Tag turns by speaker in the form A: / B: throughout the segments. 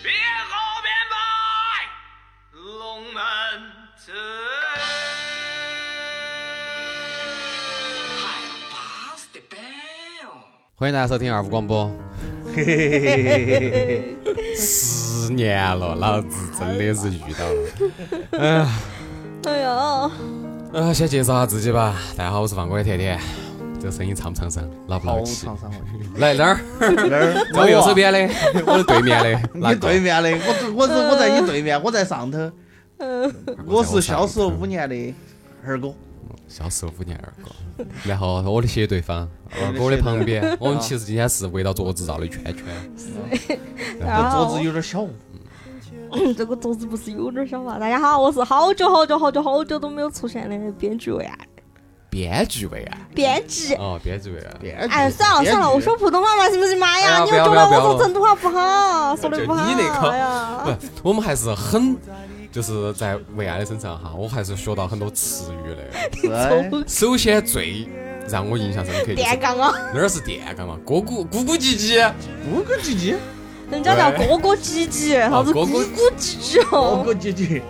A: 别后边摆，龙门阵。海巴士的班哦。
B: 欢迎大家收听二五广播。十年了，老子真的是遇到了。
C: 哎呦，
B: 呃，先介绍下自己吧。大家好，我是放歌的甜甜。这声音唱不唱伤？老不老
D: 好
B: 气？
D: 长上回。
B: 来那儿，
D: 那儿，
B: 我右手边的，我的对面的，
D: 你
B: 哪
D: 对
B: 个？
D: 面的，我我是我在你对
C: 嗯
D: 面，我在上头，我是消失了五年的二
C: 哦
D: 哥，
B: 消失了五年二哥。然后我的斜对方，二哥的啊旁边，我们其实今天是围绕桌子绕了一圈圈。
C: 大家
D: 这
C: 好
D: 桌子有点小，
C: 这个桌子不是有点小嘛？大家好，我是好久好久好久好久都没有出现的编剧呀，
B: 编剧位啊！
C: 编辑。
B: 哦，编剧位啊！
C: 哎，算了算了，我说普通话嘛，行不行嘛
B: 哎
C: 呀？
B: 呀
C: 你
B: 不
C: 又
B: 要
C: 觉
B: 不要
C: 得
B: 不要
C: 我说成都话不好， 说的不好。
B: 就你那口
C: 哎呀，
B: 不，我们还是很，就是在维安的身上哈，我还是学到很多词语的。
D: 是，
B: 首先最让我印象深刻就是
C: 电杠啊，
B: 那儿是电杆嘛，蝈蝈咕咕唧唧，
D: 咕咕唧唧，
C: 人家叫哥哥唧唧，啥子
B: 哥
C: 咕
B: 哥
C: 咕唧唧
D: 咕
C: 哦。
D: 咕唧唧，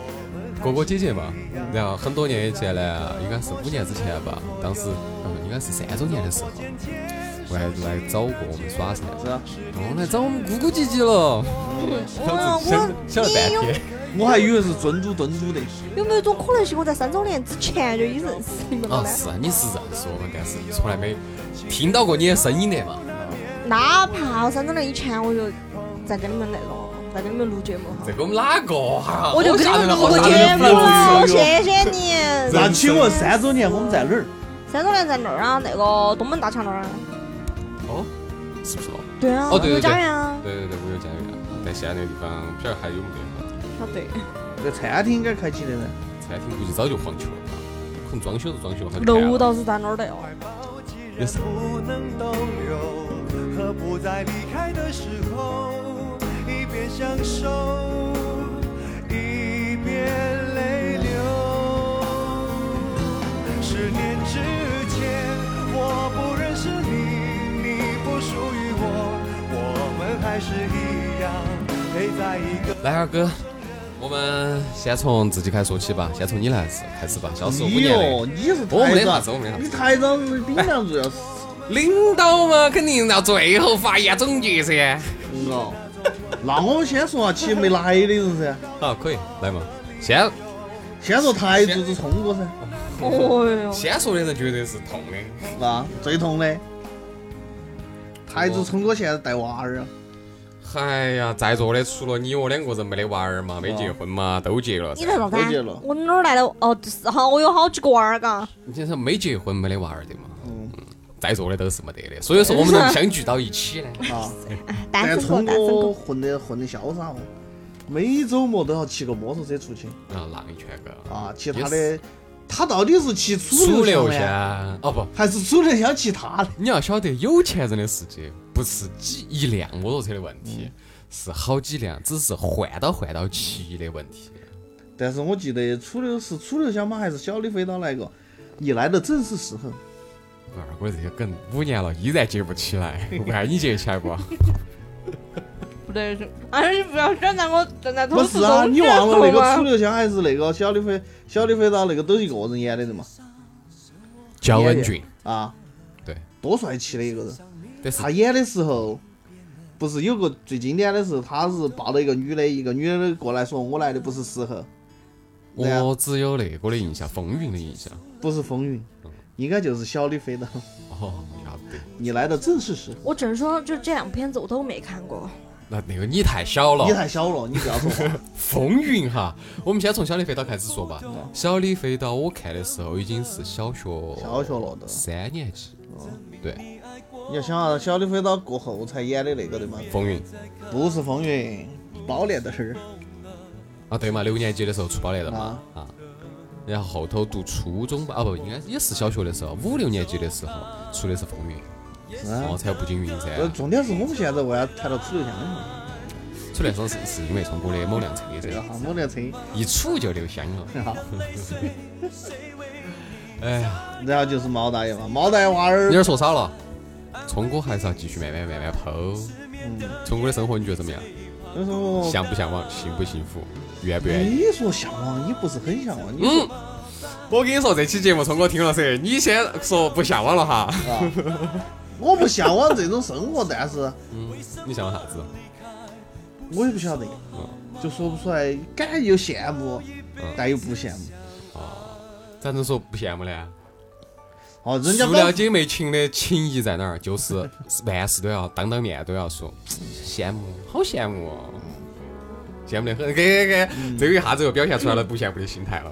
B: 蝈蝈姐姐嘛。然后很多年以前呢，应该是五年之前吧，当时嗯应该是三周年的时候，我还来找过我们耍噻，
D: 是，
B: 哦来找我们咕咕唧唧了，
C: 哇
B: 老子想想了半
C: 你有
B: 天，
D: 我还以为是尊猪炖猪的，
C: 有没有一种可能性，我在三周年之前就已经认识你们了
B: 啊
C: 呢？
B: 是啊你是认识我们，但是从来没听到过你的声音的嘛，
C: 哪怕我三周年以前，我就在跟你们那种，在跟你们录节目哈
B: 这。个我们哪个啊？
C: 我就给你
B: 好吓
C: 们
B: 人啊
C: 录
B: 好
C: 个
B: 吓
C: 节
B: 人
C: 目
B: 啊
C: 了，
D: 哎呦哎呦
C: 谢谢你。
D: 那请问三周年我们在哪儿？
C: 三周年在那儿啊，那个东门大桥那儿啊。
B: 哦，是不是哦？
C: 对啊，
B: 哦对对对
C: 有家园啊。
B: 对对对，我有家园，但现在那个地方不晓得还有没得哈。
C: 啊对，
D: 这餐厅应该开起的呢，
B: 餐厅估计早就荒丘了吧，可能装修都装修了好几年
C: 楼
B: 了。
C: 倒是在那儿的哦。
B: 也是
E: 不能逗留，何不在离开的时候一边享受，一边泪流？十年之前，我不认识你，你不属于我，我们还是一样陪在一个。
B: 来，二哥，我们先从自己开始说起吧，先从你来是开始吧。消失五
D: 你
B: 年
D: 哟，
B: 的
D: 哎你是
B: 我没
D: 台
B: 得啥
D: 长
B: 子我没得啥，子
D: 你台长是顶梁柱要死
B: 领导嘛，肯定要最后发言总结噻。
D: 哦， 那我们先说下起没来的人噻，
B: 好，啊可以来嘛。先
D: 先说台柱子聪哥噻，
C: 哦哟，
B: 先说的人绝对是痛的，
D: 啊，最痛的。台柱聪哥现在带娃儿啊，
B: 哎呀，在座的除了你我两个人没得娃儿
D: 啊
B: 嘛，没结婚嘛，都结了噻。
C: 你在啥子
D: 都结了
C: 啊？我哪儿来的？哦，就是哈，我有好几个娃儿嘎。
B: 你现在没结婚没得娃儿的嘛？
D: 嗯
B: 在座的都是没得的，所以说我们能相聚到一起呢。
D: 啊，
C: 哎，单
D: 但
C: 身狗，
D: 聪
C: 单身
D: 哥
C: 狗。
D: 混得混得潇洒哦，每周末都要骑个摩托车出去
B: 啊，浪一圈哥
D: 啊，骑他
B: 也
D: 的，他到底是骑
B: 楚
D: 楚
B: 留
D: 留
B: 香
D: 香呢，
B: 哦不，
D: 还是楚留香骑他的？
B: 你要晓得，有钱人的世界不是几一辆摩托车的问
D: 嗯
B: 题，是好几辆，只是换到换到骑的问题。
D: 但是我记得楚留是楚留香吗？还是小李飞刀那个？你来的正是时候，
B: 二哥这些梗五年了依然接不起 来，万一你接起来不？
C: 不对，哎，你不要站在我站在
D: 不
C: 同事
D: 是啊，
C: 中
D: 你
C: 间
D: 忘了那个
C: 好
D: 楚
C: 吗
D: 留香还是那个小李飞小李飞刀那个都是一个人演的的嘛？
B: 焦恩俊，
D: 啊，
B: 对，
D: 多帅气的一个人。
B: 但是
D: 他演的时候，不是有个最经典的是，他是抱了一个女的，一个女的过来说：“我来的不是时候，
B: 我只有那个的印象，风云的印象。
D: 不是风云，
B: 嗯
D: 应该就是小李飞刀，
B: 哦，晓得。
D: 你来的正是时候。
C: 我只能说，就这两片子我都没看过。
B: 那那个你太小了
D: 你，太小了，你不要说话。
B: 风云哈。我们先从小李飞刀开始说吧。小李飞刀，我看的时候已经是小学
D: 小学了都
B: 三年级，对，
D: 你要想啊，小李飞刀过后才演的那个的嘛，
B: 风云。
D: 不是风云，包年的事儿。啊
B: 啊，对嘛，六年级的时候出包来了嘛，啊，然后后头读初中吧，啊不，应该也是小学的时候，五六年级的时候出的是《风云》，
D: 嗯
B: 哦，，才有《步惊云山
D: 呃，》。重点是我们现在为啥谈到楚留香了？
B: 楚留香是是因为中国的某辆车
D: 对
B: 噻
D: 啊，，某辆车，
B: 一杵就留香了。
D: 哈，
B: 哎呀，
D: 然后就是毛大爷嘛，毛大爷娃儿
B: 你，这说少了，聪哥还是要继续慢慢慢慢剖。
D: 嗯，
B: 聪哥的生活你觉得怎么样？
D: 那时候
B: 向不向往？幸不幸福？愿不愿意？
D: 哎你说向往，你不是很向往，你
B: 嗯，我跟你说，这期节目聪哥听了噻，你先说不向往了哈。
D: 啊，我不向往这种生活，但是
B: 嗯，你向往啥子？
D: 我也不晓得，
B: 嗯，
D: 就说不出来，感觉又羡慕，但又不羡慕。
B: 咋能说不羡慕呢？
D: 哦，人家
B: 塑料
D: 老
B: 姐妹情的情谊在哪儿？就是万事都要当当面都要说，羡慕，好羡慕、哦，羡慕得很。给给给，这个一下子又表现出来了不羡慕的心态了。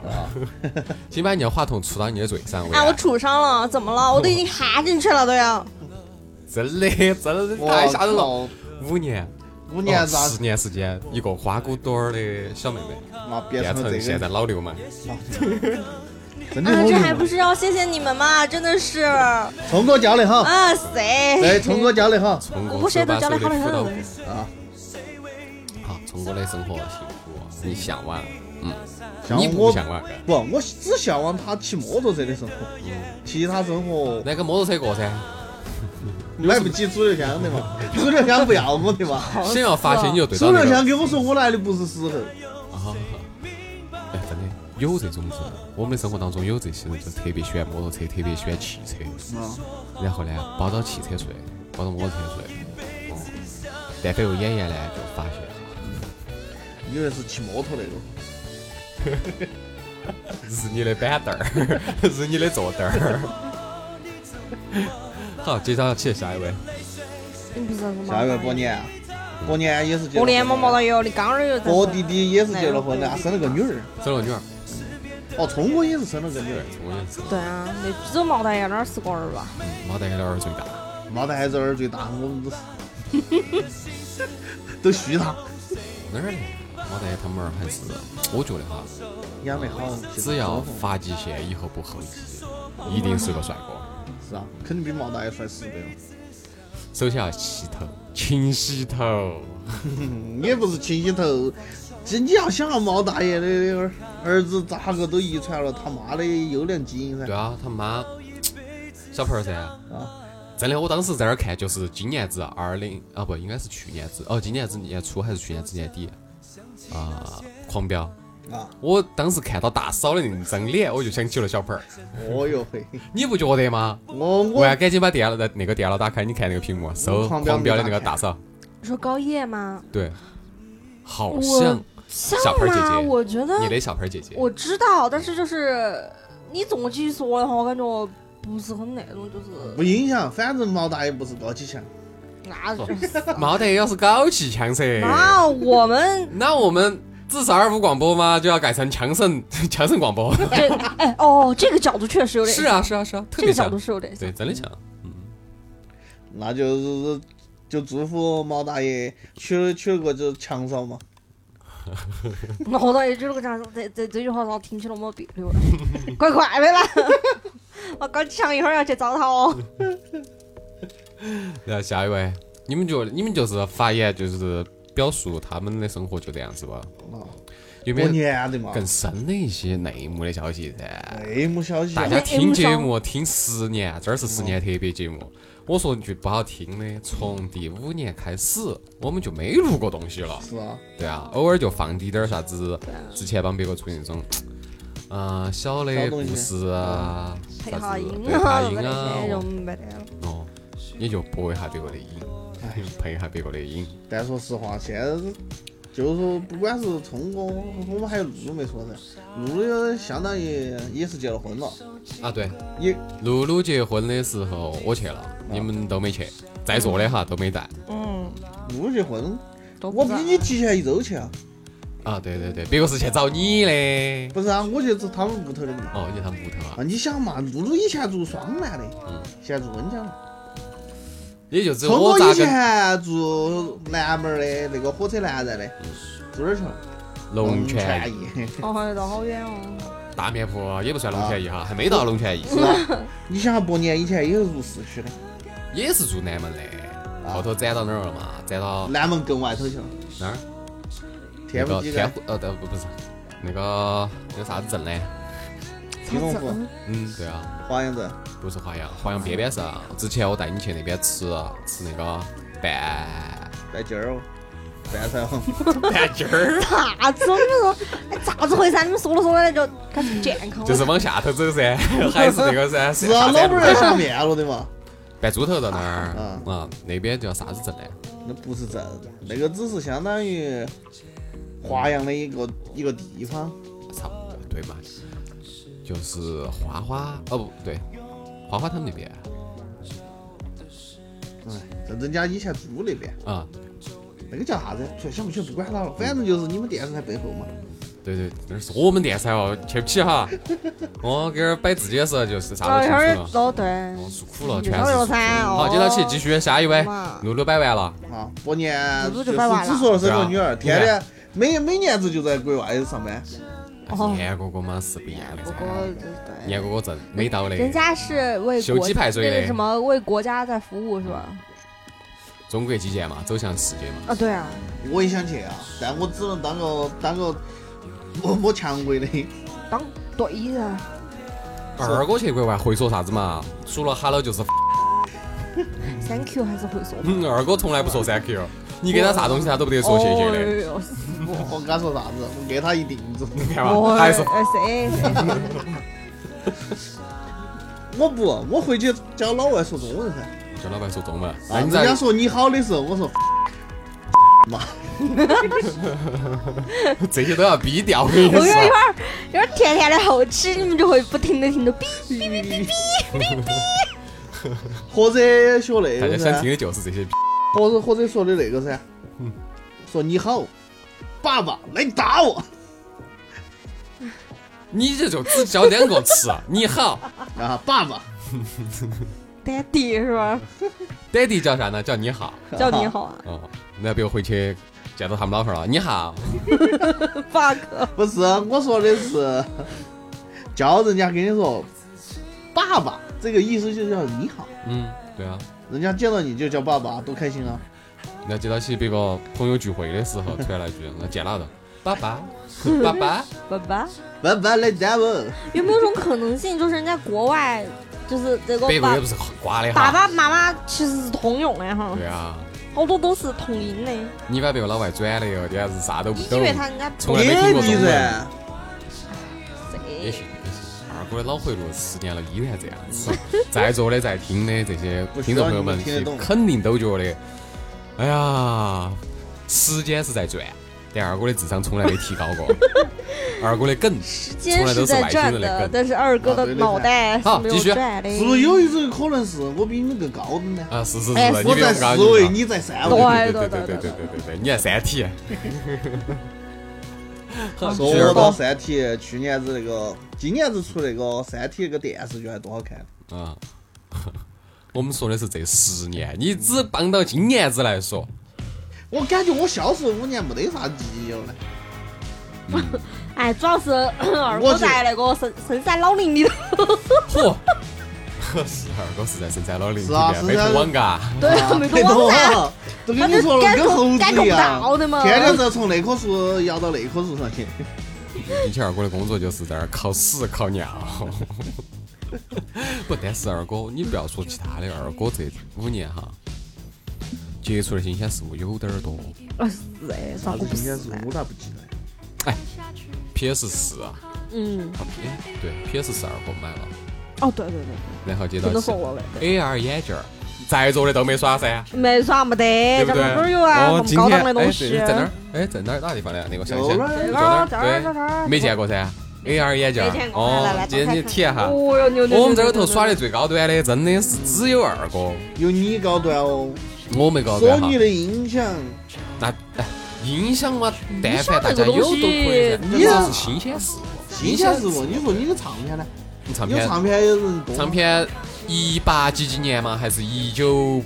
B: 请把你的话筒杵到你的嘴上，
C: 哎，我
B: 喂，啊
C: 杵上了，怎么了？我都已经含进去了，都要。
B: 真的真的太吓人了。
D: 我
B: 五年，
D: 靠，五年
B: 哦
C: 啊
D: 咋
B: 十年时间，一个花骨朵儿的小妹
C: 嗯
B: 妹
D: 嘛变
B: 变
D: 成
B: 成
D: 了这
B: 现在
D: 个？
B: 老流氓。
D: 真的
C: 啊，
D: 好
C: 这
D: 用
C: 还不是要谢谢你们吗？真的 是，啊
D: 聪哥教的好，
C: 塞！
D: 对，聪哎哥教的好
B: 通
C: 嗯我
B: 过
C: 不
B: 手
C: 谁都
B: 把
C: 教
B: 手
C: 的
B: 的
C: 好得
B: 辅导
C: 很。
D: 啊，
B: 好，通过的生活幸福，你向往，嗯，
D: 向
B: 你
D: 往
B: 不
D: 我
B: 向往？
D: 不，我只向往他骑摩托车的生活，
B: 嗯
D: 其他生活
B: 来个摩托车过噻。
D: 买不起楚留香的嘛，楚留香不要我的嘛，
C: 哦
B: 想要发泄你就对
D: 楚
C: 啊
B: 到那
D: 留
B: 个。
D: 香跟我说我来的不是时候，
B: 啊，哎，真的有这种人，我们的生活当中有这些人，就特别喜欢摩托车，特别喜欢汽车，
D: 啊，
C: 哦
B: 然后呢，包到汽车税，包到摩托车税，哦，但凡有眼缘呢，就发现
D: 以为是骑摩托那个，
B: 是你的板凳儿， 是你的坐凳儿。 好，接着起下一位，
C: 你不是什么？
D: 下一位过年啊，过年也是结了
C: 过
D: 婚
C: 年嘛，毛大哎爷，你刚儿又在
D: 我弟弟也是结了婚的，生了个女儿，
B: 走了女儿，
D: 哦，聪哥也是生了个女
B: 对
D: 儿，，
B: 我也是，
C: 对啊，那只有毛大爷那儿是个儿吧？
B: 嗯，毛蛋的儿最大，
D: 毛蛋还是儿最大，我们都是 都虚他，
B: 哪儿呢？毛蛋他们儿还是，我觉得哈，
D: 养得好，
B: 只要发际线以后不后移，一定是个帅哥。
D: 是啊，肯定比毛大爷帅十倍了，
B: 首先要洗头，勤洗头。
D: 嗯也不是亲戚头。这你要想啊毛大爷的儿儿子咋个都遗传了他妈的优良基因噻
B: 对，啊，他妈小朋友噻。
D: 啊，
B: 真的，我当时在那儿看，就是今年子二零啊不，应该是去年子哦，今年子年初还是去年子年底啊、狂飙。
D: 啊，
B: 我当时看到大嫂的那张脸，我就想起了小朋儿，
D: 哦哟嘿，
B: 你不觉得吗？
D: 我
B: 我要
D: 我
B: 赶紧把电脑的那个电脑打开，你看那个屏幕，搜
D: 狂
B: 狂
D: 飙
B: 飙的
D: 没
B: 那
D: 打
B: 个
D: 开
B: 大嫂，
C: 你说高叶吗？
B: 对，好
C: 我
B: 像
C: 像
B: 小盆儿姐
C: 啊，
B: 姐
C: 我觉得
B: 你的小盆儿姐姐。
C: 我知道，但是就是你总继续说的话，我感觉我不是很那种，就是啊
D: 不影响，反正毛大爷不是高启强，
C: 那
B: 说毛蛋要是搞气枪噻，
C: 那啊我们
B: 那我们自杀二五广播吗？就要改成强盛强盛广播。
C: 这哎哦，这个角度确实有点
B: 是，啊是啊是啊，特
C: 这
B: 别
C: 个角
B: 强
C: 度，是有点像
B: 对，真的强。
D: 那就是就祝福毛大爷娶娶个就是强嫂嘛。
C: 脑袋也就是个这样，这这这句话让我听起了没别 扭了，快快的啦！ 我刚想一会儿要去找他哦。
B: 然后下一位，你们觉得你们就是发言就是表述他们的生活就这样是吧？
D: 啊，
B: 有没
D: 过
B: 有
D: 年的嘛，
B: 更深的一些内幕的消息噻？
D: 内幕消息啊
B: 大家听节目听十年，这儿是十年特别节目。我说句不好听的，从第五年开始，我们就没录过东西了。
D: 是啊，
B: 对啊，偶尔就放滴点儿啥子，
C: 啊
B: 之前帮别个出那种，嗯、小的
D: 小
B: 故
D: 东西
B: 事啊，
C: 嗯配
B: 啥
C: 好
B: 子
C: 音
B: 对配音
C: 没得
B: 啊
C: 钱，就
B: 哦
C: 没得了。
B: 哦，也就播一下别个的音，配一下别个的音。
D: 但说实话，现在是就是说，不管是聪哥，我们还有露露没说噻，露露也相当于也是结了婚了，
B: 啊，对，
D: 也
B: 露露结婚的时候我去了，你们都没去，在座的哈都没带。
C: 嗯，
D: 露露结婚，
C: 都
D: 我
C: 不
D: 比
C: 知道
D: 你提前一周去啊，
B: 啊，对对对，别个是去找你的。
D: 不是啊，我就是他们屋头的嘛。
B: 哦，你他们屋头啊
D: 啊，，你想嘛，露露以前住双南的
B: 嗯，
D: 现在住温江了。
B: 也就只有
D: 聪
B: 我
D: 哥
B: 咋
D: 以
B: 跟
D: 前住南门的那个火车南站的，住哪儿去了？
B: 龙泉
D: 驿。
C: 哦，好像到好远哦。
B: 大面铺也不算龙泉驿哈，还没到龙泉驿，
D: 你想想，伯年以前也是住市区的，
B: 也是住南门的，后头展到哪儿了嘛？展到
D: 南门更外头去了，
B: 哪儿？那
D: 天府
B: 个
D: 几
B: 天
D: 街，
B: 府呃，不不是那个有啥子镇呢？
D: 金龙
C: 啥
D: 府
C: 子、
B: 嗯，对啊，
D: 华阳镇，
B: 不是华阳，华阳边边上。之前我带你去那边吃吃那
D: 哦
B: 个拌
D: 在今儿哦，半山红，
B: 拌鸡儿，
C: 啥子？我跟你说，哎，咋子回事啊？你们说了说了就开始不健康了。
B: 就是往下头走 噻，还是那个噻，
D: 是
B: 下
D: 啊，老
B: 山
D: 妹
B: 路
D: 儿下面了的嘛，
B: 拌猪头到那儿
D: 嗯
B: 啊，那边叫啥子镇呢？
D: 那不是镇，那个只是相当于华阳的一个一个地方，
B: 差不多对嘛，就是花花哦不对，花花他们那边
D: 哎，这人家以前住那边，
B: 啊、
D: 那个叫啥子？突然想不起来，不管他了，反正就是你们电视台背后嘛。
B: 对对，那是我们电视台哦，去不起 哈。我给这儿摆自己的时候就是啥
C: 找
B: 都
C: 一
B: 清
C: 会儿
B: 楚了，
C: 哦，对，
B: 我诉苦
D: 嗯
B: 了，
C: 就
B: 全
C: 到
B: 是
C: 六
B: 诉苦。
C: 三哦。
B: 好，接到起继续下一位
C: 嘛，
B: 露露摆完了，
D: 啊，伯年
C: 不
D: 就是
C: 就是掰完了
D: 只说了生个女
B: 对啊
D: 儿，天天每每年子就在国外上班，
C: 哦
B: 严哎哥哥嘛是不一样的
C: 哎
D: 哦
C: 不
B: 噻
C: 过，对，
B: 严哥哥正没哎到嘞。
C: 人家是为
B: 修
C: 国
B: 鸡排水
C: 那
B: 嘞嗯
C: 个什么为国家在服务是吧？
B: 中国基建嘛，走向世界嘛，
C: 啊，对啊，
D: 我也想去啊，但我只能当个当个 摸摸蔷薇的，
C: 当对啊，
B: 二哥去国外会说啥子嘛？除了 hello 就是
C: thank you 还是会说。
B: 嗯，二哥从来不说 thank you，你给他啥东西他都不得说谢谢的。
C: 哦哎呦
D: 我跟他说啥子，我给他一锭子，
B: 你看
C: 哦
B: 嘛，还是
C: 哎谁谁
D: 我不，我回去教老外说中文噻。
B: 叫老板说中文。
D: 啊
B: 那，
D: 人
B: 哦你
D: 家
B: 在
D: 说你好的时候，我说 妈，
B: 这些都要逼掉，我跟你
C: 我
B: 说
C: 有。一会儿，有点甜甜的后期，你们就会不停的听到哔哔哔哔哔。
D: 或者学那
B: 大家
D: 个
B: 想听的
D: 噻，
B: 就是这些逼。
D: 或者或者说的那个噻，说你好，爸爸来打我
B: 你这就只教两个词， 你好。
D: 啊，爸爸
C: 爹地是 吧？
B: 爹地叫啥呢？叫你好。
C: 叫你好啊
B: 哦，那比如回去见到他们老汉儿了，啊你好。
C: ，bug。
D: 不是，我说的是 教人家跟你说爸爸这个意思就叫你好，
B: 嗯，对啊。
D: 人家见到你就叫爸爸，多开心啊！
B: 那接到起别个朋友聚会的时候，突然来一句，那见哪个？爸爸， 爸爸，
C: 爸爸，
D: 爸爸来打我，
C: 有没有种可能性，就是人家国外就是这个
B: 别个
C: 爸
B: 也不是瓜的
C: 爸
B: 哈。
C: 爸妈妈其实是通用的哈，
B: 对啊，
C: 好多都是同音的。
B: 你把别个老外转了哟，简直是啥都不
C: 你以
B: 懂。
C: 为他人家不
B: 从来没
D: 爹
B: 听过中
D: 地
B: 文。
D: 噻，
B: 也行，也
C: 谁
B: 行。二哥的脑回路十年了，依然这样子。在座的、在听的这些
D: 不需
B: 听众
D: 要
B: 朋友
D: 你们
B: 们
D: 听得，懂
B: 肯定都觉得，哎呀，时间是在转，但二哥的智商从来没提高过。二哥的梗，
C: 时间是在转的，但是二哥的脑袋是没有转的。
D: 是不是有一种可能是我比你们更高的呢？
B: 啊，是是
C: 哎
B: 是，你
D: 我
B: 别
D: 在
B: 不高啊
D: 四
B: 你
D: 维，你在三
B: 不
D: 维
C: 懂。
B: 高对对对
C: 对
B: 对
C: 对
B: 对对
C: 对
B: 对对对，你还三体。好继续
D: 说到
B: 吧
D: 《三体》，去年子那个，今年子出那个《三体》那个电视剧还多好看！
B: 啊，我们说的是这十年，你只帮到今年子来说，
D: 我感觉我消失五年没得啥记忆了。
C: 哎，主要 是二哥在那个深深山老林里头，
B: 嚯！是二哥是在深山老林里
D: 是啊
B: 面
D: 是
B: 没
D: 啊
B: 通网嘎。
C: 对，啊 没
D: 太
C: 个网
D: 多
C: 站。
D: 了，啊都跟你说了，
C: 他就
D: 跟猴
C: 该
D: 子
C: 捅该捅
D: 一样
C: 刀的，嘛
D: 天天是从那棵树摇到那棵树上去。
B: 以前二哥的工作就是在那儿烤屎烤尿。 不，但是二哥，你不要说其他的，二哥这五年哈，接触的新鲜事物有点儿多。
C: 呃是哎，咋
D: 啥
C: 个
D: 子
C: 不是
D: 今天是？我咋不记得？
B: PS 四啊，
C: 嗯，
B: 啊哎对，PS 四二哥买了，
C: 哦对对对，
B: 然后接到
C: 听
B: 起
C: 都说我了，对
B: AR 眼镜儿，在座的都没耍噻，
C: 没耍没
B: 对
C: 得，
B: 不
C: 这
B: 对？
C: 哪儿有啊？
B: 哦，
C: 这
B: 今
C: 么高
B: 天
C: 档的
B: 哎
C: 东
B: 对
C: 西，
B: 在哪儿？哎，在哪儿？哪地方来？那个想
D: 有
B: 想，
D: 啊
B: 对
C: 这
B: 就
C: 儿
B: 那
C: 这
B: 儿
C: 儿这
B: 对
C: 儿，
B: 没见过噻，AR 眼镜儿
C: 没见，过来来
B: 哦
C: 来，
B: 今天你
C: 打开看
B: 体验哈。
C: 哦哟牛牛！
B: 我们这儿头耍的最高端的，真的是只有二哥，
D: 有你高端哦，
B: 我没搞
D: 索
B: 对哈
D: 尼。的音响，
B: 那哎，音响嘛，但凡大家
C: 这个
B: 有
C: 东
B: 都可以
C: 西
B: 噻，，
D: 你
B: 这
D: 啊
B: 是新鲜事物。
D: 新鲜事物。你说你的唱片呢？
B: 你唱
D: 有
B: 片，
D: 唱片有人多吗。
B: 唱片一八几几年嘛，还是一九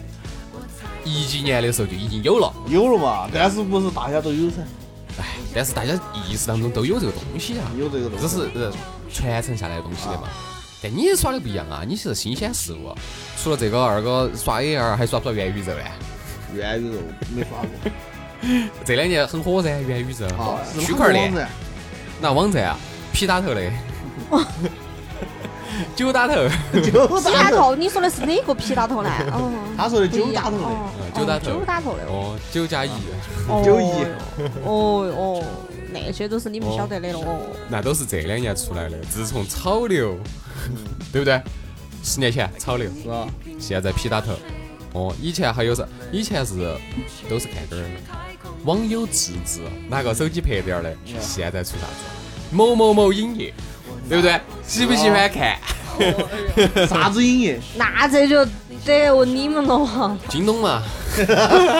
B: 一几年的时候就已经有了。
D: 有了吧？但是不是大家都有噻？
B: 哎，但是大家意识当中都有这个东西啊，啊
D: 有这个东
B: 只
D: 西。
B: 是呃传承下来的东西的嘛。但你耍的不一样啊，你是新鲜事物。除了这个二个耍 AR，还耍不耍元宇宙呢？啊
D: 元宇宙没耍过，
B: 这两年很火噻，元宇宙
D: 啊，、
B: 区块链
D: 网。 站，
B: 那网站啊，皮打头 的，九打头，
D: 九
C: 皮打
D: 打头，
C: 头，你说的是哪个皮打头 呢？哦，
D: 他说的
C: 不
D: 九
C: 一样
D: 打头的，
C: 哦
B: 嗯
C: 哦
B: 九打头
C: 九打头的，
B: 哦，九加一，
C: 哦
D: 九一，
C: 哦哟，那些都是你们晓得的了哦。
B: 那都是这两年出来的。自从草榴，对不对？十年前草榴，
D: 是吧？
B: 现在皮打头。哦，以前还有啥？以前是都是看点儿网友自制，拿个手机拍点儿的。现在出啥子？某某某影业，对不对？喜不喜欢看？
D: 啥子影业？
C: 那这就得问你们了嘛。
B: 京东嘛，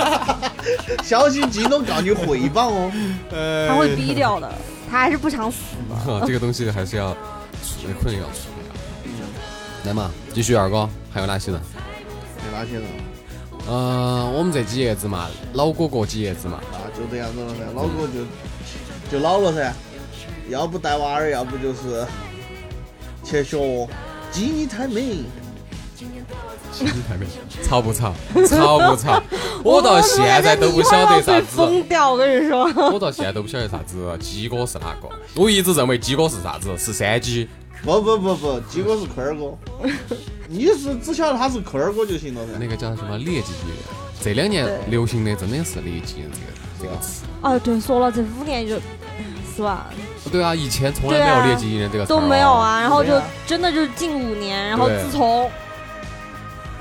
D: 小心京东告你诽谤哦！
B: 哎
C: 他会逼掉的，他还是不想死。
B: 哈这个东西还是要处理，可能要处理啊。来嘛，继续二哥，还有哪些人？
D: 没那些人
B: 呃，我们这几爷子嘛，老哥哥几爷子嘛，
D: 啊，就这样子了噻，老哥就就老了噻，要不带娃儿，要不就是去学鸡你太美，
B: 吵不吵？吵不吵？我到现在都不晓得啥
C: 我他妈的一会儿要被
B: 子，
C: 疯掉，我跟你说。
B: 我到现在都不晓得啥子鸡哥是哪个。我一直认为鸡哥是啥子，是山鸡。
D: 不不不不，鸡哥是坤儿 哥，你是只晓得他是坤儿哥就行了噻
B: 那。个叫什么猎鸡？这两年流行的真的是猎鸡这个这个词。
C: 啊，对，说了这五年就，是吧？
B: 对啊，以前从来没有猎鸡人这个词、
C: 都没有。啊，然后
D: 对
C: 就
D: 啊
C: 真的就是近五年，然后
B: 对
C: 自从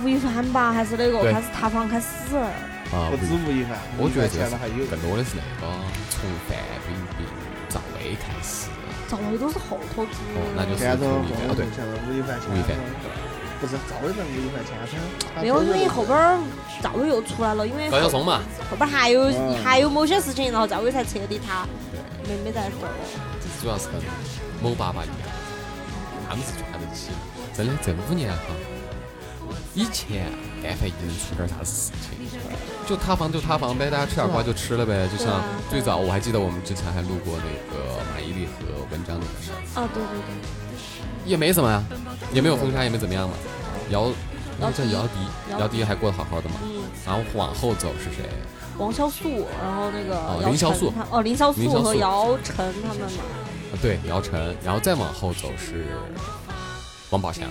C: 吴亦凡吧还是哪个
B: 对
C: 开始塌房开始，
B: 啊
D: 不，止吴亦凡，
B: 我觉得这
D: 前头还有
B: 个更多的是那个从范冰冰、赵薇开始。
C: 赵薇都是后头出的
B: 哦那就是
D: 前头
B: 吴亦凡
D: 前头
B: 对
D: 前头吴亦凡
B: 吴亦
D: 前头
B: 凡，
D: 不是赵薇凡吴亦凡前头，
C: 没有，因为后边儿赵薇又出来了，因为
B: 高晓
C: 后
B: 松嘛，
C: 后边儿还有
D: 嗯
C: 还有某些事情，然后赵薇才彻底塌，没没再说了。
B: 主要是跟某爸爸一样，他们是抓得起。真的，这五年哈，以前但凡一人出点啥事情，就塌房就塌房呗，大家吃点瓜就吃了呗。就像最早我还记得我们之前还录过那个马伊琍和文章的事，
C: 啊，对对对，
B: 也没什么呀，也没有封杀，也没怎么样嘛。姚，那叫姚笛，
C: 姚笛
B: 姚笛还过得好好的嘛。
C: 嗯，
B: 然后往后走是谁？
C: 王潇肃，然后那个
B: 哦
C: 姚
B: 凌潇
C: 晨
B: 肃
C: 他哦，凌潇
B: 凌
C: 肃
B: 潇
C: 和
B: 肃
C: 姚晨他们嘛，
B: 啊对，姚晨。然后再往后走是王宝强。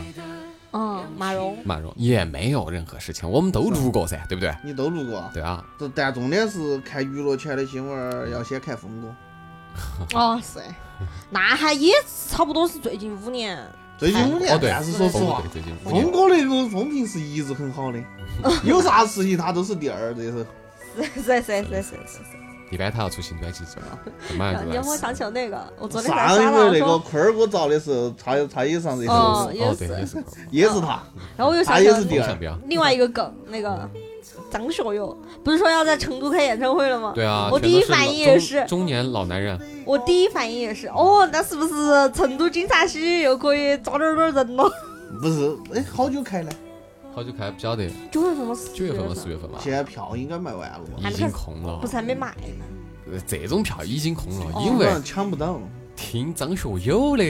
C: 嗯，马蓉，
B: 马蓉也没有任何事情，我们都录过噻，对不对？
D: 你都录过啊？
B: 对啊，
D: 这但重点是看娱乐圈的新闻儿，要先看峰哥。
B: 嗯
C: 哦是，那还也差不多是最近五年，
D: 最近五
B: 哦
D: 年，
B: 对，
D: 但是说实话
B: 对，最近五
D: 峰
B: 年，
D: 哥的这个风评是一直很好的，有啥事情他都是第二这是。
C: 是是是是是是。
B: 一般他要出新专辑是吧？干 嘛
C: 你
B: 要
C: 让我
B: 做
C: 想起了那个， 我昨天才
D: 上
C: 刷
D: 一
C: 到
D: 回那个
C: 说，
D: 坤儿哥遭的是他他也上热搜
C: 哦，
B: 哦，对，
C: 也是
B: 也是狗，
D: 也是他，
C: 然后我又想
D: 他
C: 起
D: 也
C: 了
D: 是第
B: 风
D: 二
B: 向。标。
C: 另外一个梗，那个张学友不是说要在成都开演唱会了吗？
B: 对啊，
C: 我
B: 全
C: 第一
B: 都是
C: 反
B: 老
C: 应也
B: 中
C: 是
B: 中年老男人，
C: 我第一反应也是，哦，那是不是成都警察局又可以抓点儿点儿人了？
D: 不是，哎，好久开呢，
B: 好久开不晓得
C: 九月份吗？四
B: 九月份吗？四月份吧，
D: 现在票应该卖完了吧？
C: 还
B: 已
C: 没
B: 经
C: 开始
B: 空了
C: 不。是还没买呢？
B: 呃这种票已经空了，
C: 哦
B: 因
D: 基本
B: 为
D: 上抢不到。
B: 听张学友的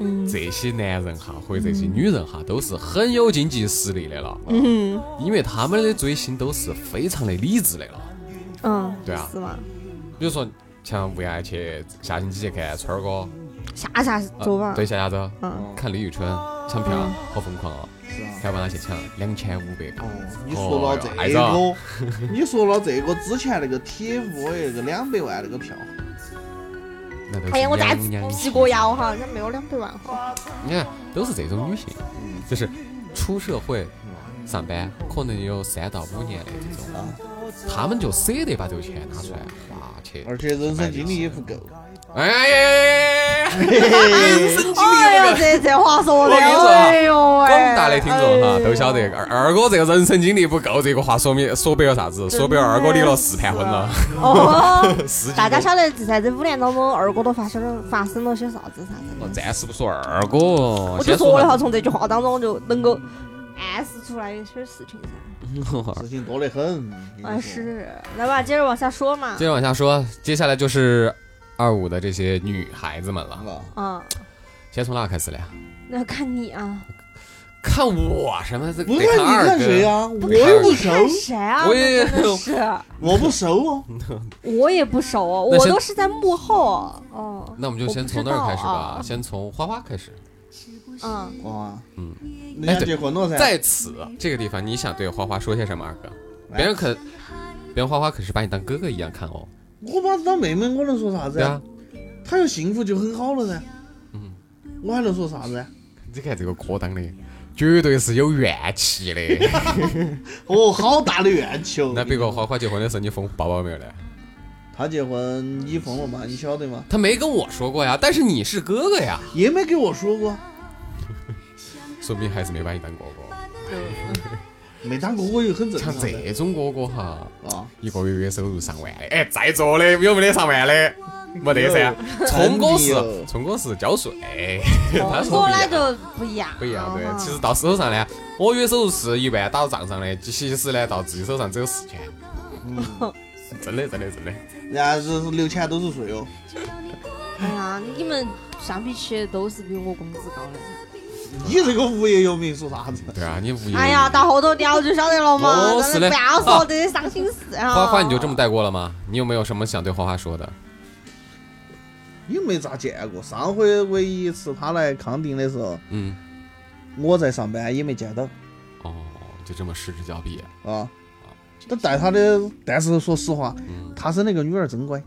C: 嗯
B: 这些男人哈，或者这些女人哈，都是很有经济实力的了，
C: 嗯
B: 因为他们的追星都是非常的理智的了。
C: 嗯，
B: 对啊
C: 是吗？
B: 比如说像为爱去下星期去看川儿哥，
C: 下下周吧
B: 呃，对，下下周，
C: 嗯
B: 看李宇春抢票，好疯狂哦！
D: 是啊。
B: 还要帮他去抢两千五百
D: 哦
B: 八，，
D: 你说到这
B: 哎呀
D: 个，你说到这个之前那个 TFBOY 那个两百万那个票，
B: 那都是
C: 哎呀，我咋
B: 娘娘
C: 记过呀？我好像没有两百万哈。
B: 你看，都是这种女性，就是出社会上班，可能有三到五年的这种，她们就舍得把这个钱拿出来花去。
D: 而且人生经历也不够。
B: 哎呀呀呀呀呀！
C: 哎呀，这这话说的，
B: 我跟你说啊
C: 哎呦喂！
B: 广大的听众哈
C: 哎呦
B: 都晓得，二二哥这个人生经历不够，这个话说明说白了啥子？说白了，二哥离了四盘婚了，
C: 哦，
B: 十几
C: 大家
B: 年
C: 晓得在这五年当中，二哥都发生了发生了些啥子啥子？
B: 哦暂时不说二哥哦，
C: 我就
B: 先
C: 说了
B: 下
C: 哈，从这句话当中就能够暗示出来一些事情噻。
D: 事情多得很。你
C: 啊，
D: 说
C: 是，来吧，接着往下说嘛
B: 哦接。着往下说，接下来就是二五的这些女孩子们了。
D: 啊，
C: 嗯，
B: 先从哪开始啊嘞？
C: 那看你啊，
B: 看我什么？这
D: 不
B: 得
D: 是你
B: 二
D: 看
B: 哥
D: 谁呀、我
B: 看
D: 又不
B: 二
D: 熟，
C: 看谁啊？
B: 我也
C: 真的是，
D: 我不熟啊。
B: 嗯
C: 我也不熟，
B: 那
C: 我
B: 先
C: 都是在幕后。哦，
B: 那我们就先从那儿开始
C: 我
B: 吧，
C: 不知道啊
B: 先从花花开始。
C: 嗯，
D: 哇，
B: 嗯，
D: 你
B: 哎
D: 想
B: 对
D: 结婚了噻？
B: 在此这个地方，你想对花花说些什么，二哥？别人可，别人花花可是把你当哥哥一样看哦。
D: 我把她当妹妹，我能说啥子
B: 对
D: 啊
B: 啊？，
D: 她要幸福就很好了噻。
B: 嗯，
D: 我还能说啥子啊？
B: 你看这个柯当的，绝对是有怨气的。
D: 哦，好大的怨气哦！
B: 那别个花花结婚的时候，你封包包没有呢？
D: 她结婚，你疯了嘛？你晓得吗？
B: 他没跟我说过呀，但是你是哥哥呀，
D: 也没给我说过，
B: 说明还是没把你当哥哦哥。
D: 没当过我也很正
B: 像
D: 常的
B: 这种哥哥哈，
D: 啊。
B: 一个月月收入上万的，哎，在座的有没得上万的？没得噻。聪哥是聪哥是交税， 他是不
C: 我
B: 一
C: 那
B: 样的。
C: 就不一样，
B: 嗯不一样，对。
C: 嗯
B: 其实到手上呢，我月收入是一万打到账上的，其实呢到自己手上只有四千。嗯真的，真的，真的。
D: 然后是六千都是税哦，
C: 哎呀，你们相比起都是比我工资高的。
D: 你这个无业游民说啥子？
B: 对啊，你无业。
C: 哎呀，到后头聊就晓得了嘛，
B: 哦
C: 真
B: 是
C: 的
B: 嘞
C: 不要说这些伤心事啊。
B: 花花你就这么带过了吗？你有没有什么想对花花说的？
D: 也没咋见过。上回唯一一次她来康定的时候，
B: 嗯，
D: 我在上班也没见到
B: 哦，就这么失之交臂。
D: 啊。都带她的，但是说实话，
B: 嗯
D: 她生那个女儿真乖，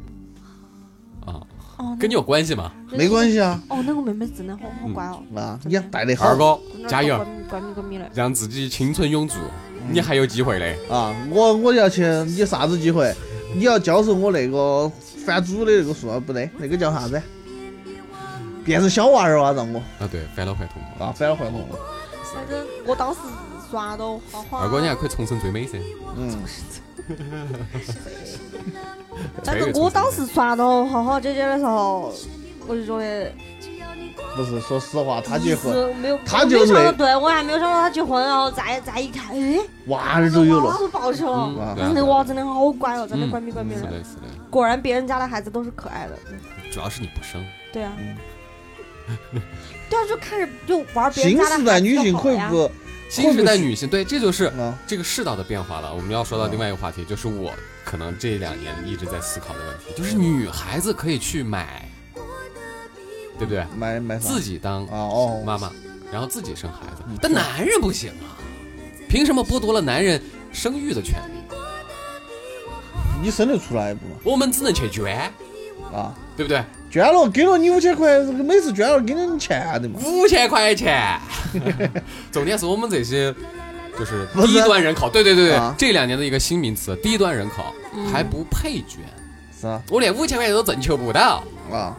B: 啊，
C: 哦，
B: 跟你有关系吗？
D: 没关
C: 系。
D: 系啊
C: 哦，那个妹妹真的好好乖哦，
D: 啊，你看带得好
B: 二哥
C: 真
B: 嗯
C: 的
B: 加油
C: 乖，咪乖咪乖咪的。
B: 让自己青春永驻，你还有机会的。
D: 啊！我我要去，你啥子机会？你要教授我那个反祖的那个术啊，不对，那个叫啥子？变成小娃儿啊，让我
B: 啊，对，返老还童。
D: 啊，反了坏我了。
C: 反正我当时刷到花花。
B: 二哥，你还可以重生最美噻。
D: 嗯，
C: 反正我当时刷到花花姐姐的时候，我就觉得
D: 不是，说实话，他
C: 一
D: 结婚，
C: 直没有，
D: 她
C: 我没
D: 就
C: 有
D: 是
C: 想到，对我还没有想到她结婚，然后再再一看，哎，
D: 娃儿都有
C: 娃
D: 了，
C: 都抱起了
B: 嗯，
D: 啊
B: 对啊
C: 但是那个娃真的好乖哦，真的
B: 嗯
C: 乖咪乖咪
B: 是
C: 的。
B: 的，是的，
C: 果然别人家的孩子都是可爱的，
B: 主要是你不生。
C: 对啊
D: 嗯，
C: 对啊，就看着就玩别人
D: 新
C: 家的
D: 时代
C: 孩子
D: 女
C: 就
D: 性
C: 好
D: 恢
C: 呀
D: 复
B: 新时代女性，对，这就是
D: 啊，
B: 这个世道的变化了，我们要说到另外一个话题，就是我可能这两年一直在思考的问题，就是女孩子可以去买，对不对？
D: 买买啥？
B: 自己当
D: 啊哦，
B: 妈妈，然后自己生孩子，
D: 嗯
B: 但男人不行啊，凭什么剥夺了男人生育的权利？
D: 你生得出来不嘛？
B: 我们只能去捐，
D: 啊，
B: 对不对？
D: 捐了给了你五千块，每次捐了给了你钱的嘛。
B: 五千块 钱，重点是我们这些就是
D: 不是
B: 低端人口，对对对对
D: 啊，嗯
B: 这两年的一个新名词，低端人口还不配捐，
D: 是啊，
B: 我连五千块钱都挣求不到。
D: 啊，
B: 啊，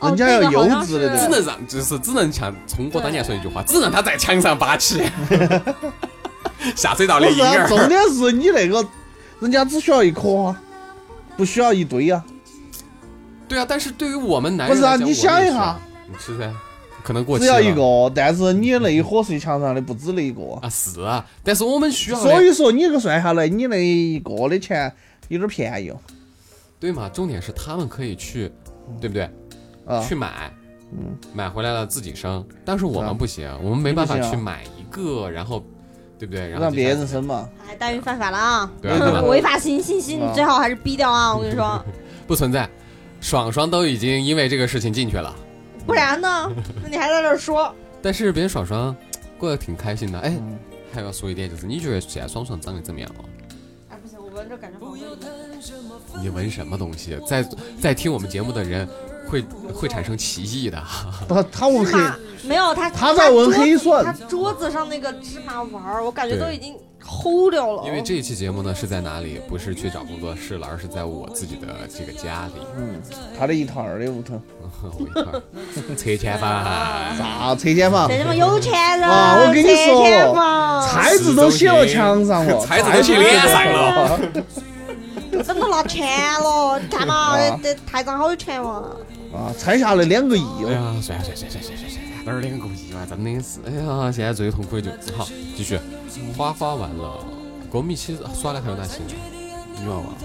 C: 哦
D: 人家
C: 这
D: 要
C: 个好
D: 优
C: 像
D: 质的
C: 是
B: 只
D: 对吧
B: 能让，就是只能像从我当年说一句
D: 嗯
B: 话，只能他在墙上拔 起，下水道
D: 不
B: 的
D: 是
B: 婴
D: 啊，重
B: 儿。
D: 点是你那个，人家只需要一颗啊，不需要一堆啊。
B: 对啊，但是对于我们男
D: 不
B: 人
D: 是啊
B: 来讲
D: 你想一下，
B: 我也是你吃噻，可能过期
D: 只要
B: 了
D: 一个，哦但是你那一伙睡墙上的不止那一个，哦
B: 啊，是啊，但是我们需要的，
D: 所以说你这个算下来，你那一个的钱有点便宜哦。
B: 对嘛？重点是他们可以去，对不对？
D: 啊
B: 去，买
D: 嗯，
B: 买回来了自己生，但是我
D: 啊
B: 们不行，我们没办法
D: 你不行啊
B: 去买一个，然后，对不对？然后
D: 让别
B: 接啊
D: 人
B: 下来
D: 生嘛，
C: 哎，待遇犯法了啊！
B: 对啊对啊
C: 违法性信息你最好还是逼掉啊！我跟你说，
B: 不存在，爽爽都已经因为这个事情进去了。
C: 不然 呢？那你还在这儿说？
B: 但是别人爽爽过得挺开心的。哎
D: 嗯，
B: 还要说一点，就是你觉得现在爽爽长得怎么样哦？
C: 哎，不行，我闻着感觉好像
B: 你闻什么东西？在在听我们节目的人会会产生歧义的。
D: 他他我
C: 有芝
D: 黑，
C: 麻，没有他
D: 他在闻黑蒜
C: 他桌子上那个芝麻丸儿，我感觉都已经齁掉了。
B: 因为这一期节目呢是在哪里？不是去找工作室了，而是在我自己的这个家里。
D: 嗯，他的一套二的屋头，
B: 我一 块儿拆迁吧，
D: 啥拆迁房
C: 这？他妈有钱人
D: 啊我跟你说
C: 拆迁房
D: 拆字都写到墙上了，
B: 才子都写脸上了。
C: 真的拿钱了，你看嘛
D: 啊，
C: 这台长好有钱嘛。
D: 啊，拆下来两个亿
B: 哎
D: 哦，
B: 呀，算了算了算了算了算了，啊哪儿两个亿万，真的是，哎呀，现在最啊痛苦的就好，继续，花花完了，跟我们一起耍的还有哪些？女娃娃，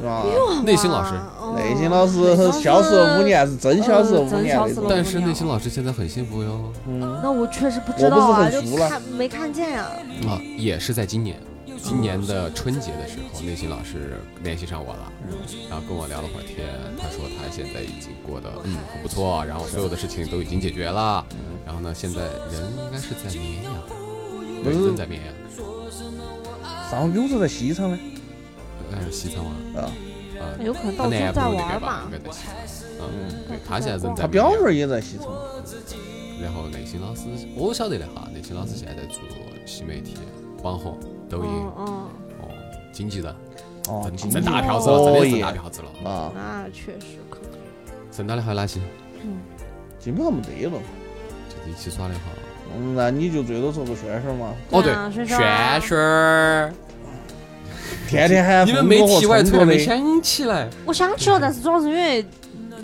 D: 是吧？
B: 内心老师
C: 哦
D: 内心老师消失了五，年，是真消失了五
C: 真
D: 年
C: 消
D: 那
C: 失了
D: 种。
B: 但是内心老师现在很幸福哟
D: 嗯，
C: 那我确实不知道啊，
D: 我不是
C: 就
D: 很服了
C: 看没看见呀。
B: 啊，也是在今年，今年的春节的时候，内心老师联系上我了，然后跟我聊了会儿天，他说他现在已经过得嗯很不错，然后所有的事情都已经解决了，然后呢，现在人应该是在绵阳，对，
D: 嗯
B: 人在绵阳，
D: 上午是在西昌呢。
B: 呃，西昌啊，
D: 啊，
B: 啊，
C: 有可能
B: 他
C: 到
B: 那
C: 处
B: 也不
C: 在
B: 应该
C: 玩
B: 吧，
C: 吧
B: 应该。在西昌，嗯，对，他现在人在
D: 他表
B: 绵阳
D: 妹儿也在西昌。
B: 然后内心老师，哦我晓得的哈，内心老师现在在做新媒体、网红、抖音、
C: 嗯嗯，
B: 哦，经纪人，
D: 哦，
B: 挣
D: 经
B: 挣
D: 济
B: 大票子了，真的挣大
D: 哦
B: 票子了，
D: 耶啊，
C: 那确实可能。
B: 挣到的还有哪些？
D: 基本上没得了。
B: 就是一起耍的哈。
D: 嗯，那你就最多做个宣宣 嘛，
B: 哦对
C: 啊，
B: 轩
C: 轩轩啊
B: 轩儿，
D: 天天喊
B: 你们
D: 疯
B: 没
D: 哥和
B: 提外
D: 聪
B: 头
D: 哥
B: 没
D: 的，
B: 想起来，
C: 我想起了，但是主要是因为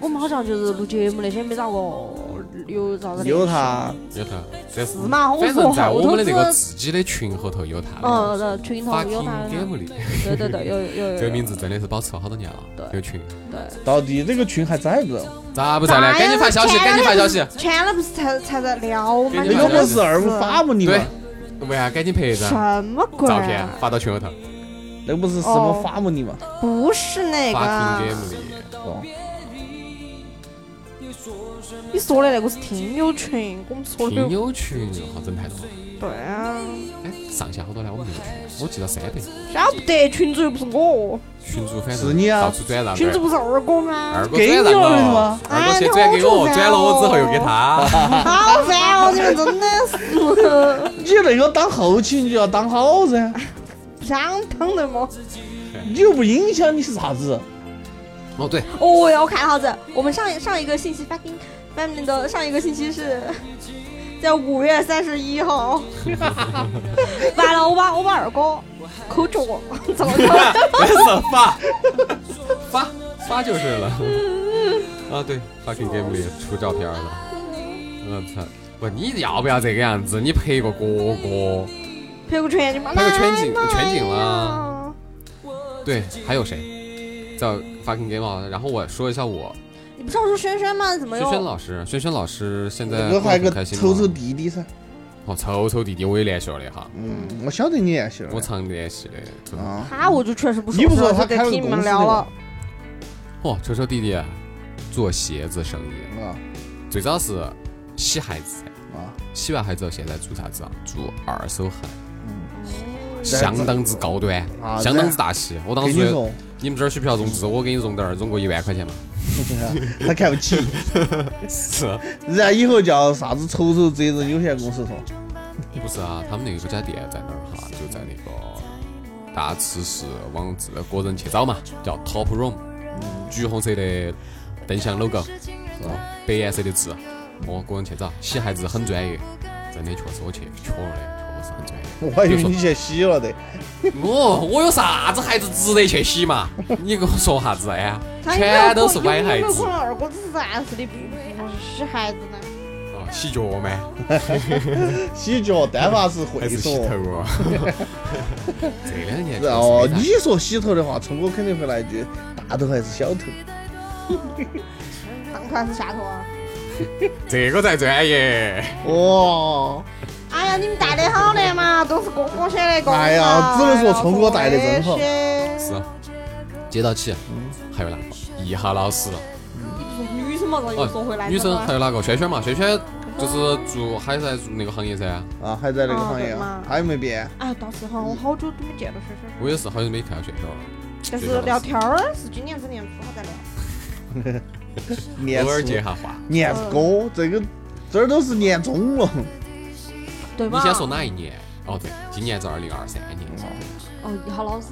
C: 我们好像就是录节目那些没咋个有啥子联系
D: 有。他，
B: 有他，这是
C: 是吗我
B: 反正在
C: 说
B: 我们的那
C: 后
B: 个
C: 头
B: 自己的群后头有他的，
C: 嗯，对，群头
B: 发
C: 有
B: king
C: 他，有
B: game 里，
C: 他对对对，有有有有。
B: 这个名字真的是保持了好多年了，
C: 对
B: 有群，
C: 对，
D: 到底这个群还在不？
B: 咋不在呢？赶紧发消息，赶紧发消息，
C: 全了不是才才在聊吗？
B: 给
D: 那
B: 你
D: 个
B: 们
D: 不是二五发吗？你们
B: 对，为啥赶紧拍一张
C: 什么鬼？
B: 照片发到群后头，
D: 那不是什么发吗？你们
C: 不是那
B: 发 king
C: 个，
B: game 里。
D: 哦，
C: 你说的那个是听友群，我们说的
B: 听友群好整太多了，
C: 对啊，
B: 哎，上下好多呢？我们这个群，我记到三百，
C: 晓不得群主又不是我，
B: 群主反正
D: 是你啊
B: 到处转让，
C: 群主不是啊二哥吗
B: 二？哥
D: 给
B: 转
D: 你
B: 让
D: 了是
B: 了
D: 吗，
B: 二哥
C: 哎
B: 先
C: 那
B: 转给我，
C: 我就
B: 转了我之后又给他，
C: 好烦哦，你们真的是
D: 你那个当后期你就要当 好噻，
C: 不 想当的嘛。
D: 你又不影响你是啥子？
B: 哦对，
C: 哦要看啥子？我们上一上一个信息发给外面的上一个信息是 在五月三十一号。完了，我把我把二哥抠住我，怎么抠？
B: 没事发 发发就是了， 啊对，发给 game 里出照片了，我操，不你要不要这个样子？你拍一个哥哥，
C: 拍个全景吧，
B: 拍个全景
C: 来嘛
B: 全景啦
C: 呀。
B: 对，还有谁？叫 fucking game 啊，然后我说一下我
C: 你不是要说轩轩吗？怎么
B: 轩
C: 又？
B: 轩老师，轩轩老师现在
D: 那个还有
B: 过得很
D: 个
B: 开心
D: 丑
B: 吗
D: 丑弟弟噻，
B: 哦，丑丑弟弟我也联系了的哈，
D: 嗯，我晓得你联系了
B: 我常联系的。真的
D: 啊，
C: 他我就确实不
D: 你不
C: 说
D: 说
C: 了，
D: 他
C: 就得
D: 开了
C: 听你
D: 公
C: 们
D: 司
C: 聊
D: 那个
C: 了。
B: 哦，丑丑弟弟做鞋子生意，
D: 啊
B: 最早是洗鞋子噻，
D: 啊，
B: 洗完鞋之后现在做啥子啊？做二手鞋，
C: 嗯
B: 相当之高端
D: 啊，
B: 相当之大气。我当
D: 跟你
B: 时
D: 说，
B: 你们这儿需不需要融资？我给你融点儿，融个一万块钱嘛。
D: 他看不起，
B: 是，啊
D: 人家以后叫啥子丑丑责任有限公司说，
B: 不是啊？他们那个家店在哪儿哈？就在那个大慈寺往自个人去找嘛，叫 Top Room，橘红色的灯箱 logo。
D: 是吧？
B: 白颜色的字，我个人去找，洗鞋子很专业，真的确实我去确了的，确实很专业。
D: 我还以为你去洗了的，
B: 我我有啥子鞋子值得去洗 嘛？你跟我说啥子哎呀？
C: 他有没有
B: 全都
C: 可
B: 是歪鞋
C: 有没有
B: 子
C: 可能二哥只是暂时的，不不是洗孩子呢？
B: 哦，洗脚吗？
D: 洗脚单发是会
B: 还是洗
D: 说
B: 头。啊？ 这两年确实没咋
D: 然后啊哦你说洗头的话，聪哥肯定会来一句：大头还是小头？
C: 上头还是下头啊？
B: 这个才专业，
D: 哇！
C: 哎呀，你们带的好的嘛，都是哥哥选的哥哥。
D: 哎呀只能说聪哥带得真好
C: 哎呀
B: 是啊嗯接到起，还有哪个？一哈老师。哦
C: 我也是哎女生嘛，然后又说回来，
B: 女生还
C: 对吧
B: 有哪个？轩轩嘛，轩轩就是做海晒做那个行业噻。
D: 啊，还在那个行业
C: 哦对
D: 啊
C: 嘛，
D: 他又没变。
C: 哎，倒是哈，我好久都没见到轩轩了，
B: 我也是好久没看到轩轩了。
C: 但是聊天儿是今年子年初还在聊。
D: 年
B: 偶尔
D: 初
B: 接下话。
D: 年初哥，这个这儿都是年终了。
C: 对
B: 你
C: 吧？
B: 先说哪一年？哦，对，今年是二零二三年。
C: 哦，一号老师，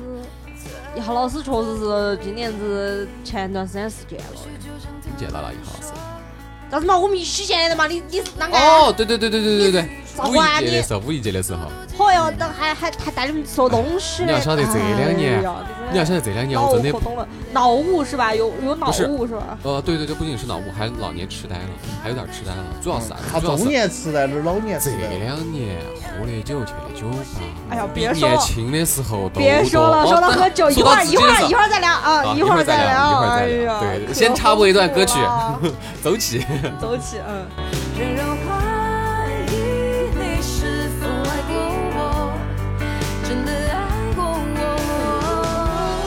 C: 一号老师确实是今年子前段时间是见了的。
B: 你见到了一号老师？
C: 咋子嘛？我们一起见的嘛？你你是啷个？
B: 哦哦，对对对对对对对，
C: 啥
B: 五
C: 玩
B: 一
C: 意
B: 节的时候，五一节的时候，
C: 嚯呦，等哦还还还带你们吃东西嘞。
B: 你要晓得这两年
C: 哎呦
B: 你要晓得这两年
C: 脑
B: 我
C: 雾
B: 真的
C: 活动了，脑雾是吧？有有脑
B: 不是
C: 雾是吧？
B: 呃，对对对，不仅是脑雾，还老年痴呆了，还有点痴呆了，主要是啥
C: 嗯
D: 他
B: 主要
D: 中
B: 是
D: 年痴呆，这是老年痴
B: 这
D: 呆。
B: 两年喝的酒去的酒吧，
C: 哎呀
B: 比
C: 别说了
B: 年轻的时候都
C: 别说了，
B: 多
C: 说到
B: 哦
C: 喝酒，一
B: 说
C: 会
B: 到
C: 儿
B: 直
C: 一
B: 接
C: 会儿
B: 上
C: 一会儿再聊啊，
B: 好
C: 会
B: 一会
C: 儿
B: 儿再聊
C: 聊，
B: 一会儿再
C: 哎
B: 聊
C: 呀
B: 对
C: 可啊
B: 先插播一段歌曲
C: 好了
B: 走起。
C: 走起，嗯。
F: 别让怀疑你是否爱过我，真的爱过我。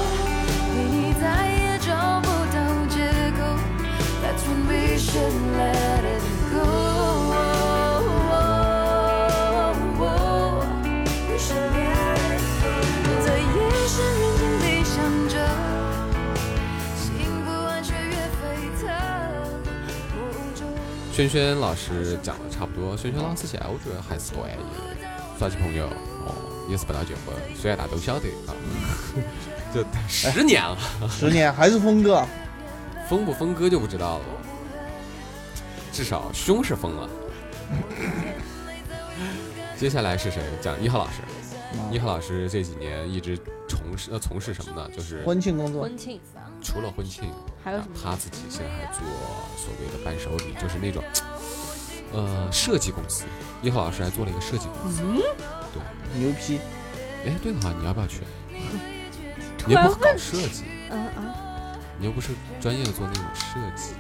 F: 你再也找不到借口，That's when we should let it go. We should let it go. 在夜深人静地想着，幸福完却越沸腾。无中
B: 轩轩老师讲的差不多，轩轩老师现在我觉得还是段的，耍起朋友哦，也是不到结婚，虽然大家都晓得啊，这十年了，
D: 十年还是峰哥，
B: 疯不疯哥就不知道了，至少胸是疯 了。接下来是谁？讲一号老师，一号老师这几年一直从事呃从事什么呢？就是
D: 婚庆工作
C: 婚庆
B: 除了婚庆，啊
C: 还有什么
B: 他自己现在还做所谓的伴手礼，就是那种，呃，设计公司。一号老师还做了一个设计公
C: 嗯
B: 司。
D: 牛批，
B: 哎，对了哈，你要不要 去？
C: 突
B: 你又
C: 然
B: 不搞设计，
C: 嗯啊，
B: 你又不是专业做那种设计，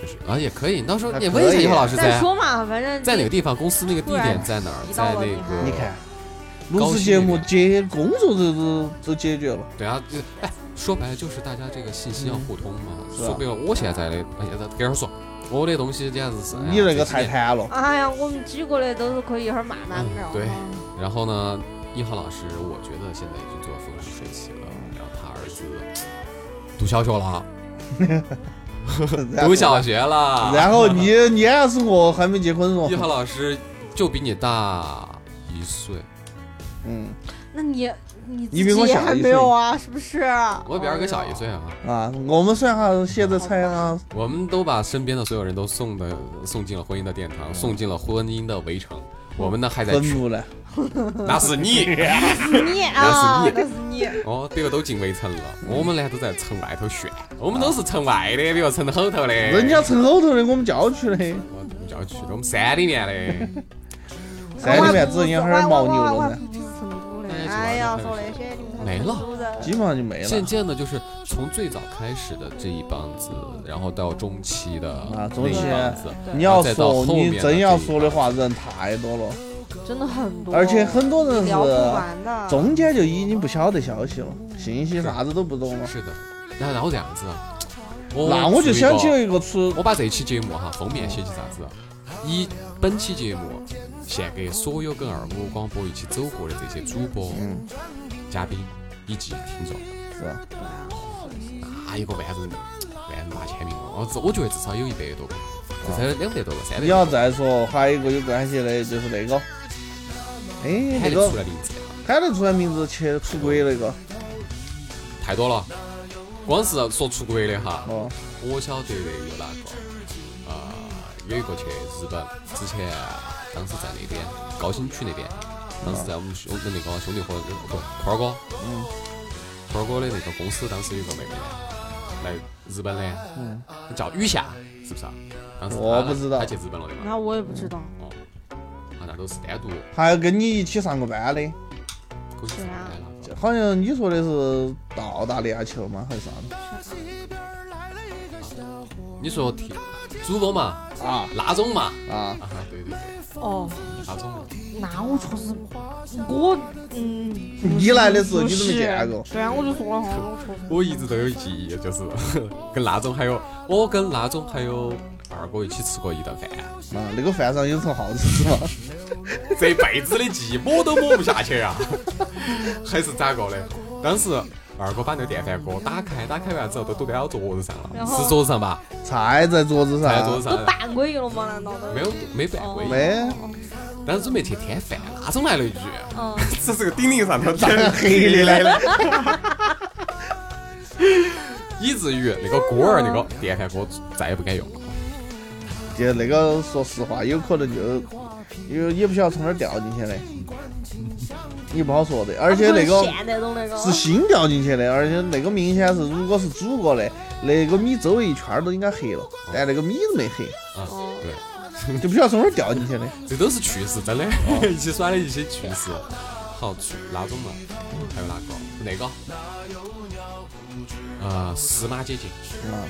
B: 就是啊，也可以。你到时候
D: 那
B: 你问一下
D: 可以
B: 一
D: 啊
B: 号老师
C: 再
B: 在啊
C: 说嘛，反正
B: 在哪
C: 你
B: 个地方，公司那个地点在哪儿，
C: 突
B: 在
C: 然提到
B: 那
C: 了你
B: 个
C: 还
D: 你看，录制节目解工作都都都解决了，
B: 对啊，就哎，说白了就是大家这个信息要互通嘛。
D: 是啊
B: 说白了，我现在的，哎呀，跟人说，我的东西简直是哎呀
D: 你那个
B: 这几
D: 太
B: 年
D: 贪了。
C: 哎呀，我们寄过来都是可以一会儿慢慢
B: 嗯
C: 聊。
B: 对然后呢，一号老师，我觉得现在已经做风生水起了。然后他儿子读小学了，
D: 然
B: 读
D: 后
B: 小学了。
D: 然后你你还是我还没结婚
B: 一号
D: 哦，
B: 老师就比你大一岁，
D: 嗯
C: 那你你
D: 你
C: 自
D: 比我
C: 己
D: 小
C: 还
D: 一
C: 没
D: 岁
C: 有啊？是不是？
B: 我比二哥小一岁啊。
D: 啊，我们算上现在才啊，
B: 我们都把身边的所有人都送的送进了婚姻的殿堂，送进了婚姻的围城。
D: 嗯
B: 我们呢还在
D: 分
B: 去，
D: 母了，
B: 那是 你
C: 哎呦。你啊，
B: 那
C: 那是你。
B: 哦，别个都进围城了，
D: 嗯
B: 我们呢都在城外头炫，我们都是城外的，别个城后头的，
D: 人家城后头的，我们郊区的，
B: 我们郊区的，我们山里面的。
D: 山里面只已经开始牦牛了呢，
C: 哎呀，说那些你们还
B: 没了
C: 成都人
D: 基本上就没了
B: 渐渐的，就是从最早开始的这一帮子，然后到中期的
D: 啊，中
B: 那一
D: 期
B: 帮子，
D: 你
B: 然后
D: 要
B: 再到
D: 说
B: 后面
D: 你真要说
B: 的
D: 的话，人太多了，
C: 真的很多，
D: 而且很多人
C: 聊不
D: 是
C: 完的。
D: 中间就已经不晓得消息了，信息啥子都不懂
B: 这一帮
D: 了
B: 子。是的，然后然后这样子，
D: 那
B: 做
D: 我就
B: 一个
D: 想起了一个词，
B: 啊我把这期节目哈封面写起啥子？啊以本期节目献给所有跟二五广播一起走过的这些主播、
D: 嗯
B: 嘉宾以及听众，
D: 是吧？
B: 那有个万人万人八千名了，我至我觉得至少有一百多个，至少有两百多个、三百
D: 你要
B: 多个，
D: 再说还有一个有关系的，就是那个，哎，那
B: 喊得
D: 个
B: 出来名字的哈。
D: 喊得出来名字去出轨那个，
B: 太多了。光是说出国的哈，
D: 哦，
B: 我晓得的有哪个？呃，有一个去日本，之前当时在那边高新区那边，当时在我们兄那个兄弟伙不宽儿哥，
D: 嗯，
B: 宽儿哥的那个公司当时有个妹妹来日本的，
D: 嗯，
B: 叫雨夏，是不是啊？当时
D: 我
B: 她
D: 不知道
B: 她去日本了对吧？
C: 那我也不知道，
B: 哦，啊，那都是单独
D: 还有跟你一起上过班的，
B: 过去日本的那个，
D: 好像你说的是到澳大利亚去了吗？还是啥
B: 你说听主播嘛，
D: 子？啊
B: 那种嘛，
D: 啊，
B: 啊，对对对，
C: 哦，
B: 那种嘛。
C: 那我确实，我嗯，
D: 你来的时候
C: 不
D: 你
C: 是
D: 都没见过
C: 对啊，我就说了哈，我确实
B: 我一直都有记忆，就是 跟那种还有我跟那种还有二哥一起吃过一顿饭，
D: 啊，那个饭上有层耗子是吧？
B: 这辈子的记忆抹都抹不下去啊， 还是咋个的？当时二哥把那个电饭锅打开，打开完之后都堵到桌子上了，
C: 然后
B: 是桌子上吧？
D: 嗯菜在桌子
B: 在桌
D: 上
B: 子，
C: 都
B: 上
C: 半规了嘛？难道都
B: 没有没犯规，
D: 没，
B: 当时准备去添饭，那种来了一句，
C: 嗯，
B: 这是个顶顶上头长
D: 长得 黑的来了，
B: 以至于那个锅儿那个电饭锅再也不敢用了。
D: 就那个说实话，有可能就。因为也不晓得从哪儿掉进去的，你不好说的。而且那个
C: 啊它不会咸的都那个
D: 是新掉进去的，而且那个明显是如果是煮过的，那个米周围一圈儿都应该黑了，但那个米都没黑，
B: 啊，
C: 哦
B: 对，
D: 就不晓得从哪儿掉进去的。
B: 这都是趣事，真的，
C: 哦
B: 一起耍的一些趣事。好，趣哪种嘛？还有哪个？那个，呃，司马姐姐，
D: 啊，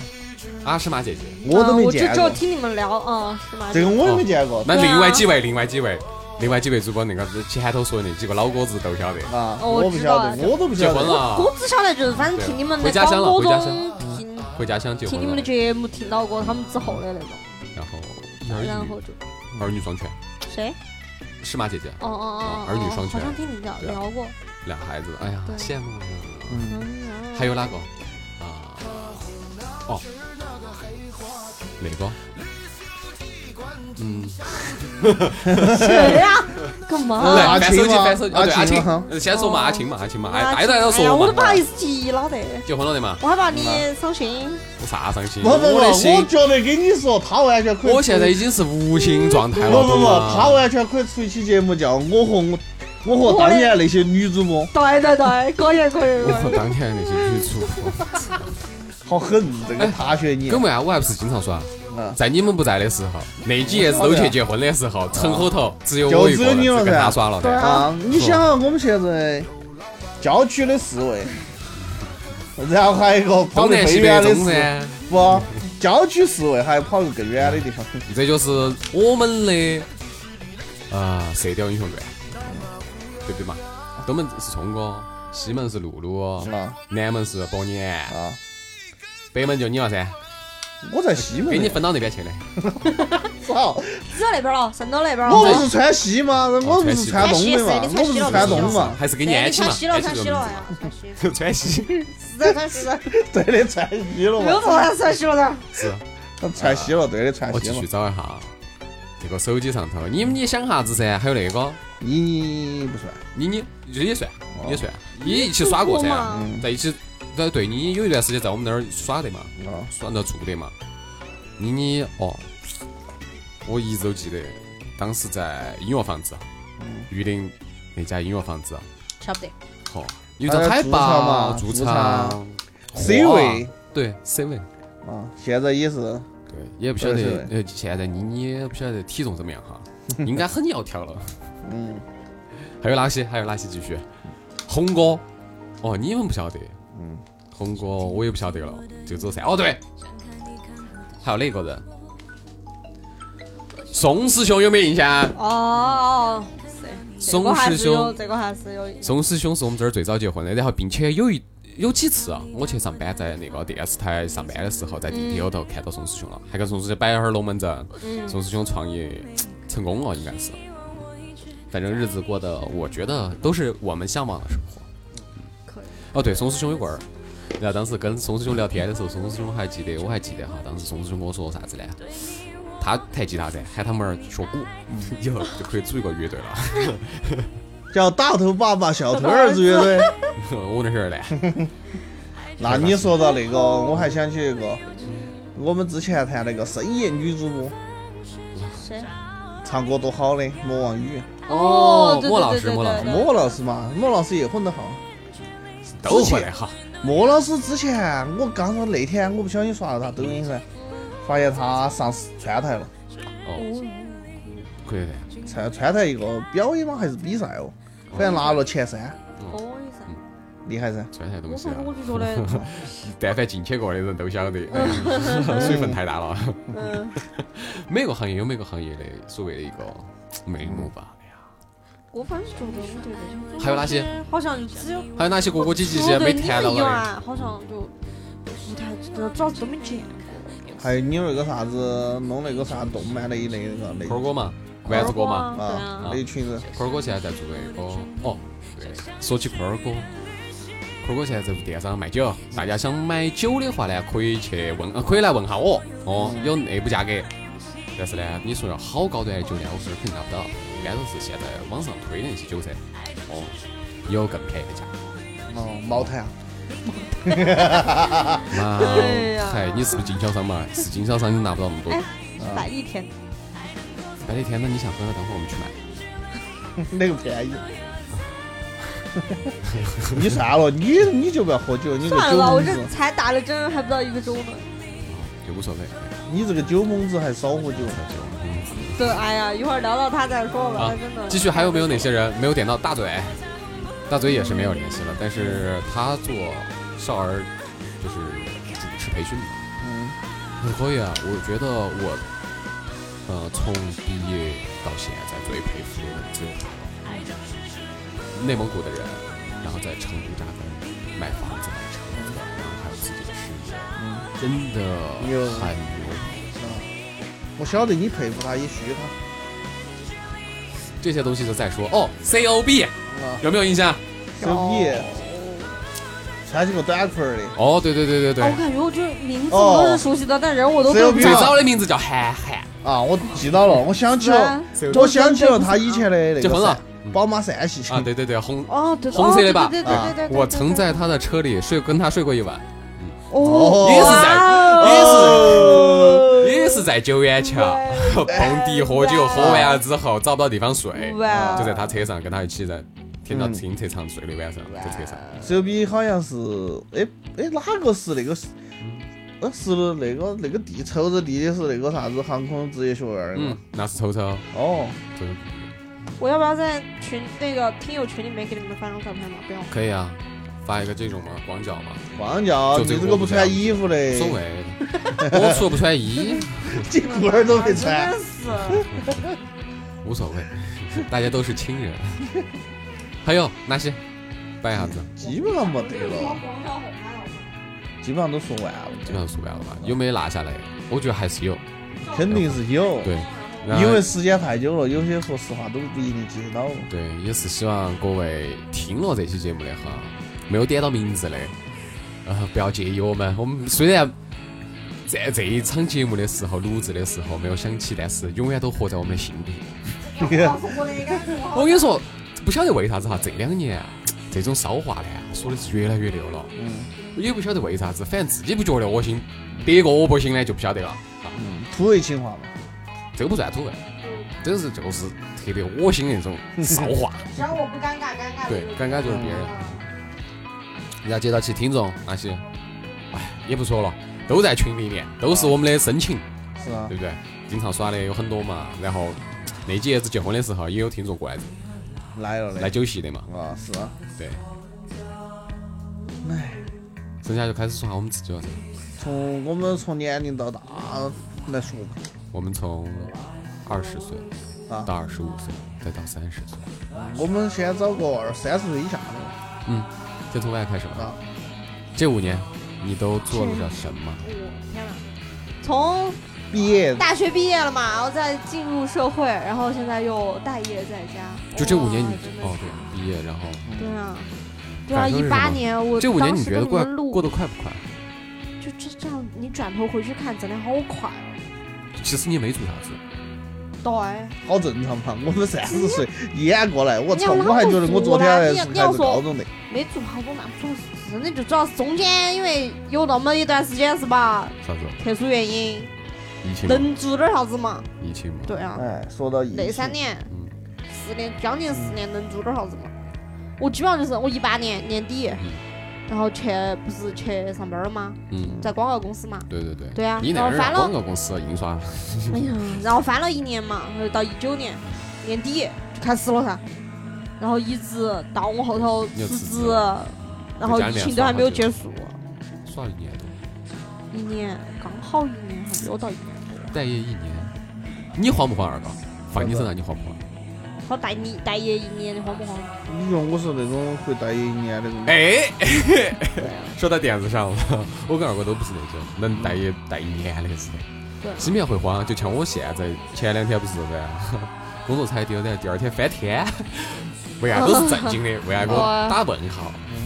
B: 阿诗玛姐姐。
D: 我都没
C: 嗯我
D: 见
C: 只只有
D: 过，
C: 听你们聊，嗯，是吗？
D: 这个我也没见过
B: 那
C: 对啊
B: 另外几位，另外几位，另外几位主播那个前头说的那几个老哥子都晓得。
D: 啊，
C: 哦
D: 我
C: 我
D: 不
C: 知
D: 晓
C: 道
D: 得，
C: 了
D: 我都不
B: 结
D: 晓
B: 婚
D: 得。
B: 了，
C: 我只晓得就是反正听你们的
B: 回家乡了
C: 广播
B: 回家乡
C: 中听
B: 回家乡结
C: 听
B: 婚
C: 你们的
B: 了，
C: 节目听到过他们之后的那种，
B: 然后一儿
C: 然后
B: 一
C: 就
B: 女儿女双全，
C: 谁？
B: 诗玛姐姐
C: 哦哦哦，哦
B: 儿女双全
C: 好像听你聊
B: 对啊
C: 聊过。
B: 俩孩子，哎呀，
C: 对
B: 羡慕啊。
D: 嗯，
B: 还有哪个？啊，哦，那个，嗯，
C: 谁呀？干嘛？
B: 来
D: 阿
B: 翻
D: 青
B: 手机，
D: 吗
B: 翻手机，哦对，
D: 阿
B: 阿
D: 青
B: 青
D: 吗，
B: 呃先说嘛，阿青嘛，阿青嘛，哎，挨着挨着
C: 哎
B: 说
C: 呀，
B: 嘛，
C: 我都不好意思提了得，
B: 结婚了的嘛，
C: 我还怕你伤心。
B: 我啥伤心？
D: 不不不，
B: 我的心
D: 我，觉得跟你说，他完全可以。
B: 我现在已经是无心状态
D: 不
B: 了，
D: 不
B: 懂
D: 不，
B: 吗
D: 他完全可以出一期节目叫《我和我我和当年那些女主播》，
C: 对对对，可以可以
B: 我
C: 可
B: 和当天那些女主播，
D: 好狠，这个他学你
B: 哎跟为啥我还不是经常耍？
D: 啊！
B: 在你们不在的时候，那嗯几爷子都去结婚的时候，城后头只有
D: 就
B: 我一个
D: 只有
B: 人
D: 你了
B: 就跟他
D: 噻
B: 耍了
C: 对
B: 的。
D: 啊，你想啊我们现在郊区的四位，然后还有一个跑
B: 东
D: 得
B: 南
D: 更
B: 西北
D: 远的
B: 中
D: 四，
B: 噻，
D: 不，郊区四位还有跑得更远的地方。
B: 这就是我们的啊《射雕英雄传》，对不对嘛？东门是聪哥，西门是露哦露，
D: 啊
B: 南门是伯年，
D: 啊！
B: 北门就你了噻，
D: 我在西门
B: 给你
D: 呢，
B: 分到那边去的。
D: 操！
C: 只有那边了，山东那边了。
D: 我不是川西吗？
B: 哦
D: 我不是川东的嘛？我
C: 川西
D: 不是川东嘛？
B: 还是给
C: 对
B: 你安
C: 你
B: 起
C: 穿
B: 嘛？
C: 西了，
B: 安
C: 穿
B: 起
C: 西
B: 这个名字川西
C: 了呀，穿西了，是在穿西了，
D: 对的，川西了
C: 又
D: 嘛？
C: 走 了，穿西了的。
B: 是。
D: 川西了，对的，川
B: 我
D: 西
B: 继
D: 了
B: 续。找一下这个手机上头，你你想啥子噻？还有那个
D: 你不算，
B: 你你这也算也算，你一起耍过噻，
C: 哦嘛？
B: 在一起。对对，你有一段时间在我们那儿耍的嘛。
D: 啊，
B: 算得住的嘛。你你哦，我一直都记得，当时在音乐房子，榆林那家音乐房子，啊
C: 晓不得。
B: 哦，有张海报，
D: 还有
B: 驻
D: 驻唱嘛
B: 唱
D: C 位，
B: 对 C 位，
D: 啊，现在也是
B: 对，也不晓
D: 对
B: 得呃，现在妮妮也不晓得体重怎么样 哈，应该很窈窕了。
D: 嗯，
B: 还有哪些？还有哪些？继续，红哥，哦，你们不晓得，嗯，红哥我也不晓得了，就走噻。哦，对，还有哪个人？宋师兄有没有印象？
C: 哦哦，是。这
B: 松
C: 个还
B: 师
C: 是有，
B: 兄，
C: 这个还是有。
B: 宋师兄是我们这儿最早结婚的，然后并且有一有几次啊，我去上班，在那个电视台上班的时候，在地铁后头看到宋师兄了，还给宋师兄摆了会儿龙门阵，
C: 嗯
B: 宋师兄创业成功了，应该是，反正日子过得我觉得都是我们向往的生活。
C: 可以
B: 哦，对，宋师兄有个儿。然后当时跟宋师兄聊天的时候，宋师兄还记得，我还记得哈，当时宋师兄跟我说啥子呢？他弹吉他噻，喊他们儿学 鼓，以后就可以组一个乐队了。
D: 叫大头爸爸小头儿子乐队。
B: 我那儿呢？
D: 那你说到那个，我还想起一个，我们之前谈那个深夜女主播，
C: 谁？
D: 唱歌多好的莫忘雨，
C: 哦对对
B: 莫老
C: 对
B: 师，
C: 对
B: 莫老师
C: 对
D: 莫老师嘛，莫老师也混得好。
B: 都回来哈。
D: 莫老师之前我刚说那天我不小心刷了他抖音噻，发现他上川台了，
B: 哦，可以的。
D: 川川台一个表演吗还是比赛哦，反正拿了前三，
C: 可以噻。
D: 厉害噻。
B: 川菜东
C: 我
B: 西
C: 反
B: 啊
C: 正，我就觉得，
B: 但凡进去过的人都晓得，哎水分太大了。
C: 嗯，
B: 每个行业有每个行业的所谓的一个魅力吧。哎呀
C: 我反正就觉得我对这种
B: 还有哪些？
C: 好像就只有
B: 还有哪些哥哥姐姐
C: 除
B: 些
C: 了
B: 没
C: 对你
B: 谈到
C: 以
B: 的？
C: 外，好像就不太知道，主要是都没见过。
D: 还有你有那个啥子弄那个啥动漫的一类那个那
B: 坤儿哥嘛，丸子哥嘛，
C: 对啊
D: 啊，那一群人，
B: 坤儿哥现在在做那个哦，对，说起坤儿哥。坤儿哥现在在电商卖酒，大家想买酒的话呢，可以去问，呃可以来问下我，哦，
C: 嗯
B: 有内部价格。但是呢，你说要好高端的酒呢，我这儿肯定拿不到，一般都是现在网上推的那些酒噻，哦，有更便宜的价格。
D: 哦，茅台啊，
B: 妈
C: 对呀
B: 嗨，你是不是经销商嘛？是经销商，你拿不到那么多
C: 哎。百利甜，
B: 白天天呢，你想喝，等会儿我们去买。
D: 那个便宜。 你啥了？你你就不要喝酒，你个
C: 算
D: 酒
C: 了吧，我
D: 蒙
C: 这
D: 子，
C: 才打了针还不到一个周呢。
B: 也无所谓。
D: 你这个酒蒙子还少喝酒。
C: 对，哎呀，一会儿聊到他再说吧，
B: 啊
C: 真
B: 继
C: 的。
B: 续还有没有哪些人没有点到大嘴？大嘴也是没有联系了，但是他做少儿就是主持培训嘛，
D: 嗯，
B: 很可以啊。我觉得我，呃，从毕业到现在最佩服的只有他了内蒙古的人，然后在成都扎根，买房子、买车子，然后还有自己的事业，嗯真的
D: 有
B: 很牛逼。
D: 啊，我晓得你佩服他，也需他
B: 这些东西就再说哦，COB
D: 啊。
B: 有没有印象？
D: 小逼，穿起个短裤儿的，
B: 哦，对对对对对
C: 啊，我，感觉我就是名字我都是熟悉的，但人我都
D: 只有
C: 认不
D: 比
B: 最
D: 较
C: 着。
B: 早的名字叫韩寒，
D: 啊，我记到了，我想起了，
B: 是
D: 我想起了他以前的那
B: 结
D: 个
B: 婚了嗯
D: 伞宝马三系
B: 啊，对对对，红。
C: 哦，对，
B: 红色的吧
C: 哦对对对对对对，
B: 我曾在他的车里睡，跟他睡过一晚，
C: 哦，
B: 也是在
C: 哇
B: 也
C: 哦
D: 哦，
C: 呃
B: 也是在九眼桥
C: 对
B: 蹦迪喝酒，喝完了之后找不到地方睡，
C: 哇，
B: 就在他车上跟他一起在停到
D: 嗯
B: 停车场睡了一晚上，在车上。
D: 这逼好像是，哎哎，哪个是那个？呃，是那个那个地瞅着地的是那个啥子航空职业学院的
B: 嗯
D: 嘛？，
B: 那是抽抽，
D: 哦，
B: 对，
C: 我要不要在群那个听友群里面给你们发张照片吧？不用，
B: 可以啊，发一个这种嘛，广角嘛，
D: 光脚，
B: 就
D: 你
B: 这个
D: 这个不穿衣服的，
B: 无所 谓，我说不穿衣
D: 这裤儿都没穿
C: 真。是
B: 无所谓，大家都是亲人。 还有哪些？掰一下子，
D: 基本上没得了，基本上都说完了，
B: 基本上说完了吧？有没有拿下来？我觉得还是有，
D: 肯定是有，
B: 对，
D: 因为时间太久了，有些说实话都不一定记得到。
B: 对，也是希望各位听了这期节目的哈，没有点到名字的，呃，不要介意我们。我们虽然在这一场节目的时候录制的时候没有想起，但是永远都活在我们的心里。我跟你说，不晓得为啥子哈，这两年这种骚话呢，说的是越来越溜了。
D: 嗯，
B: 也不晓得为啥子，反正自己不觉得恶心，别个恶不心呢就不晓得了。啊
D: 土味情话嘛，
B: 这个不算土味，真是就是特别恶心的那种
D: 嗯
B: 骚话。
C: 只要我不尴尬，尴尬
B: 对，尴尬就是别人。
D: 嗯
B: 人家接到起听众那些，哎，也不说了，都在群里面，都是我们的深情，
D: 是啊
B: 对，不对？经常耍的有很多嘛。然后那几爷子结婚的时候，也有听众过来
D: 来了
B: 来
D: 嘞，
B: 酒席的嘛。
D: 啊，是啊，
B: 对，
D: 哎，
B: 剩下就开始说下我们自己了噻。
D: 从我们从年龄到大来说吧，
B: 我们从二十岁
D: 啊
B: 到二十五岁，再到三十岁，
D: 我们先找个二三十岁以下的
B: 嗯，先从 Y 开始吧。
D: 啊，
B: 这五年你都做了什么？
C: 天哪！从
D: 毕业
C: 大学毕业了嘛，然后再进入社会，然后现在又待业在家。
B: 就这五年你
C: 哇真的是
B: 哦，对，毕业然后
C: 对啊，对啊，
B: 感受
C: 一
B: 是什
C: 八
B: 么
C: 年我
B: 这五年
C: 当
B: 你
C: 时
B: 觉得
C: 跟
B: 过
C: 们录
B: 过得快不快？
C: 就这这样，你转头回去看，咱俩好快哦。哎
B: 其实你没做啥子。
C: 对，
D: 好正常嘛，我们三十岁
C: 哎
D: 一眼过来，我操，
C: 你要
D: 我还觉得我昨天还是
C: 你要
D: 还是高中的，
C: 没做好多难做的事，那就主要是中间因为有那么一段时间是吧，
B: 啥子？
C: 特殊原因
B: 疫情吗？
C: 能做点啥子嘛？
B: 疫情吗？
C: 对啊，
D: 哎，说到疫
C: 那三
D: 情，
C: 年
B: 嗯、
C: 四年将近四年能做点啥子嘛？我基本上就是我一八年年底，然后去不是去上班了吗？
B: 嗯，
C: 在广告公司嘛。
B: 对对对。
C: 对啊
B: 你那
C: 然后
B: 是
C: 烦了
B: 广告公司啊印刷，
C: 哎呀，然后翻了一年嘛，然后到一九年年底就开始了噻，然后一直到我后头
B: 又辞
C: 辞
B: 职
C: 职，然后疫情都还没有结束，
B: 耍了一年多，
C: 一年刚好一年，还没有到一年，
B: 待业一年。你慌不慌二哥？放你身上你慌不慌？
C: 好待你待业一年，你慌不慌？
D: 你觉得我是那种会待一年的人吗？
B: 哎，
C: 啊
B: 说到点子上了，我跟二哥都不是那种能待业待一年的事
C: 对
B: 情。心里面会慌，就像我现在前两天不是噻， 工作才第二天，第二天翻天， 为啥都是正 经的？为啥给我打问号？
C: 嗯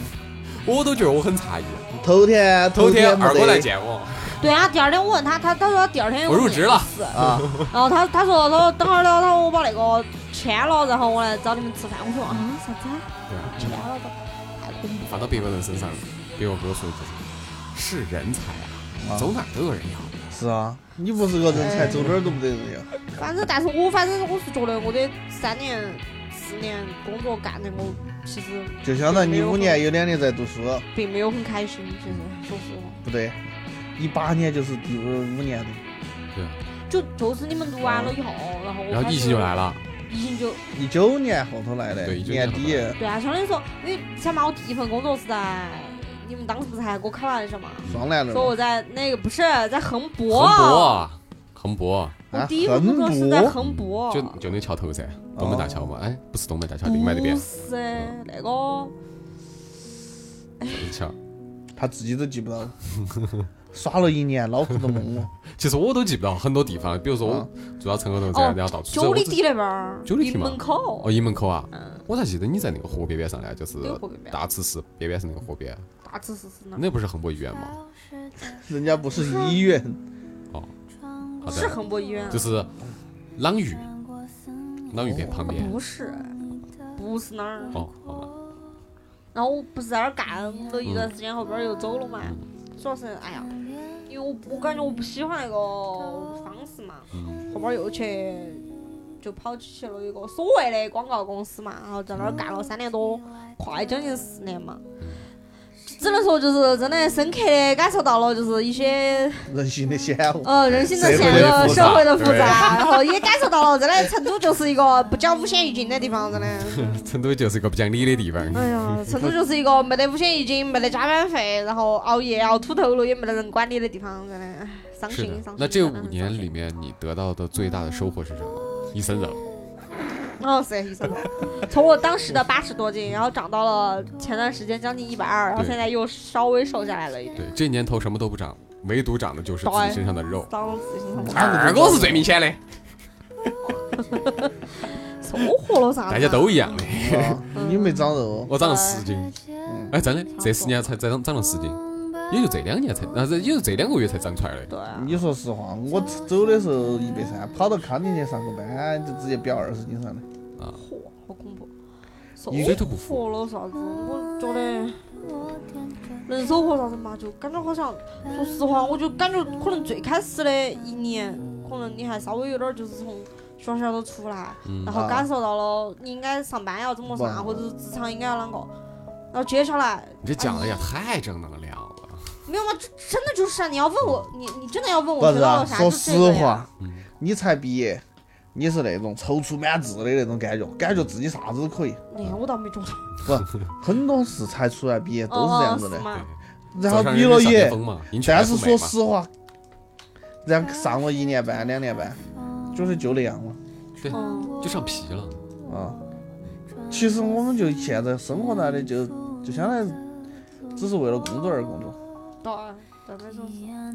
B: 我都觉得我很诧异。
D: 头天
B: 头天
D: 没
B: 二哥来
D: 得
B: 见我，
C: 对啊，第二天我问他，他他说第二天有
B: 我入职了
C: 面试
D: 啊，
C: 然后他他说他说等会儿他说我把那个签了，然后我来找你们吃饭。我说啊啥子啊？
B: 对啊
C: 签了都太恐怖
B: 放到别个人身上，别个哥说一句，是人才啊，走哪儿都有人要。
D: 是啊，你不
C: 哎
D: 是个人才，走哪儿都不得人要。
C: 反正，但是我反正我是觉得我的三年、四四年工作干的我，其实
D: 就相当于你五年有两年在读书，
C: 并没有很开心，其实说实话，
D: 不对，一八年就是第五五年的，
B: 对啊，
C: 就就是你们读完了以后，然后我
B: 然后
C: 开
B: 疫
C: 始
B: 情就来，了，
C: 疫情就
D: 一九年后头来的，
B: 对19
D: 年
B: 年
D: 底
B: 后头来
C: 对啊，相当于说，因为想把我第一份工作是在你们当时不是还给我开玩笑嘛，
D: 双来了
C: 说我
D: 嘛，
C: 在那个不是在恒博，
B: 嗯横博，啊横博，
C: 我
D: 啊
C: 第一份工作是在恒博，
B: 就就那桥头噻，东门大桥
C: 哦
B: 嘛，哎，不是东门大桥，另外那边
C: 不是那个
B: 那桥。
D: 他自己都记 不到，耍了一年，脑壳都懵了。
B: 其实我都记不到很多地方，比如说我住到城后头噻，然后到处走
C: 哦九里
B: 我只
C: 地那边儿，
B: 九里地
C: 临
B: 嘛
C: 门口
B: 哦，，营门口啊
C: 嗯，
B: 我才记得你在那个河边边上呢，就是
C: 对河边边
B: 大慈寺边边上那个河边，啊
C: 大致是是那儿，
B: 那不是恒博医院吗？
D: 人家不是医院，
B: 好
C: 是
B: 的，
C: 恒博医院啊，
B: 就是朗玉，朗玉边旁边。
C: 不是，不是那儿。
B: 哦，好吧，
C: 然后我不是在那儿干了一段时间，后边儿又走了嘛。主要是哎呀，因为我我感觉我不喜欢那个方式嘛，
B: 嗯
C: 后边儿又去就跑去了一个所谓的广告公司嘛，然后在那儿干了三年多，快将近四年嘛。只能说就是真的深刻的感受到了，就是一些
D: 人性的险 恶。
C: 呃人性的
D: 社
C: 险
D: 会的
C: 恶、
B: 复
C: 社
B: 杂
C: 会的复杂，
B: 对
C: 然后也感受到了，真的成都就是一个不讲五险一金的地方，真的。
B: 成都就是一个不讲理的地方。
C: 哎呀，成都就是一个没得五险一金、没得加班费，然后熬夜熬秃头了也没得人管理的地方，真的唉伤
B: 是
C: 心
B: 的
C: 伤心。，
B: 那这
C: 真的
B: 五
C: 很
B: 年
C: 伤心
B: 里，面，你得到的最大的收获是什么？一身肉，
C: 哦，是医生，从我当时的八十多斤，然后长到了前段时间将近一百二，然后
B: 对
C: 现在又稍微瘦下来了一点，
B: 对，这年头什么都不长，唯独长的就是自己身上的肉。
C: 当自行车
B: 二个是最明显的，
C: 收获了啥呢？
B: 大家都一样的。
D: 啊你没长肉，哦
B: 我长了十斤，
D: 嗯
B: 哎，真的，这十年才才长长了十斤，也就这两年才，啊，这也就这两个月才长出来的。
C: 对啊，
D: 你说实话，我走的时候一百三，跑到康定去上个班，就直接飙二十斤上来。
C: 嚯，好恐怖！收
B: 你水土不服
C: 获了啥子？我觉得能收获啥子嘛，就感觉好像，说实话，我就感觉可能最开始的一年，可能你还稍微有点儿就是从学校头出来，
B: 嗯
C: 然后感受到了你应该上班要怎么上，
D: 不
C: 或者是职场应该要啷个，然后接下来
B: 你这讲的也太正能量了，
C: 没有嘛，就真的就是啊，你要问我，你你真的要问
D: 不
C: 我
D: 是
C: 学到
D: 啊，
C: 哦了啥？
D: 说
C: 就
D: 实
C: 这个呀，
D: 话
B: 嗯，
D: 你才毕业，你是那种踌躇满志的那种感觉，感觉自己啥子都可以。
C: 那哎我倒没觉得，
D: 不，很多是才出来毕业都是这样子的
C: 哦，嘛
D: 然后毕了业，但
B: 但
D: 是说实话，然
C: 哦
D: 后上了一年半、两年半，就是就那样了
B: 对，
C: 嗯，
B: 就上皮了，
D: 啊。其实我们就现在生活在的就就相当于只是为了工作而工作。
C: 对啊，对那种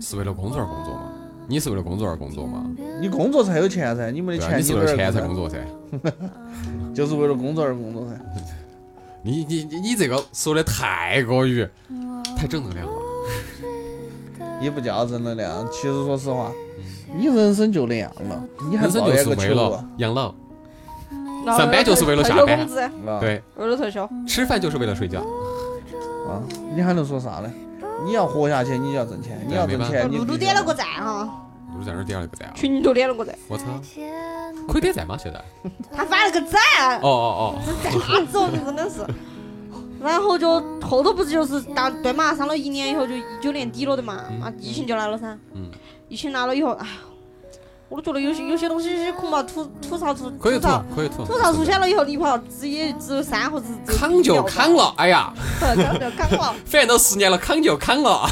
C: 是
B: 是为了工作而工作吗？你是为了工作而工作吗？
D: 你工作才有钱噻，你没
B: 对
D: 得
B: 啊，
D: 嗯钱，
B: 你是为
D: 哪
B: 了
D: 儿
B: 钱才
D: 工
B: 工作噻。
D: 作，就是为了工作而工作噻。
B: 你你你你这个说的太过于太正能量了，
D: 也不叫正能量。其实说实话，你人生就那样了，你还
B: 嗯人生
D: 抱
B: 就
D: 怨
B: 是
D: 个
B: 为
D: 球
B: 了
D: 啊？
B: 养老，
C: 然后
B: 上班就是为了
C: 退
B: 下
C: 休
B: 班
C: 工资，
D: 啊
B: 对，
C: 为了退休。
B: 吃饭就是为了睡觉，
D: 啊，你还能说啥呢？你要活下去，你就要挣钱，你要挣
B: 对
D: 钱，哎你
C: 露露
D: 必须
C: 点了个赞哈，
B: 我就在那儿点了个赞啊，
C: 群头点了个赞，
B: 我操，可以点赞吗？现在？
C: 他发了个赞，
B: 哦哦哦，
C: 赞啥子哦，你真的是。然后就后头不是就是当对嘛，上了一年以后就一九年底了的嘛，啊，疫情就来了噻。
B: 嗯。
C: 疫情来了以后，哎呀，我都觉得有些有些东西是恐怕吐吐槽出
B: 可以吐
C: 吐槽，
B: 可以吐，
C: 吐槽出去了以后，你怕只也只有三或者只有
B: 扛就扛了，哎呀，
C: 四秒吧，扛就扛了。
B: 反正都十年了，扛就扛了。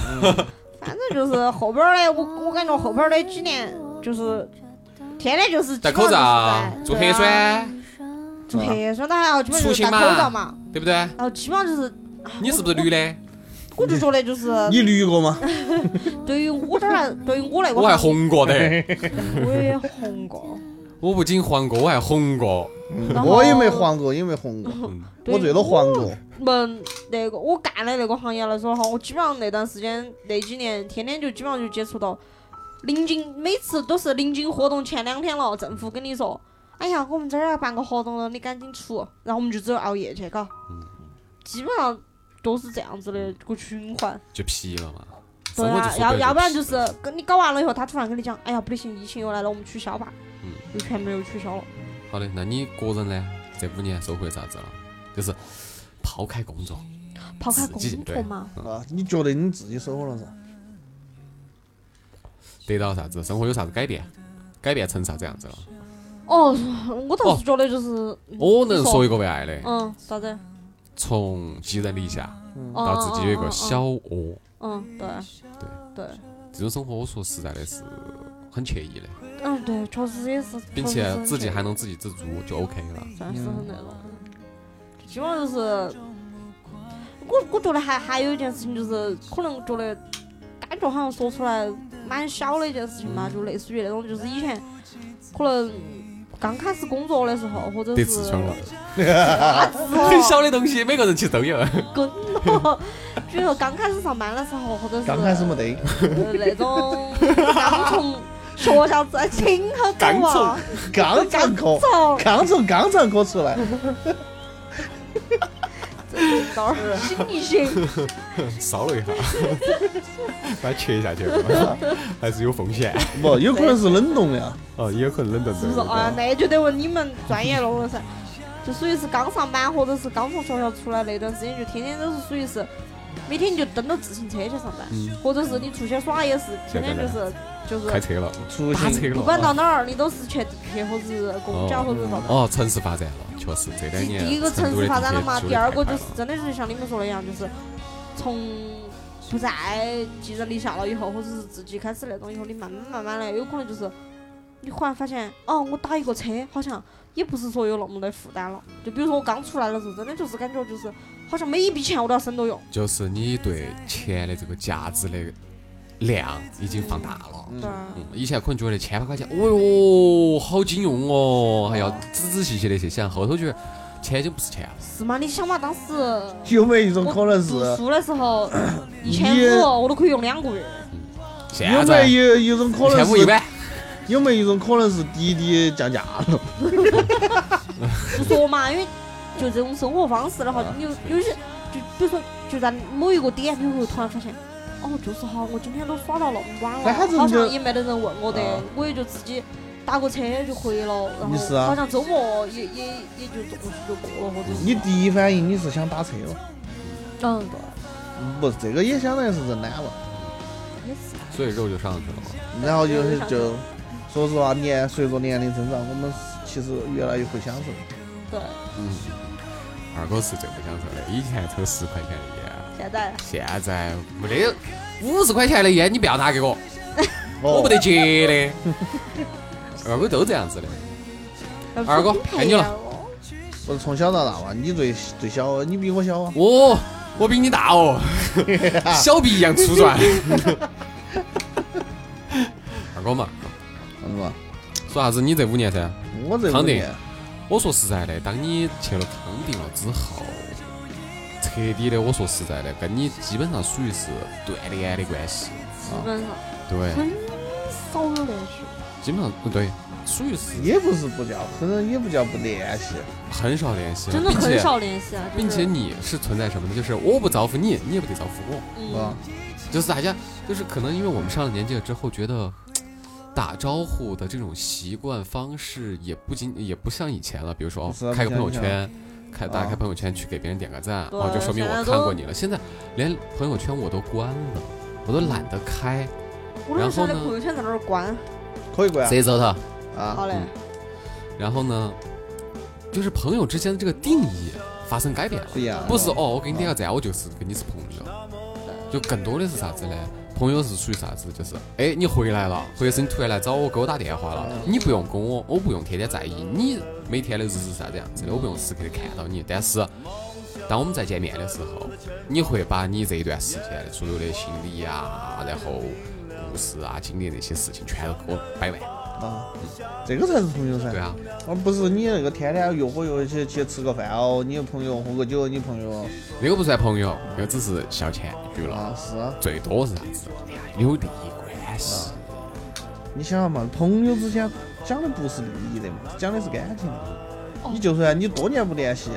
C: 反正就是后边儿的，我我感觉后边儿的几年就是天天就是
B: 戴口
C: 基本
B: 罩
C: 上就
B: 啊做
C: 是在，对
B: 核
C: 啊
B: 酸，
C: 做核酸，他还要基本上就是戴口罩嘛，
B: 对不对？
C: 然后基本上就是，
B: 你是不是绿的？
C: 我就觉得就是
D: 你绿过吗？
C: 对于我这儿来，对于我来
B: 我还红过的，
C: 我也红 过，
B: 我不仅黄过，我还红过。嗯
C: 然后
D: 我也没黄过，也没红过，
C: 嗯对
D: 我最多黄过。
C: 我们那个我干的那个行业来说哈，我基本上那段时间那几年，天天就基本上就接触到临近，每次都是临近活动前两天了，政府跟你说，哎呀，我们这儿要办个活动了，你赶紧出，然后我们就只有熬夜去搞，基本上都是这样子的这个循环。
B: 就皮了嘛。
C: 对
B: 生活
C: 啊
B: 嗯就，说白
C: 要
B: 了
C: 要不然就
B: 皮
C: 是跟你搞完了以后，他突然跟你讲，哎呀，不得行，疫情又来了，我们取消吧，
B: 嗯
C: 就全部又取消了。
B: 好的。那你个人呢？这五年收获啥子了？啊就是抛开工作，
C: 抛开
B: 自己
C: 工
B: 对
C: 作嘛，
D: 啊，你觉得你自己收获了啥？
B: 得到啥子？生活有啥子改变？改变成啥子样子了？
C: 哦，我倒是
B: 哦
C: 觉得就是，
B: 我能
C: 你说
B: 说一个为爱的，
C: 嗯，啥子？
B: 从寄人篱下
C: 哦
B: 到自己有一个，小
C: 哦
B: 窝，
C: 哦嗯，对，对，
B: 这种生活我说实在的是很惬意的，
C: 对，嗯，对，确实也是，
B: 并
C: 确实
B: 且
C: 很
B: 自己
C: 惬
B: 还嗯
C: 意
B: 能自给自足就 OK 了。
C: 算是很那种。希望就是，我我觉得还还有一件事情就是，可能觉得感觉好像说出来蛮小的一件事情
B: 嗯
C: 嘛，就类似于那种就是以前可能刚开始工作的时候，或者
B: 得
C: 是
B: 痔 疮了，很
C: 很
B: 小的东西，每个人其实都 有。
C: 跟了，哦比如说刚开始上班的时候，或者是
D: 刚开始没得，
C: 呃那种刚从学校在清河
B: 刚从
C: 啊，
D: 刚上课，
C: 从
D: 刚从肛肠科出 来，
C: 这儿醒一醒，
B: 烧了一下， 把它切下去了，还是有风 险。
D: 不，有可能是冷冻的啊。
B: 哦，也有可能冷冻
C: 是不是？啊，那就得问你们专业弄了噻。就属于是刚上班或者是刚从学校出来那段时间，就天天都是属于是，每天你就蹬到自行车去上班，
B: 嗯
C: 或者是你出去耍也是，天天就是就
B: 开
C: 是，
B: 车了，
D: 出
B: 打车
D: 行
C: 不
B: 了。
C: 管到哪儿你都是全地铁或者是公交或者啥子。
B: 哦，城市发展了，确实这两
C: 第
B: 年
C: 第一个城市发展了嘛，
B: 成都的地
C: 第
B: 铁
C: 二
B: 修
C: 个
B: 得太
C: 就是真的是像你们说的一样，就是从不再寄人篱下了以后，或者是自己开始那种以后，你慢慢慢慢的，有可能就是你忽然发现，哦，我打一个车好像也不是说有那么的负担了。就比如说我刚出来的时候，真的就是感觉就是好像每一笔钱我都要省着用。
B: 快了就是你对钱的这个价值的量已经放大了。
C: 对啊，
B: 嗯，以前可能觉得千把块钱，哦哟，好经用哦，还要仔仔细细的去想，后头觉得钱就不是钱了。
C: 是吗？你想嘛，当时
D: 有没有一种
C: 我
D: 可能是
C: 读？书的时候，一
D: 你
C: 千五我都可以用两个月。
B: 现
D: 有
B: 在
D: 没有一种可能
B: 千五一
D: 是？
B: 百，
D: 有没有一种可能是滴滴降价了？
C: 不说嘛，因为就这种生活方式的话，有有些就比如说就在某一个点，你会突然发现，哦，就是哈，我今天都耍到那么晚
D: 哎他
C: 了，
D: 怎么
C: 好
D: 就
C: 像也没得人问我的
D: 啊，
C: 我也就自己打个车就回了，然
D: 你是啊
C: 后好像周末也也也就中午就过了，或者是
D: 你第一反应你是想打车了？
C: 嗯对，
D: 不，这个也相当于是认懒了。
C: 也是啊
B: 所以肉就上去了嘛。
D: 然后就是就，说实话，年随着年龄增长，我们其实越来越会享受。
C: 对，
B: 嗯，二哥是最不享受的，以前抽十块钱的烟，
C: 现在
B: 现在没得五十块钱的烟，你不要拿给我，
D: 哦
B: 我不得接的。二哥都这样子的，
C: 要
B: 二哥
C: 拼配
B: 该你了
C: 呀哦
D: 不是从小到大嘛，你最最小，你比我小啊。
B: 哦，我比你大哦，小臂一样粗壮。 二哥嘛，
D: 是吧？
B: 说啥子？你这五年噻？
D: 我这五
B: 康
D: 年
B: 定，我说实在的，当你去了康定了之后，彻底的，我说实在的，跟你基本上属于是断联的关系。
C: 基本上
B: 对，
C: 很少有联系，
B: 基本上不对，属于是
D: 也不是不叫，可能也不叫不联系。
B: 很少联系了，
C: 真的
B: 并
C: 很
B: 且
C: 少联系啊，
B: 并
C: 就
B: 且
C: 是
B: 你是存在什么呢？就是我不招呼你，你也不得招呼我，
C: 嗯
D: 啊，
B: 就是大家就是可能因为我们上了年纪了之后，觉得打招呼的这种习惯方式也不仅也不像以前了，比如说
D: 不是啊
B: 哦，开个
D: 不
B: 朋
D: 像
B: 友
D: 以前
B: 圈。开打开
D: 啊
B: 朋友圈去给别人点个赞，
C: 对
B: 哦，就说明我
C: 现在
B: 看
C: 都
B: 过你了。现在连朋友圈我都关了，我都懒得开。
C: 我都
B: 然
C: 不
B: 后
C: 晓得
B: 呢
C: 朋友圈在哪儿关，
D: 可以关
B: 谁走头？
D: 啊
C: 好嘞
B: 嗯。然后呢，就是朋友之间的这个定义发生改变了
D: 不。一样。
B: 不是哦，我给你点个赞，我就是跟你是朋友，就更多的是啥子呢？朋友是属于啥子？就是哎，你回来了，或者是你突然来找我，给我打电话了，你不用跟我，我不用天天在意你每天的日子是啥子样子的，我不用时刻的看到你。但是当我们再见面的时候，你会把你这一段时间的所有的心理呀、然后故事啊、经历那些事情，全都给我摆完。
D: 啊，这个才是朋友噻。
B: 对啊，
D: 而不是你那个天天约伙约去去吃个饭哦，你朋友喝个酒，你朋友
B: 那个不算朋友，那个只是消遣娱乐，
D: 啊是啊，
B: 最多是啥子？哎呀，有利益关系。
D: 你想想嘛，朋友之间讲的不是利益的嘛，讲的是感情的。你就算你多年不联系，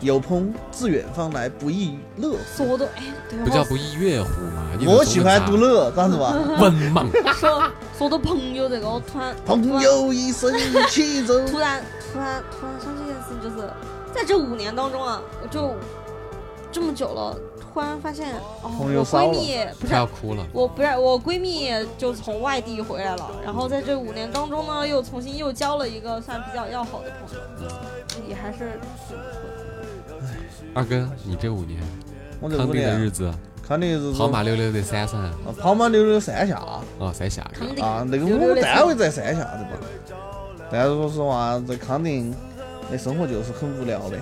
D: 又朋自远方来，不亦乐乎？
C: 说的哎，对
B: 不叫
C: 好
B: 不亦乐乎嘛？你
D: 我
B: 这种
D: 喜欢
B: 人咋
D: 独乐，咋子 吧？
B: 文盲，
C: 说说到朋友这个，我突然
D: 朋友一生一起走。
C: 突然突然突然突然想起一件事次就是在这五年当中啊，我就这么久了，突然发现哦，
D: 朋友
C: 我
D: 骚了
C: 闺蜜不是
B: 快要哭了。
C: 我不是我闺蜜，就从外地回来了，然后在这五年当中呢，又重新又交了一个算比较要好的朋友，也还是挺不错的。
B: 二哥，你这五年
D: 啊我这
B: 康
D: 五
B: 定的日
D: 年
B: 子，
D: 看定是
B: 跑马六六的山上
D: 啊跑马溜溜三下
B: 哦，三峡是吧
C: 肯定
D: 啊，那个
C: 溜
D: 我
C: 溜
D: 们
C: 的
D: 单位在三峡的嘛。但是说实话，在康定那生活就是很无聊的，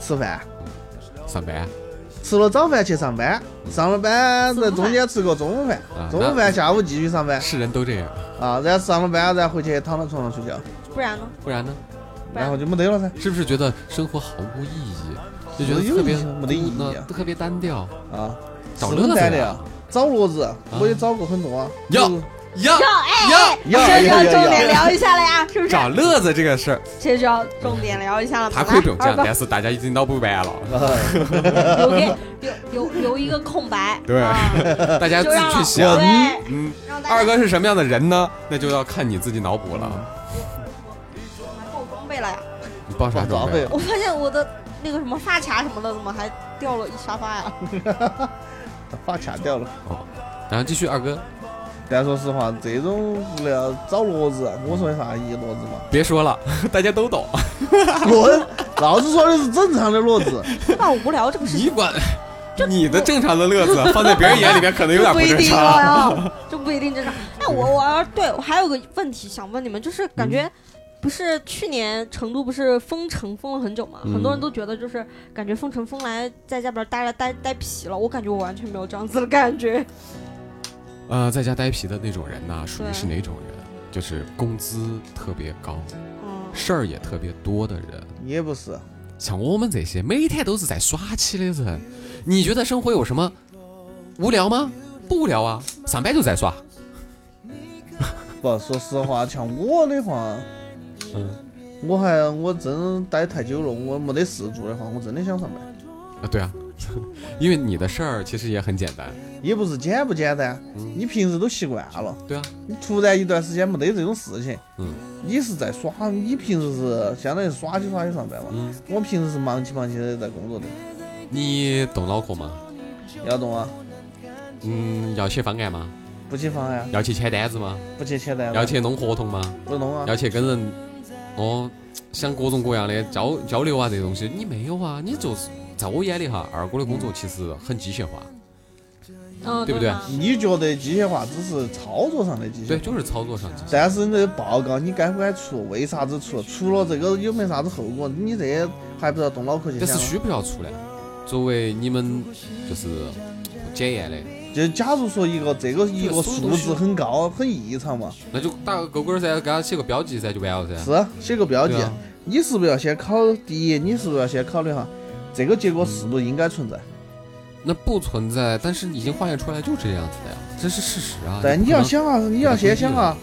D: 吃饭。
B: 上班
D: 吃了早饭去上班，上了班在中间吃个中午饭
B: 啊，
D: 中午
B: 那
D: 饭下午继续上班
B: 是人都这样，
D: 啊，然后上了班然后回去躺到床上睡觉，
C: 不然呢？
B: 不然呢？
C: 不
D: 然
C: 然
D: 后就没得了噻
B: 是不是觉得生活毫无意义，就觉得
D: 没有
B: 特别
D: 意义没得意义啊
B: 那特别单调？
D: 啊，
B: 找
D: 是
B: 乐子
D: 蛋
B: 呀
D: 的呀，找乐子，我也找过很多啊，
B: 要
D: 就是
B: 呀
C: 要哎
B: 呀，
D: 要
C: 这就
D: 要
C: 要重
D: 要
C: 点
D: 要，
C: 聊一下了呀，是不是？
B: 找乐子这个事儿，
C: 这就要重点聊一下了嘛。
B: 他可以不用
C: 来
B: 讲，
C: 二
B: 但是大家已经脑补完了，
C: 哥留给留留留一个空白，
B: 对
C: 啊
B: 大家自
C: 就让
B: 己去
C: 老
B: 想。
C: 对，
B: 嗯，
C: 让大家
B: 二哥是什么样的人呢？那就要看你自己脑补
C: 嗯
B: 了。
C: 够装备了呀。
B: 你报啥
D: 装
B: 装备
D: 备
B: 啊？
C: 我发现我的那个什么发卡什么的，怎么还掉了一沙发呀？
D: 发卡掉了。
B: 然后继续，二哥，
D: 但说实话，这种无聊找乐子，我说有啥意义乐子嘛？
B: 别说了，大家都懂。
D: 滚！老子说的是正常的乐子，
C: 那无聊这个事
B: 你
C: 情
B: 管你的正常的乐子，放在别人眼里面 可能有点
C: 不一
B: 正
C: 定
B: 常。
C: 呀，这不一定正常。那我我要对我还有个问题想问你们，就是感
B: 嗯
C: 觉不是去年成都不是封城封了很久嘛，
B: 嗯
C: 很多人都觉得就是感觉封城封来在家里边待了待待皮了，我感觉我完全没有这样子的感觉。
B: 呃，在家呆皮的那种人呐，属于
C: 对
B: 是哪种人？就是工资特别高，
C: 嗯，
B: 事儿也特别多的人。
D: 也不是。
B: 像我们这些每天都是在耍起的人，你觉得生活有什么无聊吗？不无聊啊，上班就在耍。
D: 不，说实话，像我的话，
B: 嗯，
D: 我还我真待太久了，我没得事做的话，我真的想上班。
B: 啊，对啊， 因为你的事儿其实也很简单。
D: 也不是简不简单，
B: 嗯
D: 你平时都习惯了，
B: 对啊，
D: 你突然一段时间没得这种事情，
B: 嗯，
D: 你是在耍，你平时是相当于耍起耍起上班嘛，
B: 嗯，
D: 我平时是忙起忙起的在工作的，
B: 你懂脑壳吗？
D: 要懂啊，
B: 嗯，要写方案吗？
D: 不去房呀，
B: 要去签单子吗？
D: 不去签单，
B: 要去弄合同吗？
D: 不弄啊，
B: 要去跟人哦，想各种各样的交交流啊，这些东西你没有啊？你就是在我眼里哈，二哥的工作其实很机械化，
C: 嗯，
B: 对不对
C: 吗
D: 你觉得机械化只是操作上的机械
B: 对，
D: 化，
B: 就是操作上机械。
D: 但是你这个报告你该不该出，为啥子出，除了这个有没啥子后果，你这些还不知道动脑壳去
B: 但是
D: 想啊。
B: 需不需要出来？作为你们就是检验的，
D: 就假如说一个这个一
B: 这
D: 个
B: 个所有
D: 数
B: 东西
D: 值很高很异常嘛，
B: 那就打个勾勾儿噻，给他写个标记噻，就完了噻。
D: 是写个标记
B: 对。啊，
D: 你是不是要先考？第一，你是不是要先考虑哈，这个结果是不是应该存在？
B: 哎那不存在，但是已经化验出来就这样子的呀，这是事实啊。
D: 但
B: 不
D: 你要
B: 能，
D: 想啊，你要先想
B: 不能
D: 啊，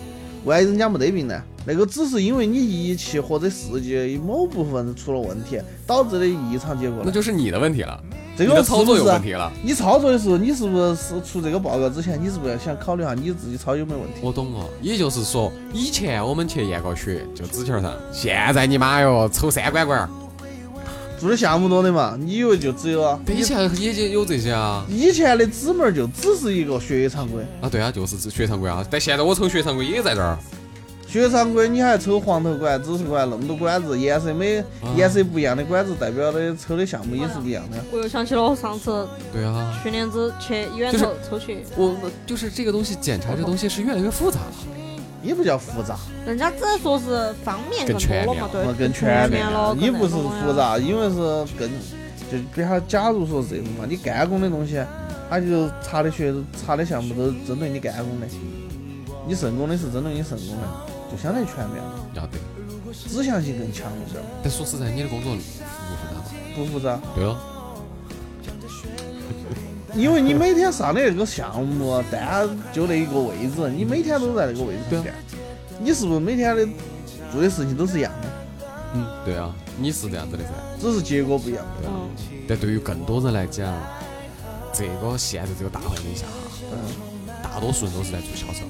D: 万一人家没得病呢？那个只是因为你仪器或者试剂某部分出了问题导致的异常结果
B: 那
D: 呢。
B: 就是你的问题了，
D: 这
B: 你
D: 个
B: 的
D: 是
B: 操
D: 不
B: 作有问
D: 是？啊
B: 题啊了。
D: 你操作的时候，你是不是是出这个报告之前，你是不是要先考虑下你自己操有没有问题？
B: 我懂了，也就是说，以前我们去验个血就纸条上，现在你妈哟抽三管管儿，
D: 做的项目多的嘛，你以为就只有啊？
B: 以前也就有这些啊。
D: 以前的指门儿就只是一个血液常规，
B: 啊，对啊，就是指血常规啊，但现在我抽血常规也在这儿。
D: 血液常规你还抽黄头管、紫苏管那么多管子，颜色没
B: 啊
D: 颜色不一样的管子代表的抽的项目也是不一样的。
C: 我又想起了我上次
B: 对啊，
C: 去年子去医院
B: 就是
C: 抽抽血，
B: 我我就是这个东西，检查这东西是越来越复杂了。
D: 也不叫复杂，
C: 人家只说是方面
B: 更
C: 更
B: 全
C: 多了
B: 面
C: 嘛，
B: 了
C: 对，更
D: 我呃跟啊全面
C: 面了。
D: 你
C: 更
D: 不
C: 那
D: 是
C: 种呀
D: 复，杂，因为是更就比方假如说是这种嘛，你肝功的东西，它就查的血查的项目都是针对你肝功的，你肾功的是针对你肾功的，就相当于全面了，
B: 要啊对，
D: 指向性更强一点，
B: 但说实在，你的工作复不复杂嘛？
D: 不复杂。
B: 对哦，
D: 因为你每天上的那个项目啊单就那一个位置，你每天都在那个位置上干，你是不是每天的做的事情都是一样的，
B: 嗯，对啊，你是这样子的噻。
D: 只是结果不一样？
C: 嗯，
B: 但对于更多人来讲，这个现在这个大环境下，
D: 嗯，
B: 大多数人都是在做销售，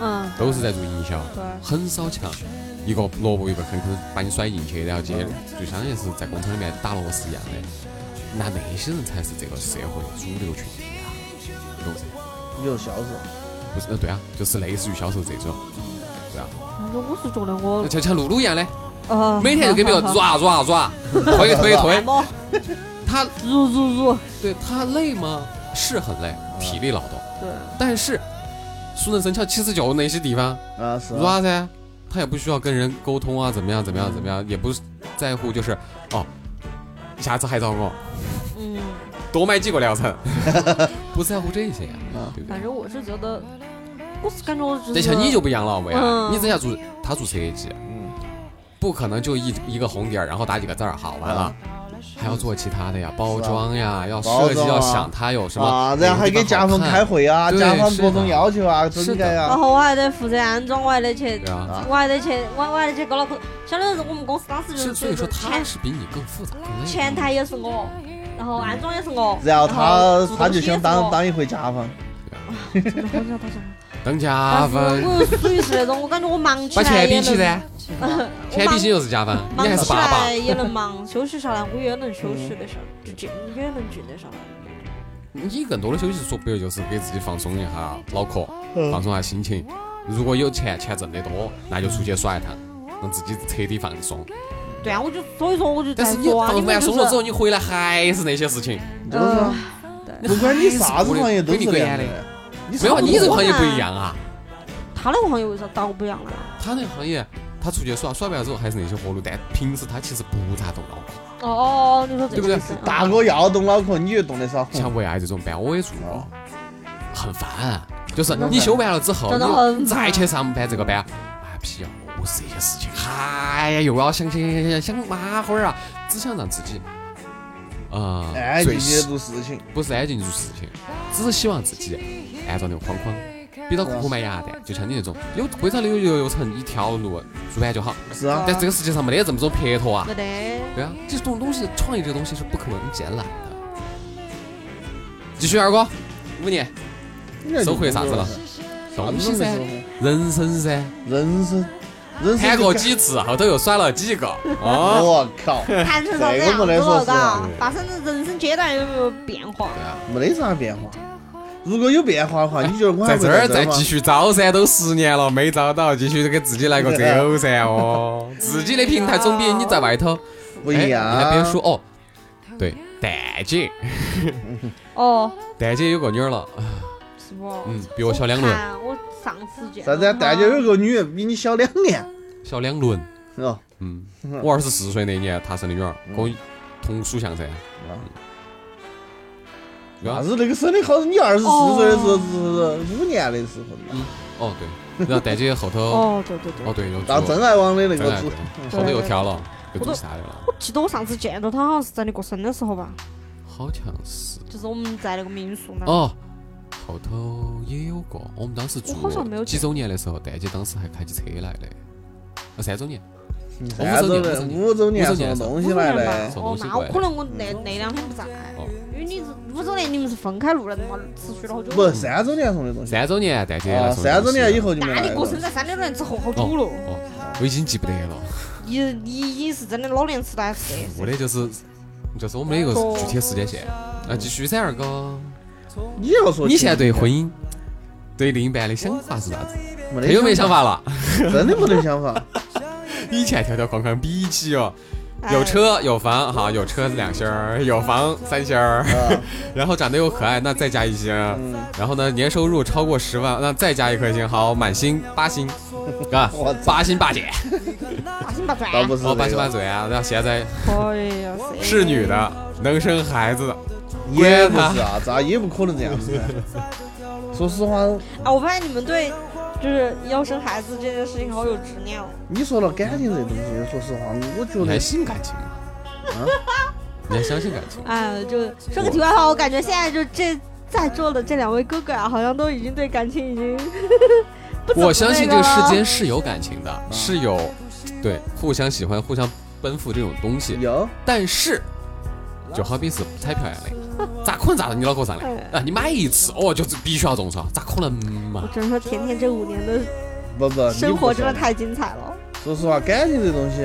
C: 嗯，
B: 都是在做营销，
C: 对，
B: 很少去看一个萝卜一个坑坑把你甩进去，然后接就相当于是在工厂里面打螺丝一样的。那那些人才是这个社会主流群体啊，懂不懂？
D: 你就是销售，
B: 不是，呃，对啊，就是类似于销售这种，对啊，
C: 反正我是觉得我
B: 就像像露露一样的，
C: 呃，
B: 每天就给别人
C: 好好
B: 抓抓抓，推推
C: 按
B: 推，
C: 摩
B: 他
C: 入入入，嗯
B: 对他累吗？是很累，体力劳动，
C: 对，
B: 但是熟能生巧，其实就那些地方
D: 啊是啊，
B: 抓噻，他也不需要跟人沟通啊，怎么样怎么样怎么
C: 嗯
B: 样，也不在乎就是哦，下次还找我
C: 嗯，
B: 多买几个疗 程，不在乎这些呀、
D: 啊
B: 对不对
C: 反？正我是觉得，我是感觉我就是，
B: 但像你就不一样了，薇儿，
C: 嗯
B: 你只要做他做设计，
D: 嗯
B: 不可能就一一个红点儿，然后打几个字儿，好，完了，
C: 嗯
B: 还要做其他的呀，包装呀，要
D: 包
B: 设计，
D: 装啊
B: 要想它有什么
D: 啊，然后还给甲方开，会啊，
B: 对
D: 甲方各
B: 是的
D: 种要求啊，
B: 是的
D: 整改
C: 然
D: 啊，
C: 后我还得负责安装，我还得去
B: 哪个地方好看对啊，
D: 啊
C: 我还得去，我我还得去搞脑壳。相当于是我们公司当时就是是
B: 所以说他
C: 前
B: 是比你更复杂，更累
C: 前台也是我，然后安装也是我，
B: 啊
D: 然后
B: 哦
D: 他
C: 主
D: 他
C: 动
D: 就
C: 去也
D: 想
C: 是
D: 当
C: 我，
D: 当一回甲方，
C: 真的好想当小孩
B: 当加
C: 但
B: 分
C: 是，我属于是那种，我感觉我忙起
B: 把
C: 来
B: 钱
C: 也
B: 比起
C: 能，嗯
B: 噻， 钱比起就是加分，你
C: 忙
B: 还是
C: 起
B: 爸爸嗯
C: 来，也能忙，休息下来我也能休息得上，就静也能静得上来。
B: 你更多的休息说白了就是给自己放松一下脑壳，
D: 嗯
B: 放松一下心情。如果有钱，钱挣得多，那就出去耍一趟，让自己彻底放松。
C: 对啊，我就所以说我就
B: 但
C: 在
B: 是你
C: 说啊，
B: 放
C: 你们
B: 完
C: 就
B: 松了之后，
C: 是
B: 你回来还是那些事情，
D: 就是啊
C: 呃
D: 不管你啥子行业都是这样
B: 你
D: 的。你
B: 没有，啊你这
D: 这
B: 个行业嗯不一样啊。
C: 他那个行业为啥打我不一样了？啊
B: 他那个行业，他出去耍，耍完了之后还是那些活路，但平时他其实不咋动脑壳。
C: 哦哦，哦你说这
B: 对不对
C: 个意思
D: 大哥要动脑壳，你就动得少。
C: 嗯
B: 像为爱这种班，我也做过，很烦。就是你休完了之后，
C: 真的很
B: 你
C: 烦
B: 再去上班这个班，哎屁呀，又是这些事情，哎呀，又要想想想麻花儿啊，只想让自己，啊、
D: 安静
B: 最
D: 些
B: 希
D: 哎做事情，
B: 不是安静做事情，只是希望自己按照那个框框，比到苦苦卖牙的，就像你那种有规章有流有程，一条路做完就好。
D: 是啊，
B: 但这个世界上没得这么种撇脱啊，
C: 没得。
B: 对啊，这种东西创意这个东西是不可能捡来的。继续二哥，五年。收获啥子了？东西噻，人生噻，
D: 人生，人生
B: 谈过
D: 就
B: 几次，后头又耍了几个，
D: 干
B: 哦，
D: 我靠，
C: 谈成啥子
D: 这个
C: 样
D: 不
C: 子
D: 能说
C: 了，
D: 是
B: 啊
C: 嘎？啊发生的人生阶段有没有变化？
D: 没得啥变化。如果有变化的话，你觉得我还
B: 在
D: 会
B: 这儿
D: 这
B: 再
D: 吗
B: 继？续招噻，都十年了没招到，继续给自己来个
D: 啊
B: 走噻，哦，自己的平台总比你在外头
D: 不一样
B: 哎你还别说哦，对，蛋姐，
C: 哦，
B: 蛋姐有个女儿了，
C: 是不？
B: 嗯，比我小两轮，
C: 看我上次见
D: 啥子啊？大家有个女的比你小两年，
B: 小两轮，
D: 哦，
B: 嗯，我二十四岁那年她生的女儿，跟我
D: 嗯
B: 同属相
D: 啊
B: 嗯噻，对啊
D: 但是那个生的好，你二十四岁的时候是五年的时候，
B: 哦对，然后蛋姐后头，
C: 哦，对对对
B: 哦，对，有
D: 到
B: 做
D: 真爱网的那
B: 真
D: 个
B: 爱
D: 主
B: 对，后头又跳了，又做啥的了？
C: 嗯我记得我上次见到他好像是在你过生的时候吧，
B: 好像是
C: 就是我们在那个民宿那儿。
B: 哦，后头也有过。我们当时
C: 我好像没有
B: 做
C: 见
B: 几周年的时候，蛋姐当时还开起车来的，呃，三周年，
D: 啥子的五周年
B: 五周
D: 什么
B: 年
D: 东
C: 五
D: 西
C: 周
D: 来
C: 年
D: 的
C: 吧？
B: 送东，
C: 哦
B: 西哦
C: 那
B: 过
C: 我
B: 来
C: 可能我那那两天不在，因为你是五周年，你们是分开录的嘛，持续了好久。
D: 不，三周年送的东西。
B: 三周年蛋姐来
D: 啊，
B: 送的
D: 三周年
B: 东西。
D: 以后就没
C: 那
D: 来
C: 你过生
D: 了。
C: 在三点多年之后好
B: 哦
C: 久了，
B: 哦，我已经记不得了，
C: 你你已经是真的老年痴呆是的。
B: 我的就是就是我们的一个
C: 哦
B: 具体时间线。啊，继续噻，二哥，
D: 你要说
B: 你现在对婚
D: 嗯
B: 姻、对另一半的想法是啥子？
D: 没
B: 没有没想，法了？
D: 真的没得想法。
B: 以前条条框框比起哦，
D: 哎
B: 有车有房，哈，有车两星儿，有房三星儿，
D: 啊
B: 然后长得又可爱，那再加一星，
D: 嗯
B: 然后呢，年收入超过十万，那再加一颗星，好，满星八 星，啊
D: 我操，
B: 八星八姐，
C: 大心八转。
D: 倒不 是
B: 哦，八
D: 这
B: 星八
D: 个，
B: 嘴啊，那现在
C: 哎呀，
B: 是女的，能生孩子的，
D: 也
B: 管
D: 不是
B: 他，
D: 啊，咋也不可能这样子噻。说实话，
C: 啊！我发现你们对就是要生孩子这件事情好有执念哦。
D: 你说到感情这东西，说实话，我觉
B: 你还
D: 得
B: 信感情吗？
D: 啊
B: 你还相信感情？
C: 哎，就说个题外话，我感觉现在就这在座的这两位哥哥啊，好像都已经对感情已经 不怎么
B: 我相信这
C: 那
B: 个
C: 个啊
B: 世
C: 了
B: 间是有感情
D: 啊
B: 的，是有，对，互相喜欢、互相奔赴这种东西。
D: 有
B: 但是，就好比是彩票一样的，咋可能砸到你脑壳上呢？
C: 哎
B: 啊，你买一次哦，就是必须要中烧，咋可能
C: 我
B: 嘛？
C: 只能说，甜甜这五年的
D: 不不，你
C: 生
D: 不
C: 活真的
D: 说
C: 太精彩了。
D: 说实话，感情这东西，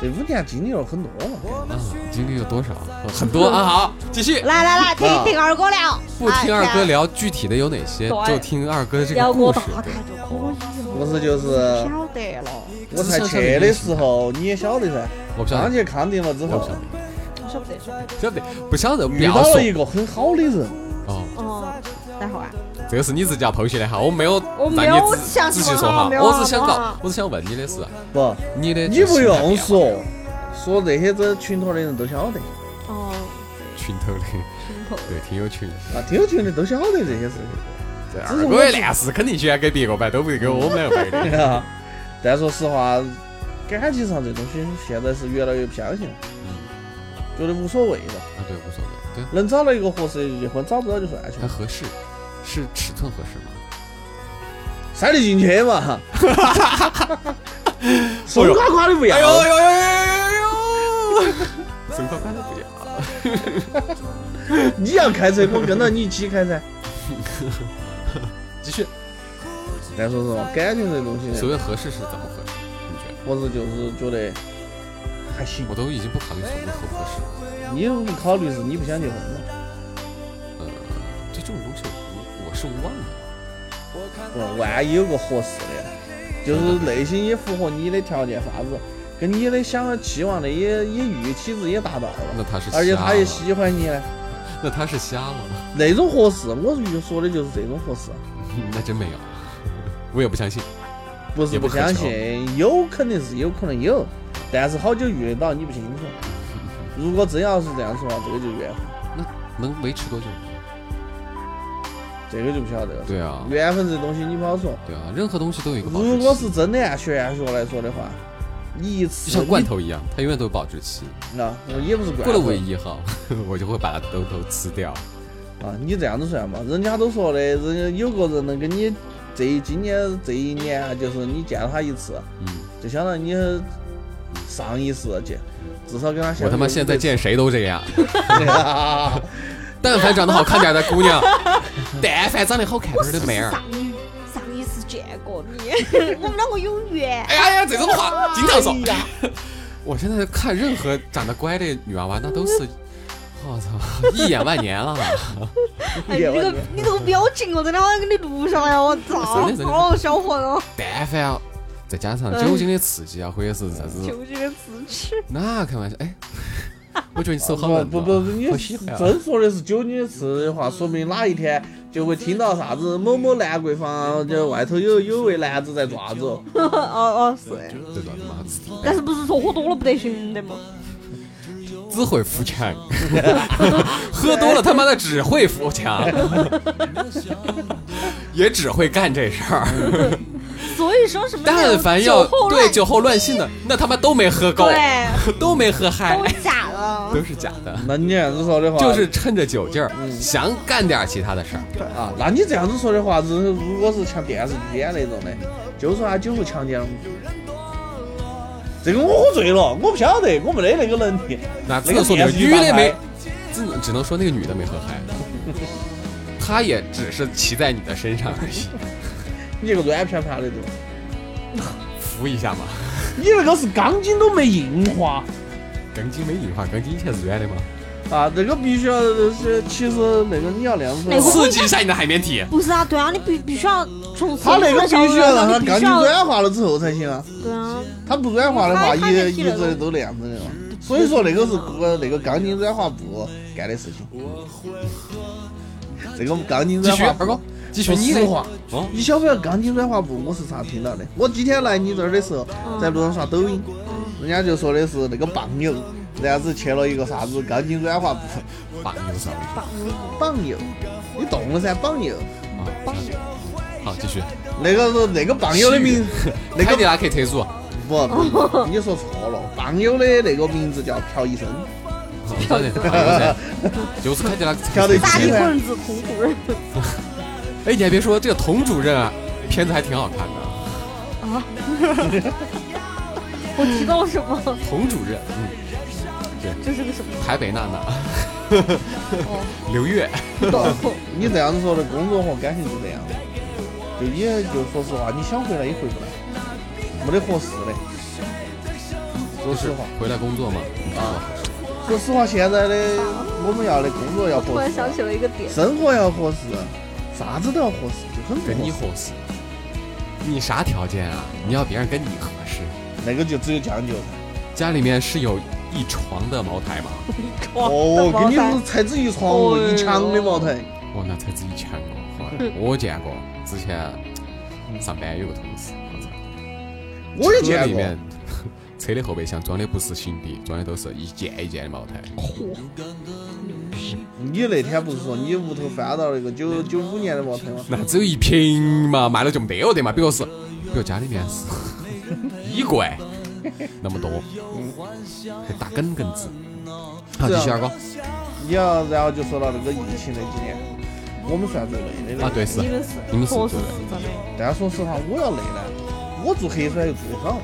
D: 这五年经历了很多了。
B: 啊，经历了多少？很多啊！好，继续，
C: 来来来，听
D: 啊
C: 听二哥聊，
B: 不听二哥
C: 哎，
B: 聊具体的有哪些，
C: 对
B: 就听二哥这
C: 聊
B: 个
C: 我
B: 故
C: 打
B: 事。
C: 开就可以了。
D: 不是就是
C: 晓哎得了，
D: 我才去的时候，你也晓得噻。
B: 我不晓
D: 刚
B: 得，
D: 去康定了之
B: 我不
D: 后
B: 晓，得，
C: 我晓不得。
B: 晓得不晓得？不
D: 遇
B: 要
D: 到
B: 说
D: 了一个很好的人，
B: 哦，
C: 哦，然后啊，
B: 这个是你自己要剖析的哈，我没有
C: 我没有
B: 让你
C: 我想
B: 仔
C: 说
B: 仔细说哈
C: 我没，有啊
B: 我只想
C: 好不
B: 告
C: 好，
B: 我只想问你的是啊
D: 不，
B: 你的
D: 你不
B: 心态
D: 用
B: 变化
D: 说，说这些这群头的人都晓得啊
C: 哦，
B: 群头的，
C: 拳头，
B: 对，挺有群。
D: 啊，听友群的都晓得这些事情
B: 这
D: 只是
B: 二
D: 我
B: 哥的烂事肯定喜欢给别个摆，都不是给我们两个摆 的。
D: 啊。但说实话，感情上这东西现在是越来越不相信了，
B: 嗯
D: 觉得无所谓了，
B: 啊，对，无所谓，对，
D: 能找到一个合适的结婚，找不到就算了
B: 它。合适，是尺寸合适吗？
D: 塞得进 去嘛，松垮垮的不要。
B: 哎呦呦呦呦呦！生活观都不一样。
D: 你要开车，我跟到你一起开噻。
B: 继续，
D: 但说实话，感情这东西
B: 所
D: 呢，
B: 谓合适是怎么合适？你觉得？
D: 我是就是觉得还行
B: 我。都已经不考虑从合不合适，
D: 你又不考虑是你不想结婚了，
B: 呃，对这种东西我我是无望的。
D: 不，万一有个合适的，就是内心也符合你的条件啥子，跟你的想要期望的也也预期值也达到
B: 那
D: 了，
B: 他是瞎
D: 而且他也
B: 了，
D: 喜欢你呢，
B: 那他是瞎了，
D: 那种合适，我就说的就是这种合适，
B: 那真没有，我也不相信。
D: 不是
B: 也不
D: 不
B: 可
D: 相信，有肯定是有可能有，但是好久遇得到你不清 楚。如果真要是这样说话，这个就缘分，
B: 那能维持多久？
D: 这个就不晓得了。
B: 对啊，
D: 缘分这东西你不好说。
B: 对啊，任何东西都有一个保质期。
D: 如果是真的按玄学来说的话，你一次
B: 就像罐头一样，它永远都有保质期。
D: 你啊，我也不是罐
B: 过了
D: 头
B: 五月一号， 我就会把它都都吃掉。
D: 啊，你这样子算嘛？人家都说的，人家有个人能跟你这一今年这一年啊，就是你见了他一次，
B: 嗯，
D: 就相当于你上一世见，至少跟他
B: 我他妈现在见谁都这 样，
D: 啊，
B: 但凡长得好看点的姑 娘，但凡长得好看点的妹儿，
C: 上一上一次见过你， 我们两个有缘。
B: 哎呀呀，这种话经常说
D: 哎。呀
B: 我现在看任何长得乖的女娃娃，那都是，我操，一眼万年了。
C: 哎，你这个你这个表情，我真的好想给你录上来，我操，
B: 真的真的
C: 好销魂哦，
B: 但凡要再加上酒精的刺激啊，或者是啥子，
C: 求这个支持。
B: 那开玩笑，哎，我觉得你手好
D: 不
B: 冷。
D: 不不，你
B: 好喜欢啊。
D: 真说的是酒精的刺的话，说明哪一天就会听到啥子某某兰桂坊就外头有有位男子在抓 子，
C: 哦哦，是。
B: 这段他妈子
C: 但是不是说喝多了不得行的吗？
B: 只会扶 墙，喝多了他妈的只会扶墙，啊也只会干这事儿。
C: 所以说什么那
B: 但
C: 种
B: 凡要
C: 酒后
B: 对
C: 乱
B: 酒后乱性的，那他妈都没喝够，
C: 对
B: 都没喝嗨
C: 都，假了
B: 都，是假的，
D: 那你这样子说的话，
B: 就是趁着酒劲儿
C: 嗯
B: 想干点其他的事儿。
D: 啊，那你这样子说的话，如如果是像电视剧演那种的，就说啊他酒后强奸了。这个我喝醉了，我不晓得，我没得那个能力。
B: 那只能说那个女的没，只能只能说那个女的没喝嗨，她也只是骑在你的身上而已，
D: 你这个软啪啪的都，
B: 扶一下嘛。
D: 你那个是钢筋都没硬化
B: 根茎没硬化，根茎以前是 软的嘛，
D: 啊！那个必须要是，其实那个你要那样子
C: 那，个
B: 刺激一下你的海绵体。
C: 不是啊，对啊，你必必须要从
D: 他那个
C: 啊
D: 必须要让它
C: 他
D: 钢筋软化了之后才行啊！
C: 对啊，
D: 它不软化的话，
C: 它它也
D: 一一
C: 踢了
D: 直都那样子的嘛。所以说那个是呃那个钢筋软化布干的事情。这个钢筋
B: 继
D: 软
B: 续，
D: 化
B: 二
D: 布
B: 哥，继续你
D: 说
B: 的
D: 实话，
B: 哦，
D: 你晓不晓得钢筋软化布？我是咋听到的？我今天来你这儿的时候，在路上刷抖音，人家就说的是那个棒友，然后子切了一个啥子钢筋软化布，
B: 棒有啥？
D: 棒友，你懂了噻，棒友。
B: 啊好，继续。
D: 那个那个棒友的名 字，那
B: 凯迪
D: 个
B: 拉克特助，
D: 不，不你说错了，棒友的那个名字叫朴医生，
B: 哦晓得晓得 就是凯迪拉克特助。
D: 晓得
C: 大力
D: 起来。
C: 棍子同主任
B: 哎，你还别说，这个童主任啊，片子还挺好看的。
C: 啊，我提到了什么？
B: 童主任，嗯，
C: 这是个什么？
B: 台北娜娜，六月，
D: 你这样子说的，工作和感情就这样，就也就说实话，你想回来也回不来，没得合适的。说
B: 就是
D: 实话，
B: 回来工作嘛。
D: 哦说实话，现在的我们要的工作要
C: 我突
D: 合
C: 然
D: 适，
C: 想起了一个点，
D: 生活要合适，啥子都要合适，就很不
B: 跟你
D: 合适。
B: 合适。你啥条件啊？你要别人跟你合适。
D: 那个就只有将就噻。
B: 家里面是有一床的茅台吗？
D: 哦，
C: 的
D: 跟你
C: 茅台
D: 是才子一床哦，一墙的茅台。
B: 哦，那才自己强过。好
C: 嗯
B: 的我见过，之前上班有个同事，我操
D: 我也
B: 车
D: 见
B: 里
D: 过，
B: 面车的后备箱装的不是行李，装的都是一件一件的茅台。
D: 哦你那天不是说你屋头翻到那个九九五年的茅台吗？
B: 那只有一瓶嘛，卖了就没有得嘛。比如是，比如家里面 是衣柜那么多，还打梗梗子。好，
D: 嗯是
B: 继
D: 啊
B: 续二哥
D: 你要然后就说到那个疫情那几年，我们算最累的
B: 啊
D: 了，。
B: 对是
C: 你，们是，
B: 你们是
C: 确
B: 对
C: 实
B: 的
C: 是真的。
D: 但说实话，我要累呢，我做核酸又做不上，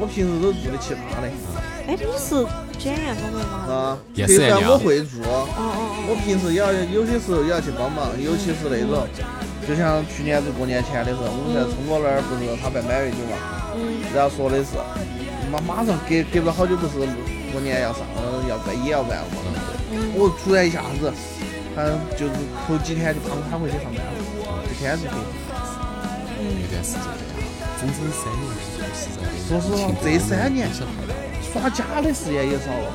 D: 我平时都做的其他的
C: 哎，你是检验工作的吗？
D: 啊。
B: 也
D: 核
B: 是呀
D: 酸
B: 你啊
D: 我会做，
C: 哦哦
D: 我平时也要有些时候也要去帮忙，尤其是那种，就像去年子过年前的时候，我们在聪哥那儿不是他办满月酒嘛，
C: 哦，嗯，
D: 然后说的是，马马上隔隔不了好久不是过年要上了要办也要办了嘛，
C: 嗯
D: 我突然一下子，他就是头几天就他他回去上班了，这天是黑。
B: 那段时间，整整三年就是在跟
D: 说实
B: 疫
D: 话
B: 情
D: 这
B: 中
D: 三年
B: 影响太大了
D: 耍假的时间也少了。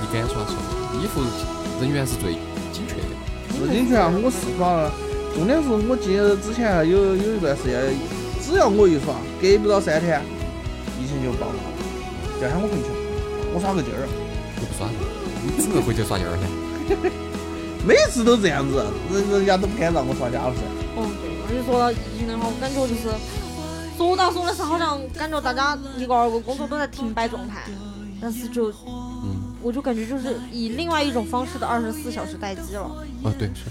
B: 你敢说说，衣服人员是最精确的。
D: 是精确啊，我是耍了。重点是我记得之前有有一段时间，只要我一耍，隔不到三天，疫情就爆发了。第二天我回去了，我耍个劲儿，
B: 我不耍了，你只能回去耍劲儿噻。
D: 每次都这样子，人人家都不敢让我耍假了噻。
C: 哦对，而且说到疫情的话，我感觉就是说到说的是好像感觉大家一个二个工作都在停摆状态，但是就
B: 嗯，
C: 我就感觉就是以另外一种方式的二十四小时待机了。
B: 哦对是，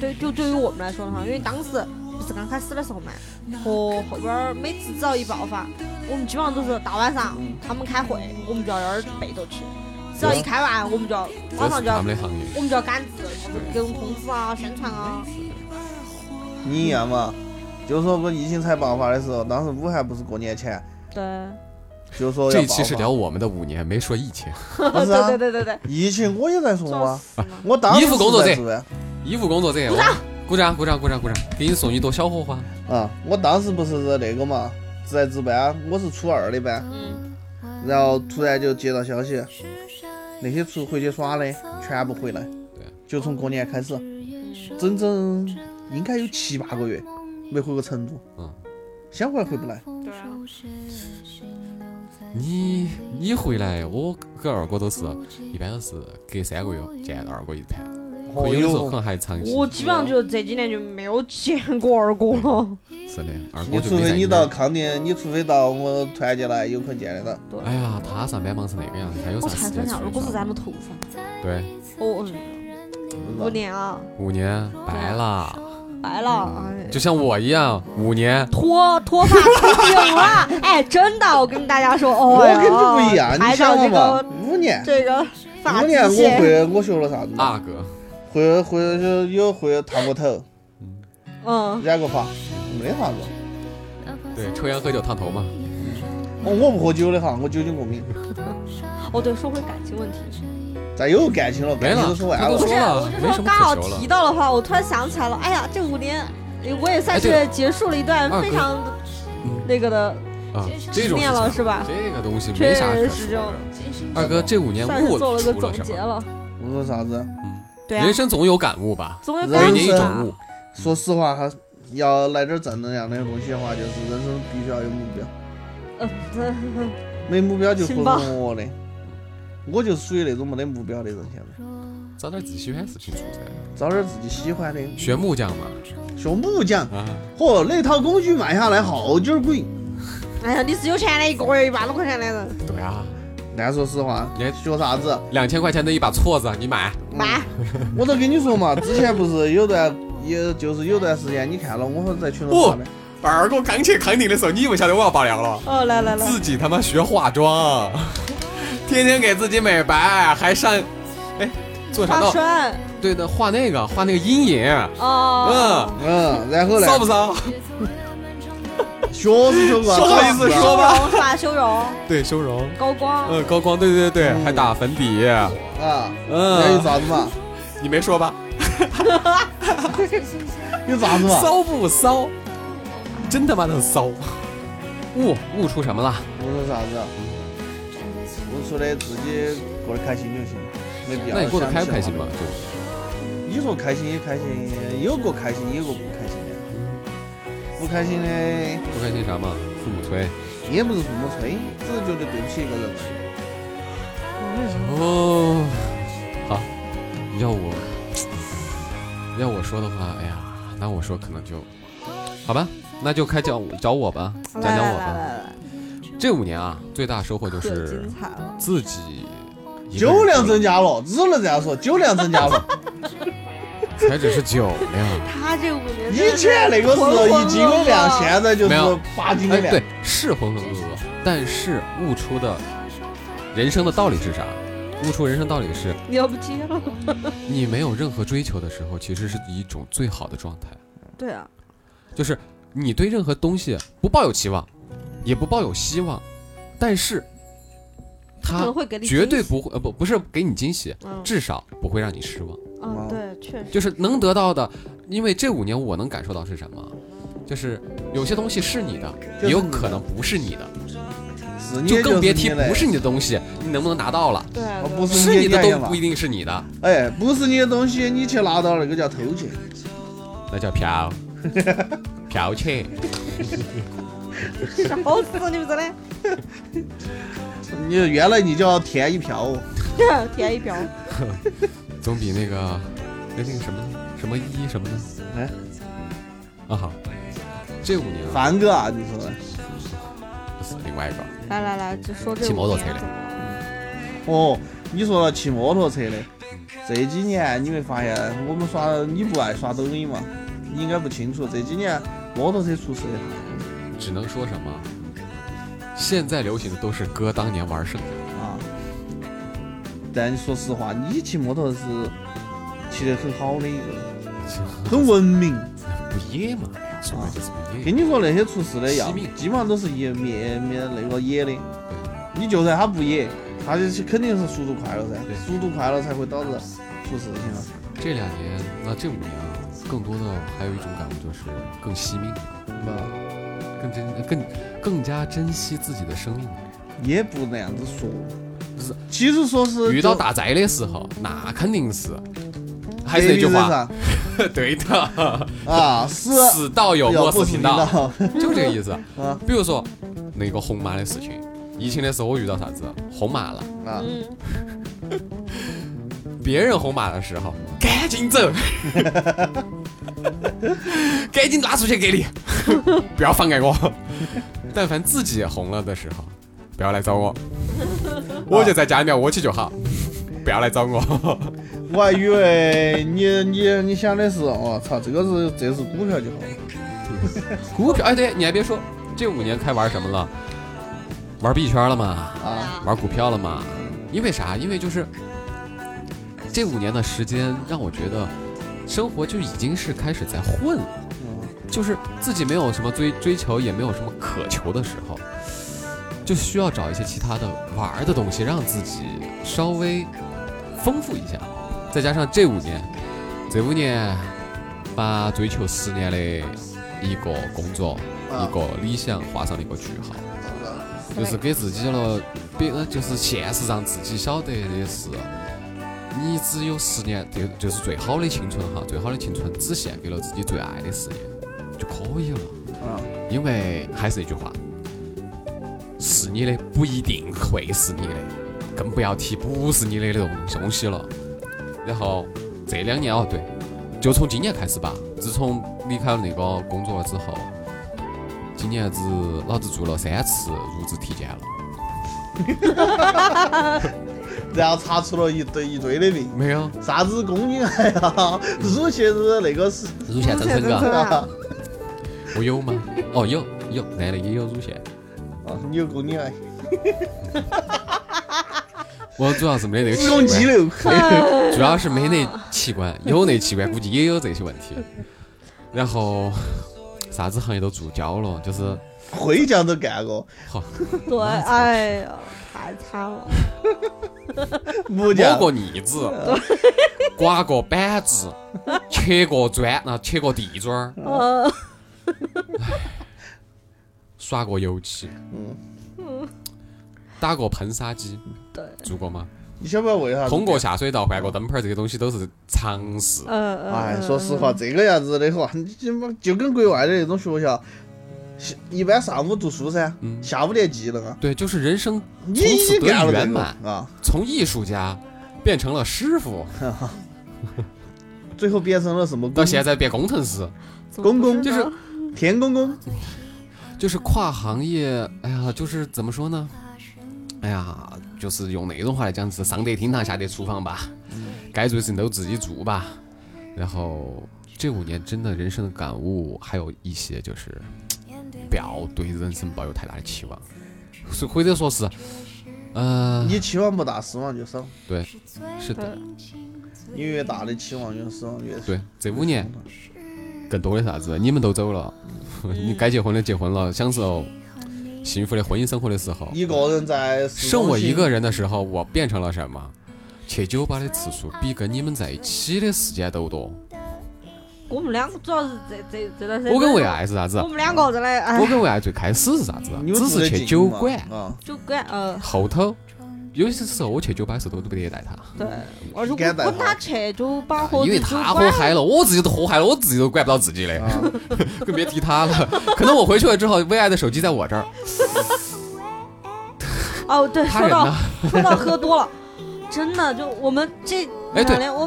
C: 对，就对于我们来说的话，因为当时不是刚开始的时候嘛，和后边儿每次只要一爆发，我们基本上都是大晚上他们开会，我们就要在那儿背着去，只要一开完，我们就要马
B: 这
C: 上
B: 是
C: 就要
B: 他们的行业。
C: 我们就要赶制，就是各种通知啊、宣传啊。
D: 你一样嘛，就说我疫情才爆发的时候，当时武汉不是过年前，
C: 对，
D: 就说
B: 这
D: 要
B: 一期是聊
D: 爆
B: 我们的五年，没说疫情。
D: 发，不是 啊
C: 对对？对对对，
D: 疫情我也在说
C: 笑
D: 啊，
C: 死了。
D: 我当时
B: 衣服工作
D: 是在
B: 者
D: 做呀
B: 衣服工作者，鼓掌鼓掌鼓掌鼓掌，给你送一朵小火花。
D: 啊，我当时不是那个嘛，在值班，我是初二的班。
C: 嗯，
D: 然后突然就接到消息，那些出回去耍的全部回来，就从过年开始，
C: 嗯
D: 整整应该有七八个月没回过成都，
B: 嗯，
D: 想回来回不来，
C: 对啊，
B: 你你回来，我跟二哥都是一般都是隔三个月见二哥一盘，
D: 哦
B: 有的时候可能还长期。
C: 我基本上就这几年就没有见过二哥了。
B: 是的，二
D: 你
B: 哥就
D: 除
B: 没在
D: 非你
B: 那
D: 到
B: 儿。
D: 康定，你除非到我团结来，有可能见得到。
B: 哎呀，他上班忙成那个样子，他有
C: 我
B: 啥
C: 才
B: 时
C: 发
B: 间
C: 现二
B: 出
C: 哥是
B: 去耍？
C: 染了头发。
B: 对，
C: 哦，五
D: 不是吧
C: 年啊，
B: 五年白了，
C: 白了，哎。
B: 就像我一样，五年
C: 脱脱发秃顶了，哎，真的，我跟大家说，哦，
D: 我跟你不一样，
C: 还
D: 你想
C: 这
D: 嘛
C: 个，
D: 五年，
C: 这个发
D: 五
C: 际
D: 年我
C: 线，
D: 回我学了啥
C: 嗯
D: 子嘛？
B: 阿哥，
D: 回回去有回烫过头，
C: 嗯，
D: 染过发，没得啥子。
B: 对，抽烟喝酒烫头嘛。
D: 哦，我不喝酒的哈，我酒精过敏。
C: 哦，对，说回感情问题，
D: 咱有感情了，
B: 没
D: 感情
B: 了
D: 都说完
B: 他都
D: 了
C: 不。是，
B: 说了
C: 我就
B: 没
C: 说
B: 什么
C: 刚
B: 可
C: 好
B: 求了
C: 提到的话，我突然想起来了，哎呀，这五年，我也算
B: 哎
C: 是
B: 对
C: 结束了一段非常
B: 嗯
C: 那个的
B: 啊，这
C: 执
B: 种
C: 念了，
B: 事情
C: 是吧？
B: 这个东西
C: 确
B: 没啥可说
C: 实就
B: 的。二哥，这五年
C: 算是
B: 悟
C: 做了个
B: 出
C: 总
B: 了什
C: 结
B: 么？
C: 了，
D: 我说啥子？
C: 对啊
B: 人，生总有感悟吧，
C: 总有
D: 人
B: 有
C: 感
B: 一年一
C: 觉
D: 生
B: 种
C: 啊
B: 悟。
D: 说实话哈，要来点正能量的东西的话，就是人生必须要有目标，
C: 嗯，对
D: 没目标就浑
C: 行吧
D: 浑噩噩的。我就属于那种没得目标的人，现在
B: 找点自己喜欢的事情做噻。
D: 找点自己喜欢的，
B: 学木匠嘛，
D: 学木匠。
B: 啊，
D: 嚯，那套工具卖下来好劲儿贵。
C: 哎呀，你是有钱的，一个月一万多块钱的人，
B: 对啊，
D: 但说实话
B: 你还，
D: 学啥子？嗯
B: 两千块钱的一把锉子，你买？
C: 买，
D: 我都跟你说嘛，之前不是有段，也就是有段时间，你看了我说在群里发的，
B: 二哥刚去康定的时候，你不晓得我要爆料了，
C: 哦，来来来，
B: 自己他妈学化妆，天天给自己美白，还上，哎，做啥
C: 画
B: 到？
C: 栓
B: 对的，画那个，画那个阴影，
C: 哦，
B: 嗯，
D: 嗯，然后呢？
B: 骚不骚？ 不好
D: 学是学过，
B: 意思
D: 啊
B: 说吧
C: 修容是吧？修容、
B: 对，修容，
C: 高光，
B: 嗯，高光，对对对，还打粉底，
D: 啊，那有
B: 嗯，
D: 啥子嘛？
B: 你没说吧？
D: 有啥子嘛？
B: 骚不骚？真他妈的骚！悟悟出什么了？
D: 我说啥子？啊我说的自己过得开心就行，没必要。
B: 那你过得开不开心嘛？？就
D: 你说开心也开心，有个开心，有个不开心的。不开心的
B: 不开心啥嘛？父母催。
D: 也不是父母催，只是觉得对不起一个人。
B: 哦，好，要我要我说的话，哎呀，那我说可能就好吧，那就开讲找我吧，讲
C: 来
B: 讲
C: 来
B: 我
C: 来
B: 吧。
C: 来来，
B: 这五年啊，最大收获就
C: 可
B: 是
C: 精彩了，
B: 自己一个人
D: 酒量增加了，只能这样说，酒量增加了。
B: 才只是酒量，
C: 他这五年
D: 以前那个是一斤的量，
C: 啊
D: 现在就
B: 没有
D: 是八斤的
B: 哎，
D: 量。
B: 对，是浑浑噩噩，但是悟出的人生的道理是啥？悟出人生道理是，
C: 你要不接了？
B: 你没有任何追求的时候，其实是一种最好的状态。
C: 对啊，
B: 就是你对任何东西不抱有期望，也不抱有希望，但是
C: 可
B: 它
C: 能会给你
B: 绝对
C: 惊喜
B: 不会呃不不是给你惊喜，
C: 嗯
B: 至少不会让你失望。
C: 嗯，对，确实
B: 就是能得到的，因为这五年我能感受到是什么，就是有些东西是你的，也有可能不是你的，
D: 是你
B: 就更别提
D: 你的
B: 不是你的东西，你能不能拿到了？
C: 对啊
D: 哦，
C: 对
D: 不
C: 啊
D: 是
B: 是
D: 你
B: 你的
D: 也
B: 都
D: 嘛
B: 不一定是你的，
D: 哎，不是你的东西，你去拿到那个叫偷窃。
B: 那叫 嫖，剽窃。
C: 笑死你们真
D: 你原来你叫填一票哦，
C: 的，填一表，
B: 总比那个那那个什么什么一什么的，
D: 哎，
B: 啊好，这五年啊
D: 凡哥啊，你说的。
B: 是另外一个，
C: 来来来，就说这
B: 骑摩托
C: 五年
B: 车的
C: 怎么了
D: 哦，你说到骑摩托车的，这几年你没发现我们刷你不爱刷抖音嘛？你应该不清楚，这几年摩托车出事
B: 只能说什么？现在流行的都是哥当年玩剩的，
D: 啊。但说实话，你骑摩托是骑得很好的一个人，很文明。
B: 不野嘛，什么就是不野。
D: 跟你说那些出事的要
B: 惜命
D: 基本上都是野灭灭那个野的，你就算他不野，他就是肯定是速度快了噻
B: 对，
D: 速度快了才会导致出事情了。
B: 这两年，那这五年啊，更多的还有一种感悟就是更惜命，
D: 啊，
B: 更珍更更加珍惜自己的生命。
D: 也不那样子说，
B: 不是，
D: 其实说是
B: 遇到
D: 就
B: 大灾的时候，那肯定是还是那句
D: baby
B: 话，
D: 身
B: 对的，
D: 上 啊，死
B: 死道友
D: 要
B: 莫
D: 不
B: 死
D: 死
B: 贫
D: 频
B: 道。
D: 道
B: 就这个意思。
D: 啊
B: 比如说那个红马的事情，疫情的时候我遇到啥子红马了，
D: 啊，
B: 别人红马的时候赶紧走， 赶紧拉出去给你， 不要妨碍我。 但凡自己也红了的时候，不要来找我，我就在家里面窝起就好，不要来找我。
D: 我还以为你你你想的是，哦操，这个是这是股票就好了，
B: 股票，哎，对，你还别说，这五年开玩什么了？玩币圈了嘛？
D: 啊
B: 玩股票了嘛？因为啥？因为就是这五年的时间，让我觉得生活就已经是开始在混了，就是自己没有什么追追求，也没有什么渴求的时候，就需要找一些其他的玩儿的东西，让自己稍微丰富一下。再加上这五年，这五年把追求十年的一个工作、
D: 啊
B: 一个理想画上了一个句号。就是给自己了，别呃就是现实让自己晓得的是，你只有十年，这就是最好的青春哈，最好的青春只献给了自己最爱的事业就可以了。
D: 啊，
B: 因为还是那句话，是你的不一定会是你的，更不要提不是你的那种东西了。然后这两年哦，对，就从今年开始吧，自从离开了那个工作了之后，今年子老子做了三次入职体检了，
D: 然后查出了一堆一堆的病。
B: 没有，
D: 啥子宫颈癌 啊，乳腺是那个是
B: 乳腺增生
C: 对
B: 嘎，
C: 啊，
B: 我有吗？哦，有有，
D: 哦
B: 男的也有乳腺，
D: 啊，你有宫颈癌，
B: 我主要是没那个器
D: 子宫肌
B: 官，
D: 瘤，
B: 主要是没那器官，有那器官估计也有这些问题。然后啥子行业都做焦了，就是
D: 回家都干过，
B: 好
C: 对，哎呀，太惨了。
D: 木
B: 摸
D: 匠
B: 过腻子，刮过板子，切过砖，那切过地砖儿，
C: 呃，
B: 刷过油漆，打过喷砂机，
C: 对，
B: 做过吗？
D: 你晓不晓得为啥？
B: 通过。下水道换过灯牌儿，这些东西都是尝试。
C: 呃，
D: 哎，说实话，这个样子的话，你就就跟国外的那种学校，是一般上午读书噻，
B: 嗯
D: 下午练技能啊。
B: 对，就是人生
D: 你
B: 从此
D: 已
B: 得
D: 干
B: 以
D: 了
B: 圆
D: 这个
B: 满，
D: 啊，
B: 从艺术家变成了师傅，
D: 最后变成了什么？
B: 到现在变工程师，
C: 怎么不
D: 公公
C: 知道
B: 就
D: 田公公，
B: 就是跨行业。哎呀，就是怎么说呢？哎呀，就是用那种话来讲，是上得厅堂，下得厨房吧， 该做的事情都自己做吧。然后这五年真的人生的感悟，还有一些就是不要对人生抱有太大的期望，是或者说是，呃，
D: 你期望不大，失望就少。
B: 对，是的。
D: 你越大的期望越失望越少。
B: 对，这五年更多的啥子？你们都走了， 你该结婚的结婚了，享受幸福的婚姻生活的时候，
D: 一个人在市
B: 剩
D: 中
B: 我
D: 心
B: 一个人的时候，我变成了什么？去酒吧的次
C: 嗯
B: 数比跟你们在一起的时间都多。
C: 我们两个主要是这这这段时间，
B: 我跟为，爱是啥子
C: 我？们两个真的哎
B: 我，跟为爱最开始是啥子？
D: 你们
B: 只
D: 住得
B: 是去
D: 近
B: 酒
D: 嘛
B: 馆，
D: 啊，
C: 就管呃，
B: 后头有些时候我去酒吧的时候都不得带他，
C: 对，我如
D: 你
C: 果
D: 敢带
C: 跟他
D: 他
C: 去酒吧或
B: 啊因
C: 者
B: 为
C: 酒
B: 他喝
C: 馆，
B: 嗨了，我自己都喝嗨了，我自己都管不到自己的，
D: 啊
C: 嗯
B: 更别提他了。可能我回去了之后，为爱的手机在我这儿。
C: 哦，对，
B: 他
C: 说
B: 人
C: 到
B: 呢？
C: 说到喝多了，真的就我们这
B: 哎对
C: 两年我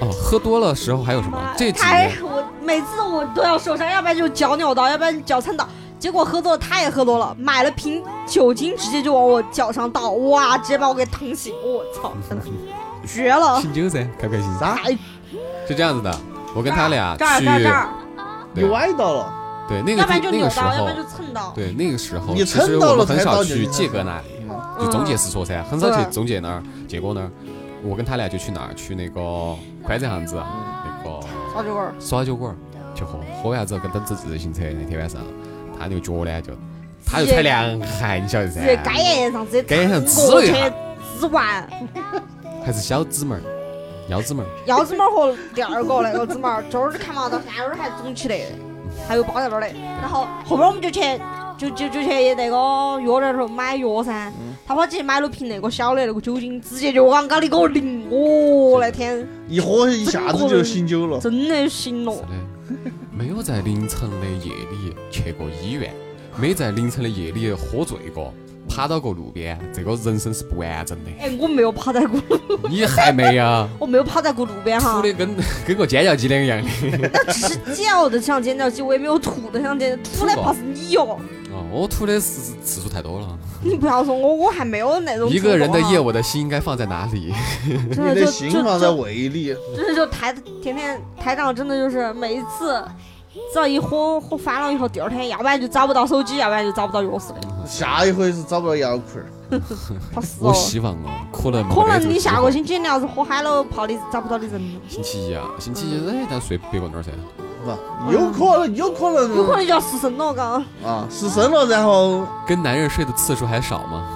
B: 哦，喝多了时候还有什么
C: 妈？
B: 这几
C: 他
B: 年
C: 我每次我都要受伤，要不然就脚扭到，要不然脚蹭到。结果喝多了，他也喝多了，买了瓶酒精，直接就往我脚上倒，哇，直接把我给疼醒，我操，真的 绝了！
B: 醒酒噻，开不开心？
D: 啥？哎
B: 是这样子的，我跟他俩
C: 这儿
B: 去
C: 这，儿这儿，
D: 你
B: 对
D: 崴到了，
B: 对那个
C: 要不然就
B: 地那
C: 扭
B: 个时
C: 到，要不然
B: 候
C: 就，蹭到。
B: 对那个时候，
D: 你
B: 其实
D: 撑
B: 我
D: 到
B: 们
D: 了
B: 很
D: 才
B: 少
D: 到酒
B: 去
D: 精
B: 杰
D: 那
B: 哥
D: 儿
B: 那里，
D: 嗯啊
B: 就中介
C: 嗯
B: 试错噻，很少去
C: 对
B: 中介那儿。结果那儿，我跟他俩就去哪儿？去那个宽窄巷子啊那个
C: 烧酒馆，
B: 耍酒馆儿去喝，喝完之后跟等自自行车那天晚上，他那个脚呢就，他就
C: 直接
B: 踩凉汗，你晓得
C: 直接
B: 噻？
C: 该眼上直接
B: 该上
C: 过
B: 滋了一
C: 去
B: 下，
C: 滋完，
B: 还是小姊妹儿，幺姊妹儿。
C: 腰子猫和第二个那个子猫，这儿看嘛，到那儿还肿起来，还有包在那儿的。然后后边我们就去，就就就去那个药店头买药噻。他跑去买了瓶那个小的那个酒精，直接就往高里给我淋，我那天
D: 一喝一下子就醒酒了。
C: 真的醒了
B: 是。的，没有在凌晨的夜里去过医院，没在凌晨的夜里喝醉过，趴到过路边，这个人生是不完整的。
C: 哎，我没有趴在过，
B: 你还没啊？
C: 我没有趴在过路边
B: 吐
C: 哈，
B: 的跟 跟个尖叫鸡两样的。
C: 那只是叫的像尖叫鸡，我也没有吐的像尖，吐的怕是你哟。
B: 哦，我吐的次次数太多了。
C: 你不要说我，我还没有那种
B: 一个人的
C: 冲动哈
B: 夜，我的心应该放在哪里？
C: 真
D: 你
C: 的
D: 的
C: 就
D: 心
C: 就
D: 放在
C: 就
D: 胃里，
C: 真的就台甜甜台长真的就是每一次，只要一喝喝翻了以后，第二天要不然就找不到手机，要不然就找不到钥匙了。
D: 下一回是找不到摇裤儿。
C: 好是
B: 我
C: 哦，
B: 希望哦，可能
C: 可能你下个
B: 星
C: 星期你要是喝嗨了泡的找不到你人了，
B: 星期一啊，星期一哎，咱睡别个那儿噻。
C: 嗯
D: 不，有可能，
C: 有
D: 有可
C: 可
D: 能
C: 能就要失身了，嘎。
D: 啊，失身了，然后
B: 跟男人睡的次数还少吗？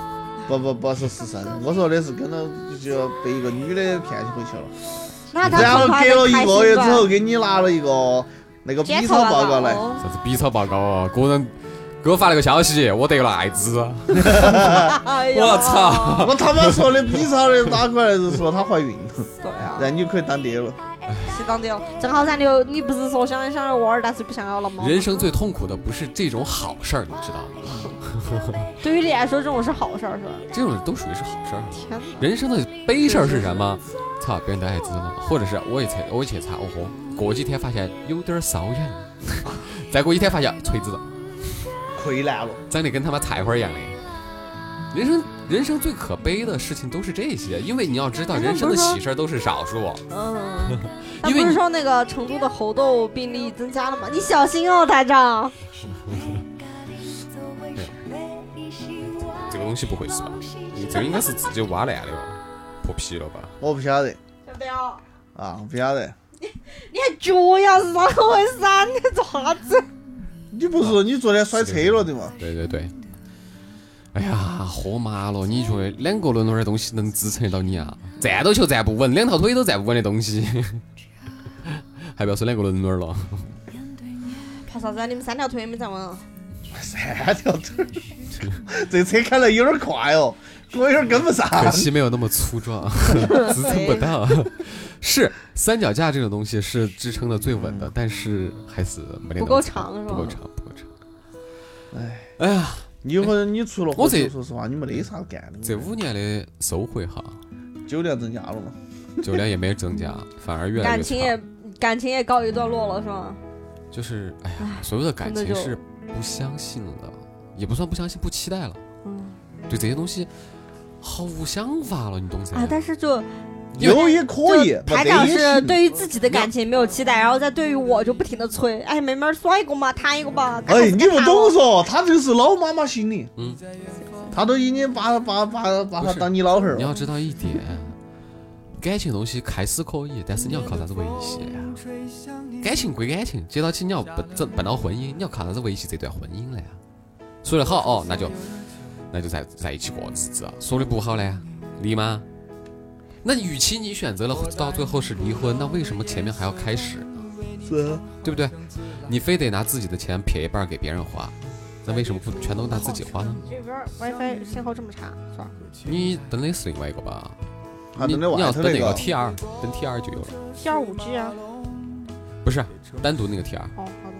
D: 不不不是失身，我说的是跟了就被一个女的骗回去了，
C: 那他
D: 然后
C: 恐怕
D: 隔了
C: 开
D: 一
C: 心
D: 个月之
C: 吧
D: 后，给你拿了一个那个 B
C: 检
D: 超
C: 测完
D: 报告
C: 了
D: 来，
C: 哦
B: 啥子 B 超报告哦，个人给我发了个消息，我得了艾滋。啊
C: 哎呀
B: 我操！
D: 我他妈说的 B 超的拿过来是说她怀孕了，
C: 对啊，
D: 然后你就可以当爹了。
C: 适当点了。正好噻，你又你不是说想想要娃儿，但是不想要了吗？
B: 人生最痛苦的不是这种好事儿，你知道吗？
C: 对于你来说，这种是好事儿，是吧？
B: 这种都属于是好事儿。啊
C: 天哪！
B: 人生的悲事儿是什么？操，别人得艾滋了，或者是我也去我也去查，哦豁，过几天发现有点儿瘙痒， 再过几天发现锤子了，
D: 溃烂了，
B: 长得跟他妈菜花儿一样的。人生人生最可悲的事情都是这些，因为你要知道，
C: 哎那
B: 人生的
C: 不是说
B: 喜事儿都是少数。
C: 嗯，他
B: 因为
C: 不是
B: 你
C: 说那个成都的猴痘病例增加了吗？你小心哦，台长。
B: 这个东西不会是吧？你这个应该是自己挖烂的吧？脱皮了吧？
D: 我不晓得
C: 晓得哦。
D: 啊，我不晓得。
C: 你还脚呀，是咋回事啊？你做啥子？
D: 你不是说你昨天摔车了的嘛？
B: 对对对。哎呀，喝麻了！你觉得两个轮轮的东西能支撑得到你啊？站都就站不稳，两条腿都站不稳的东西， 还不要说两个轮轮了。
C: 怕啥子啊？你们三条腿也没站稳啊。
D: 三条腿儿，这车开得有点快哦，我有点跟不上。
C: 啊
B: 可惜没有那么粗壮， 支撑不到。是三脚架这种东西是支撑的最稳的，但是还是没得那么
C: 嗯不够长是吧
B: 不够长，不够长。
D: 哎，
B: 哎呀，
D: 你有可能你除了喝
B: 我这
D: 酒，说实话，你没得啥干
B: 这
D: 的，
B: 五年的收获哈，
D: 酒量增加了嘛？
B: 酒量也没增加，反而越来
C: 感
B: 越
C: 情
B: 差。
C: 也感情也告一段落了是吗？
B: 就是哎呀，所有的感
C: 真
B: 情
C: 的就是
B: 不相信的，也不算不相信，不期待了。
C: 嗯
B: 对这些东西毫无想法了，你懂噻？
C: 啊，但是就
D: 有也可以
C: 就，
D: 没
C: 台
D: 得
C: 长
D: 也
C: 是
D: 行
C: 对于自己的感情没有期待，然后再对于我就不停的催，哎，妹妹儿耍一个嘛，谈一个吧。
D: 哎，你不懂
C: 是？
D: 嗦，他这个是老妈妈心理，
B: 嗯，
D: 他都已经把把把把
B: 不
D: 他
B: 是
D: 当你老汉儿
B: 你
D: 了
B: 要。知道一点，感情东西开始可以，但是你要靠啥子维系呀、感情归感情，接到起你要奔整奔到婚姻，你要靠啥子维系这段婚姻了呀？说得好哦，那就那就在在一起过日子；说的不好呢，离吗？那与其你选择了到最后是离婚，那为什么前面还要开始呢？
D: 是，
B: 对不对？你非得拿自己的钱撇一半儿给别人花，那为什么不全都拿自己花呢？
C: 这边儿 WiFi 信号这么差，算了。
B: 你等的是另外一个吧？
D: 还
B: 你
D: 等那
B: 你要
D: 外头
B: 啊等
D: 那
B: 那个
D: 个，
B: T R，等 T R 就有了，
C: T 二五 G 啊，
B: 不是单独那个 T R。
C: 哦，好的。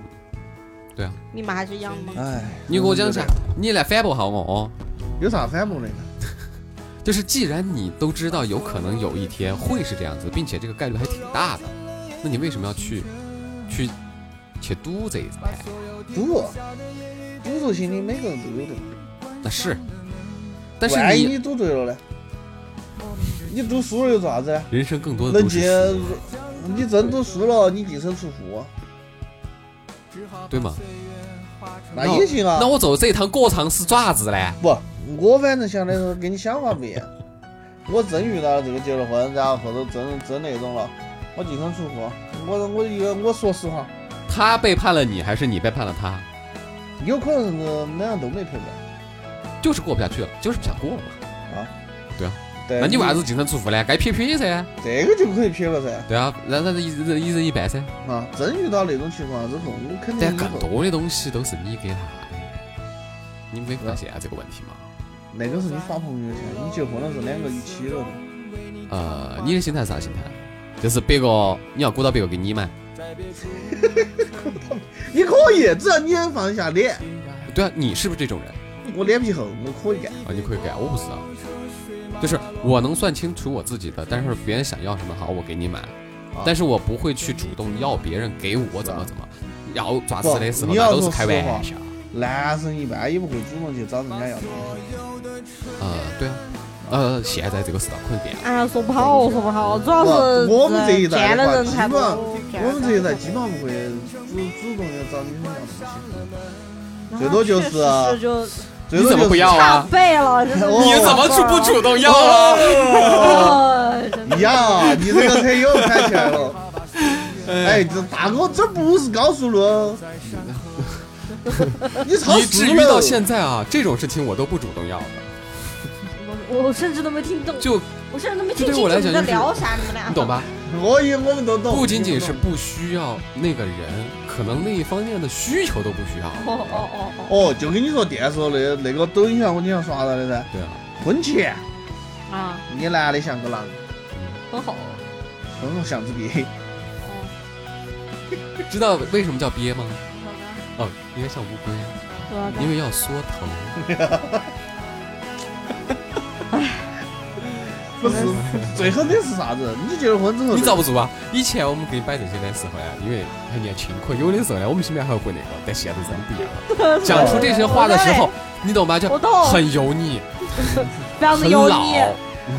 B: 对啊，
C: 密码还是一样的吗？
D: 哎，
B: 你给我讲一下，你来反驳下我哦。
D: 有啥反驳的？
B: 就是既然你都知道有可能有一天会是这样子，并且这个概率还挺大的，那你为什么要去去去赌这一盘？
D: 赌，赌这心理每个人都有的。
B: 那是，但是
D: 万一
B: 你
D: 你赌对了呢？你赌输了又咋子呢？
B: 人生更多的
D: 能
B: 都
D: 进
B: 是，
D: 你真赌输了，你净身啊出户，
B: 对吗？
D: 那也行啊
B: 那。我走这一趟过场是爪子嘞？
D: 不，我反正想的是跟你想法不一样。我真遇到了这个结了婚，然后后头真真那种了，我净身出户。我我一个我说实话，
B: 他背叛了你，还是你背叛了他？
D: 有可能是两样都没陪伴。
B: 就是过不下去了，就是不想过了嘛。
D: 对，
B: 那你为啥子净身出户呢？该撇撇噻。
D: 这个就可以撇了噻？
B: 对啊，然后一人一人一半噻。
D: 啊，真遇到那种情况之后，我肯定
B: 但
D: 以
B: 更
D: 后
B: 多的东西都是你给他的，你没发现这个问题吗？
D: 那个是你耍朋友噻，你结婚了是两个一起了的。
B: 呃，你的心态是啥心态？就是别个你要鼓捣别个给你买，
D: 你可以，只要你肯放下脸，
B: 对啊，你是不是这种人
D: 我脸皮厚，我可以干。
B: 啊？你可以给啊，我不是啊，就是我能算清楚我自己的，但是别人想要什么好，我给你买，
D: 啊
B: 但是我不会去主动要别人给我怎么怎么，要抓子的时候
D: 不你
B: 那
D: 要
B: 都是
D: 说
B: 开
D: 实话
B: 玩笑，
D: 男生一般也不会主动去找人家要东西。
B: 呃，对啊，呃，现在这个世道可能变了，
C: 哎呀，说不好，说不好，主要是
D: 我我们这一代
C: 见
D: 的
C: 的
D: 话，
C: 人
D: 基
C: 太
D: 本
C: 多
D: 上。
C: 见
D: 我
C: 的
D: 们这一
C: 人
D: 代
C: 太
D: 基
C: 多
D: 本上不会主主动的找女生要东西，
C: 那
D: 最多就
C: 确
D: 是
C: 实
D: 啊
C: 是就
D: 最
B: 你
D: 多
B: 怎么不
D: 就是
B: 要
C: 差
B: 啊？
C: 倍了，真的
D: 我
C: 是
B: 你怎么去不主动要啊？
C: 哦真的
D: 一样啊？你这个车又开起 来了。哎，这大哥，这不是高速 路哦，你超
B: 以
D: 速
B: 至于
D: 了
B: 到现在啊，这种事情我都不主动要的，
C: 我我甚至都没听懂，
B: 就
D: 啊
C: 我甚至都没
B: 就
C: 听清
B: 对
C: 楚
B: 我来
C: 你
B: 讲
C: 在
B: 就是
C: 聊啥，你们俩
B: 你懂？吧？
D: 我以我们都懂。
B: 不仅仅是不需要那个人，可能那一方面的需求都不需要。
C: 哦哦哦哦，
D: 哦，就跟你说电视那那个抖音上我经常刷到的噻，
B: 对啊，
D: 婚前
C: 啊，
D: 你男的像个狼，
C: 很好。啊
D: 婚后像只 鳖。
C: 哦，
B: 知道为什么叫鳖吗？哦，应该像乌龟，
C: 对啊吧
B: 因为要缩头。
D: 不是，最狠的是啥子？你结了婚之后，
B: 你遭不住啊！以前我们给你摆这些的时候呢，因为还年轻，可有的时候呢，我们心里面还有过那个，但现在真不一样了。讲出这些话的时候，你懂吧？就
C: 我懂
B: 很油腻，
C: 非常的
B: 很
C: 油
B: 老。
C: 腻，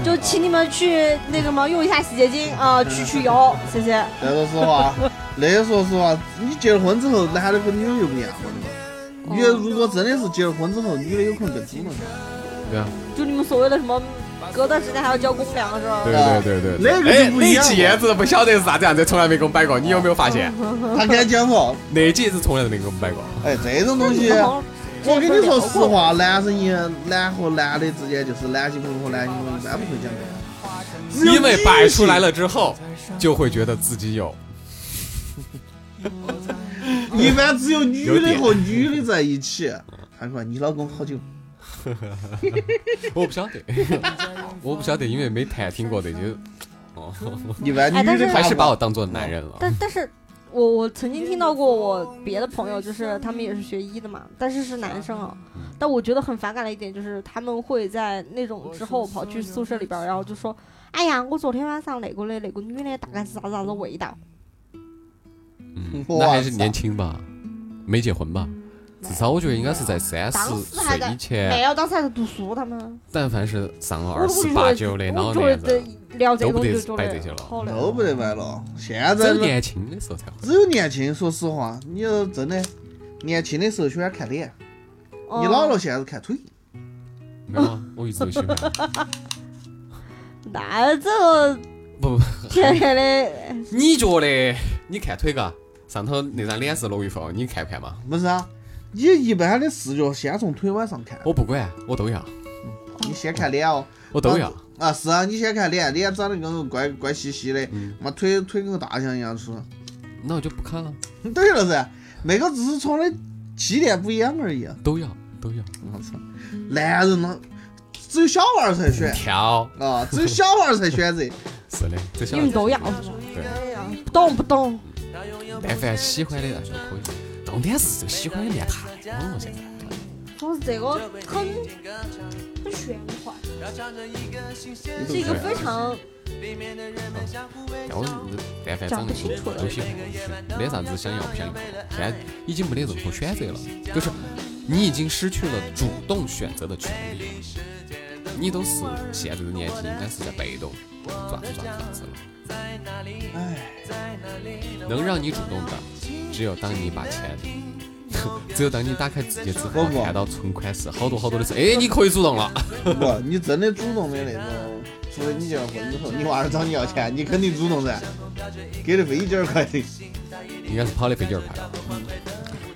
C: 就请你们去那个什么用一下洗洁精
B: 嗯
C: 啊，去去油，谢谢。
D: 那个说实话，那个说实话，你结了婚之后，男的啊跟女的又不一样了
C: 哦
D: 的 嘛。女的如果真的是结了婚之后，女的有可能更主动。
B: 对啊，
C: 就你们所谓的什么隔段时间还要交公粮是吧？
B: 对对对对对，
D: 那个就
B: 哎
D: 不一
B: 那
D: 样
B: 几
D: 了
B: 爷子不晓得是啥子样子，从来没给我们摆过，你有没有发现？
D: 他敢讲话，
B: 那几爷子从来都没给我们摆过。
D: 哎，这种东
C: 你
D: 西，
C: 们好像
D: 我跟你说实话，男生也男和男的之间就是男性朋友和男性朋友一般不会讲这个，只有
B: 因为摆出来
D: 了，
B: 了之后，就会觉得自己有。
D: 一般只有女
B: 有点
D: 的和女的在一起。他说你老公好久，
B: 我不晓得，我不晓得，因为没谈听过的就，哦，
D: 一般
C: 哎但
D: 女
C: 是
D: 的
B: 还是把
D: 我
B: 我当做男人了。
C: 但但是我我曾经听到过我别的朋友，就是他们也是学医的嘛，但是是男生啊。
B: 嗯
C: 但我觉得很反感的一点就是他们会在那种之后跑去宿舍里边儿，然后就说：“哎呀，我昨天晚上那个的那个女的大概是啥子啥子味道。
B: 嗯，
D: 哇
B: 那还是年轻吧，没结婚吧，至少我觉得应该是在三十
C: 当时还
B: 岁
C: 在
B: 以”
C: 没
B: 前。
C: 有，当时还在读书，他们。
B: 但凡啊是上了
C: 我
B: 二
C: 就
B: 十
C: 觉
B: 八
C: 得
B: 九的，然
C: 我
B: 后
C: 就
B: 那
C: 会
B: 样
C: 在
B: 子，
C: 聊这
B: 都
C: 个
B: 不
C: 东
B: 得
C: 西就
B: 摆
C: 觉
B: 这些
C: 得
B: 了
C: 好聊。
D: 都不得摆了。现
B: 只
D: 在
B: 有年轻的时候才会。
D: 只有年轻，说实话，你就真的年轻的时候喜欢看脸，
C: 嗯
D: 你老了现在是看腿。
B: 没有 啊，我一直都喜欢。
C: 那这个
B: 不不，
C: 天天的，
B: 你觉得你看腿嘎，上头那张脸是罗玉凤，你看不看嘛？
D: 不是啊，你一般的视觉先从腿往上看，
B: 我不管，我都要，
D: 你先看脸哦。
B: 我都要。
D: 啊，是啊，你先看脸，脸长得跟个怪怪兮兮的，
B: 嗯
D: 妈腿腿跟个大象一样粗。
B: 那我就不看了，
D: 对了噻，每个只是穿的起点不一样而已。啊
B: 都要都要。
C: 嗯
D: 我操，男人呢，只有小娃儿才选
B: 挑
D: 啊，只有小娃儿才选择。
B: 是的，这小
C: 你们都要是吧？不懂不懂，
B: 但凡喜欢的那就可以。重点是这喜欢的面太广了，现在。
C: 说是嗯这个很很玄幻，是一个非常
B: 但我但凡长得清楚都喜欢，没啥子想要不想要，现在已经没得任何选择了，就是你已经失去了主动选择的权利了，你都是现在的年纪应该是在被动，抓住抓住抓住了。
D: 哎，
B: 能让你主动的，只有当你把钱， 只有当你打开自己的支付宝
D: 不不
B: 看到存款时，好多好多的事，哎，你可以主动了。
D: 不，你真的主动的那种，除非你结了婚之后，你娃儿找你要钱，你肯定主动噻，给的费一点儿快的。
B: 应该是跑得飞机儿快了。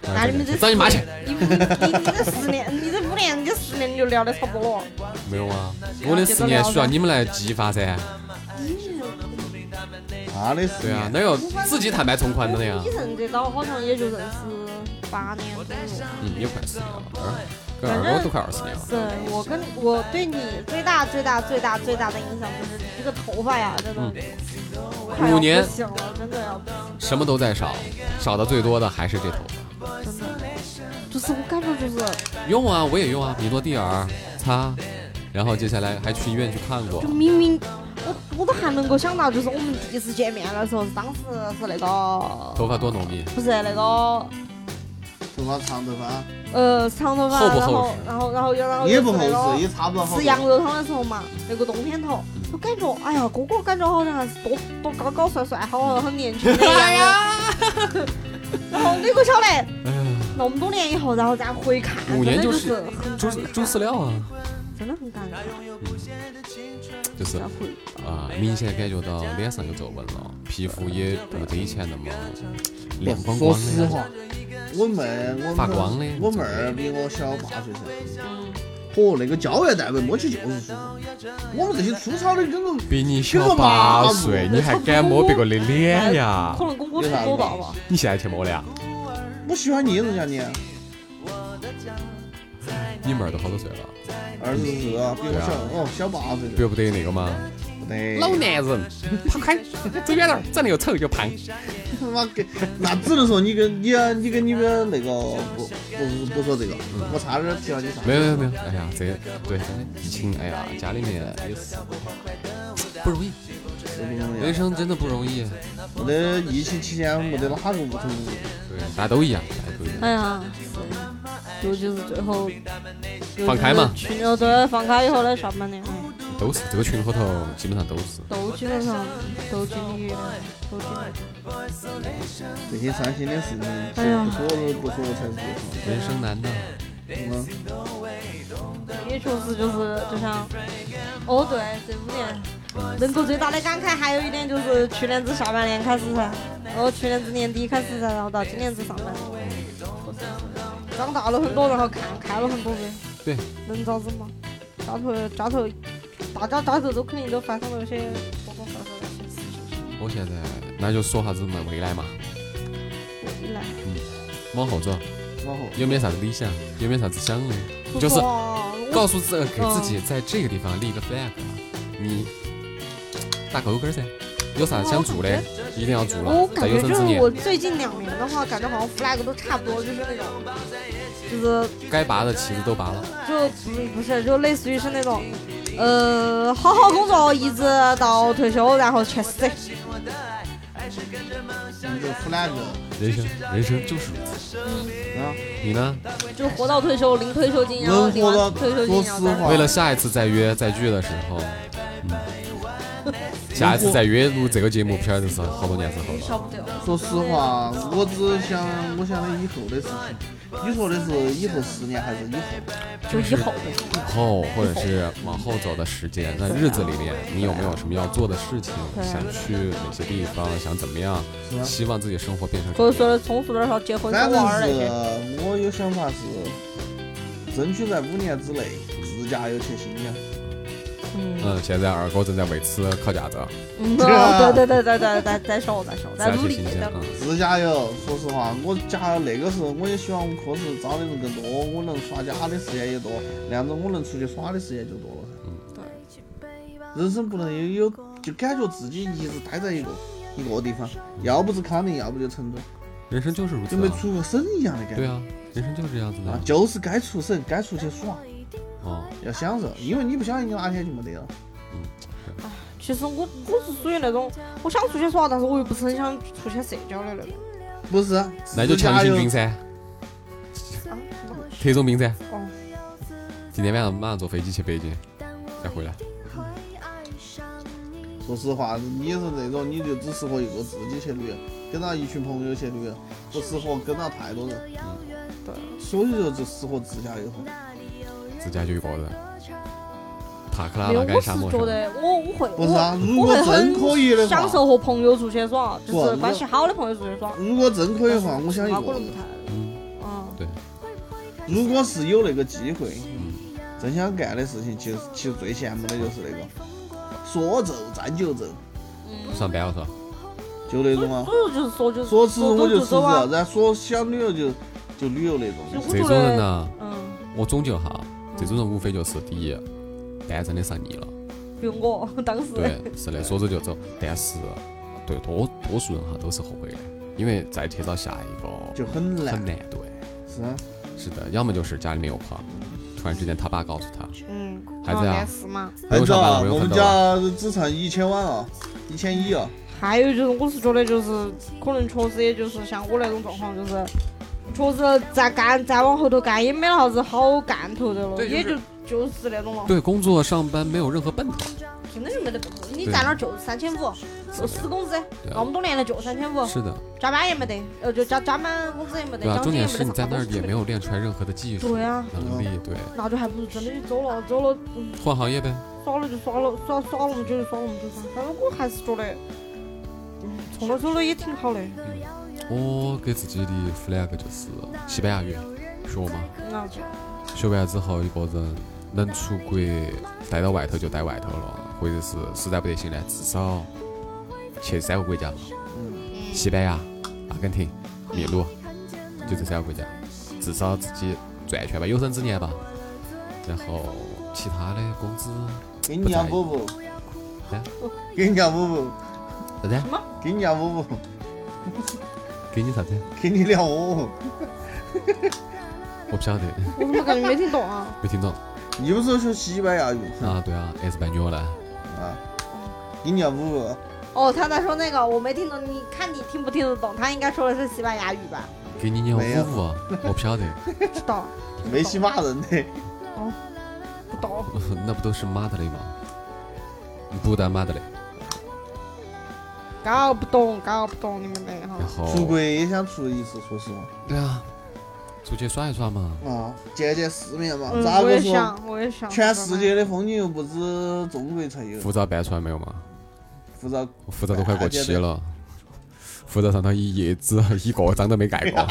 C: 那你们这
B: 找你妈去？
C: 你你你这四 年，你这五年，你这四年你就聊得差不多了。
B: 没有啊，我的十年需要你们来激发噻。
D: 他的是
B: 对啊，哪有自己坦白从宽的呀
C: 你？认得到好像也就认识八年左右。
B: 嗯，也快十年了，二跟二哥都快二十年了。
C: 对我跟我对你最大最大最大最大的影响就是你这个头发呀，真的
B: 嗯，
C: 快要
B: 五年
C: 不行了，真的要不行
B: 什么都在少，少的最多的还是这头发。
C: 真的，就是我感觉就是
B: 用啊，我也用啊，米诺地尔擦，然后接下来还去医院去看过
C: 就。明明我我都还能够想到，就是我们第一次见面的时候，是当时是那个
B: 头发多浓密，
C: 不是那个
D: 头发长头发，
C: 呃长头发，
B: 厚不
C: 然
B: 厚
C: 后
B: 实
C: 然后然后然后
D: 也
C: 又
D: 不
C: 是那
D: 厚实，
C: 个
D: 也差不多好
C: 吃
D: 吃。
C: 羊肉汤的时候嘛，那个冬天头，就感觉哎呀哥哥感觉好像还是多多高高帅帅，好很年轻的样 子。然后你不晓得
B: 哎呀，
C: 那么多年以后，然后再回看，
B: 五
C: 真
B: 年
C: 的就
B: 就是
C: 很
B: 猪
C: 尴尬
B: 猪饲料啊，
C: 真的很尴尬，
B: 就是
C: 再回
B: 啊，明显感觉到脸上有皱纹了，皮肤也不得以前那么亮光
D: 说
B: 光
D: 实
B: 的
D: 话
B: 了。，
D: 我妹我
B: 发光的
D: 我妹儿比我小八岁噻。嚯，那个胶原蛋白摸起就是舒服。我们这些粗糙的跟个
B: 比你小八岁，你还敢摸别个的脸哎呀
C: 可？能跟我差不多大吧。
B: 你现在去摸的呀？
D: 我喜欢你人家你
B: 你妹儿都好多岁了，
D: 二十四，比我小
B: 啊
D: 哦小八岁
B: 觉不得那个吗？
D: 不对，
B: 老男人，跑开，走远点儿，长得又丑又胖。
D: 他妈给那只能说你跟你啊你跟你的那个不不不说这个，嗯我差点提到你啥。
B: 没有没有没有，哎呀，这对真的疫情，哎呀，家里面也是不容易，人生真的不容易。
D: 没得疫情期间没得哪个屋头
B: 对，大家都一样，大家都一样。
C: 哎呀，是，就就是最后
B: 放开嘛
C: 群哦对，放开以后的上半年哎
B: 都是这个群里头，基本上都是。
C: 都基本上都经历了，都经历。
D: 这些伤心的事情，其
C: 哎
D: 实
C: 呀
D: 不说了不说了才是最好。
B: 人生难呐，
D: 嗯，
C: 也一出事就是就像，哦对，这五年能够最大的感慨还有一点就是去年子下半年开始噻，哦去年子年底开始噻，然后到今年子上半年，长大了很多，然后看看了很多呗，
B: 对，
C: 能咋子嘛？家头家头，大家家头都肯定都发生了一些多多少少的一些事情，
B: 我现在那就说啥子嘛未来嘛，
C: 未来
B: 往后走，
D: 往后啊
B: 有没啥子理想，有没啥子想的，就是
C: 哇
B: 告
C: 我
B: 诉自呃给
C: 嗯
B: 自己在这个地方立一个 flag，你打勾勾噻，有啥想做的一定要做
C: 我
B: 了，在
C: 哦感
B: 有
C: 觉
B: 生
C: 就
B: 之
C: 是
B: 年
C: 我最近两年的话，感觉好像 flag 都差不多，就是那种，就是
B: 该拔的旗子都拔了，
C: 就不不是就类似于是那种，呃，好好工作一直到退休，然后全死。
D: 你的 flag
B: 人生人生就是如此，
D: 啊，
C: 嗯
B: 你呢？
C: 就活到退休，零退休金，然后
D: 能
C: 领
D: 活到
C: 完退休金，
D: 说实
C: 然后再
D: 话，
B: 为了下一次再约再聚的时候，嗯，下一次再约录这个节目，不晓得是好多年之后
C: 少
B: 了。
C: 不得。
D: 说实话，我只想我想的以后的事情。你说的是以后十年还是以后？
C: 就以后呗，
B: 后或者是往后走的时间，
C: 嗯
B: 那日子里面你有没有什么要做的事情？
C: 对啊
B: 想去哪些地方？想怎么样？
D: 是啊
B: 希望自己生活变成什
C: 或
B: 么
C: 者说
B: 样？
C: 的通俗点说，结婚
D: 反
C: 生
D: 正
C: 娃儿那些。
D: 是我有想法是，争取在五年之内自驾游去新疆。
C: 嗯，
B: 嗯，现在二哥正在为此考驾照，
C: 嗯哦对对对对对，在在说在说在
B: 再
C: 努
B: 去
C: 力
B: 新疆
C: 在
B: 啊
C: 努力。！
D: 自驾游，说实话，我家那个时候我也希望我科室招的人更多，我能耍家的时间也多，那样子我能出去耍的时间就多了噻。人生不能有有，就感觉自己一直待在一个一个地方，要不是康定，要不就成都，
B: 人生就是如此
D: 就没
B: 啊！
D: 出过省一样的感觉。
B: 对啊，人生就是这样子的
D: 啊，就是该出省，该出去耍，
B: 哦。
D: 要享受，因为你不享受，你哪天就没得了。
C: 其实我我是属于那种我想出去耍，但是我又不是很想出去社交的那种。
D: 不是，啊
B: 那就
D: 自驾
B: 强行
D: 游
B: 军噻，
C: 啊，
B: 特种兵噻。
C: 哦
B: 今天晚上马上坐飞机去北京，再回来。
D: 说实话，你是那种你就只适合一个自己去旅游，跟到一群朋友去旅游，不适合跟到太多人。对，所以说就适合自驾游。
B: 自驾就一个人。塔克拉
C: 没
B: 玛
C: 有，
B: 干
C: 我是
B: 啊沙漠
C: 觉
B: 上，
C: 得我我会，
D: 不是啊如
C: 我
D: 果
C: 我会
D: 真可以的
C: 很
D: 话
C: 享受和朋友出去耍，就
D: 不
C: 是关系好的朋友出去耍。
D: 如果真可以的话，我想一
C: 啊
D: 个
C: 我都
D: 人
C: 不。太
B: 嗯，
C: 嗯，
B: 对，
D: 如果是有那个机会，真想干的事情，其实其实最羡慕的就是那个说走咱就走，
B: 不上班了是吧？
D: 就那种啊
C: 所。以就是说就是
D: 说吃我就吃
C: 走啊
D: 吃，，然后说想旅游就就旅游那
C: 就
D: 种。
C: 我
B: 这
C: 觉
B: 种人
C: 得，
B: 呢，
C: 嗯，
B: 我总结一下，这种人无非就是第一，单身的上腻了，
C: 比如我当时，
B: 对，是的，说走就走。但是对多多数人哈都是后悔的，因为再去找下一个
D: 就很难
B: 很难。对，
D: 是啊，
B: 是的，要么就是家里面有矿，突然之间他爸告诉他，
C: 嗯，
B: 孩子啊
C: 然后事嘛。
B: 不用上班了，不
D: 哎我
B: 用奋
D: 们
B: 斗了。
D: 家只剩一千万啊，一千一啊。
C: 还有就是，我是觉得就是可能确实也就是像我那种状况，就是确实再干再往后头干也没啥子好干头的了，
B: 对
C: 也
B: 就
C: 就是就是那种了。
B: 对工作上班没有任何奔头，
C: 真的是没得奔头，你
B: 对
C: 在那儿就是三千五，就死工资，那么多年了就三千五，
B: 啊是的，
C: 加班也没得，呃，就加加班工资也没得，
B: 对吧？
C: 奖
B: 重
C: 金也
B: 点
C: 没得，
B: 是你在那儿也没
C: 有，
B: 有练出来任何的技术
C: 对啊
B: 能力，对，
C: 那就还不如真的就走了，走了，嗯，
B: 换行业呗。
C: 耍了就耍了，耍耍了么久就耍了么久噻。反正我还是觉得，嗯，从那儿走了也挺好的，
B: 嗯我哦给自己的 flag 就是西班牙语学嘛，
C: 那就
B: 学完之后一个人能出国，待到外头就待外头了，或者是实在不得行呢，至少去三个国家嘛，西班牙、阿根廷、秘鲁，就这三个国家，至少自己转一圈吧，有生之年吧。然后其他的工资，
D: 给你家五五
B: 在意，
D: 给你家五五，
B: 啥子？啊
D: 给你家五五，
B: 给你啥子？
D: 给你两五。
B: 我不晓得，
C: 我怎么感觉没听懂啊？
B: 没听懂
D: 你不是说西班牙语
B: 啊？对啊，还是半牛了。
D: 啊？
C: 嗯
D: 给你家五五，
C: 哦，他在说那个我没听懂，你看你听不听得懂？他应该说的是西班牙语吧？
B: 给你娘
D: 没有
B: 五五啊，我不晓得，
C: 不知道，
D: 没西马人的，
C: 不懂，
B: 那不都是妈的嘞吗？不但妈的嘞，
C: 搞不懂，搞不懂你们的哈
B: 然。后
D: 出国也想出一次，说实话。
B: 对啊，出去耍一耍嘛。
D: 啊，见见世面嘛。
C: 嗯，
D: 咋
C: 我
D: 个
C: 也
D: 说？
C: 想，我也想。
D: 全世界的风景又不止中国才有，
B: 护照办出来没有嘛？
D: 护照
B: 我护照都快过期了，护照上头一页纸一个章都没盖过，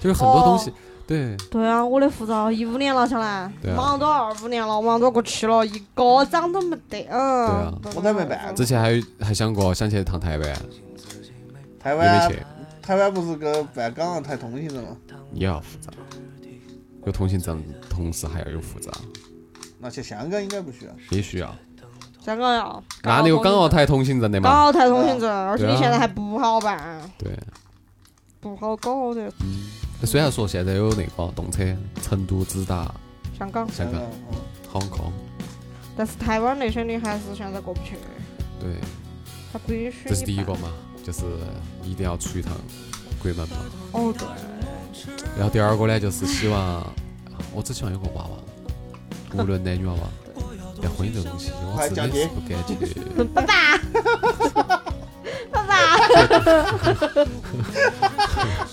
B: 就是很多东西。对，
C: 对啊，我的护照一五年了，小兰，
B: 对啊
C: 马上都要二五年了，马上都要过期了，一个章都没得。
B: 啊
C: 嗯，对
D: 我都没办
B: 之前还有还想过想去一趟台湾，
D: 台
B: 也没
D: 湾
B: 去，
D: 台湾不是个办港澳台通行证嘛？
B: 也要护照，有通行证，同时还要有护照，
D: 那去香港应该不需要。
B: 也需要。
C: 香港要。
B: 哪里有港澳
C: 澳通
B: 台通行
C: 行证？
B: 证的
C: 港
B: 嘛？
C: 澳台通行证，而且
B: 对啊
C: 你现在还不好办，
B: 对，
C: 不好搞的。
B: 虽然说现在有那个动车，成都直达
C: 香港，
B: 香港、
D: 嗯
B: Hong Kong，
C: 但是台湾那些你还是现在过不去，
B: 对，
C: 它不允许。
B: 这是第一个。嘛，就是一定要出一趟国门嘛。
C: 哦，对。
B: 然后第二个呢，就是希望啊我只希望有个娃娃，无论男女娃娃。要婚姻这个东西，我真的是不感激的。
C: 爸爸，爸 爸，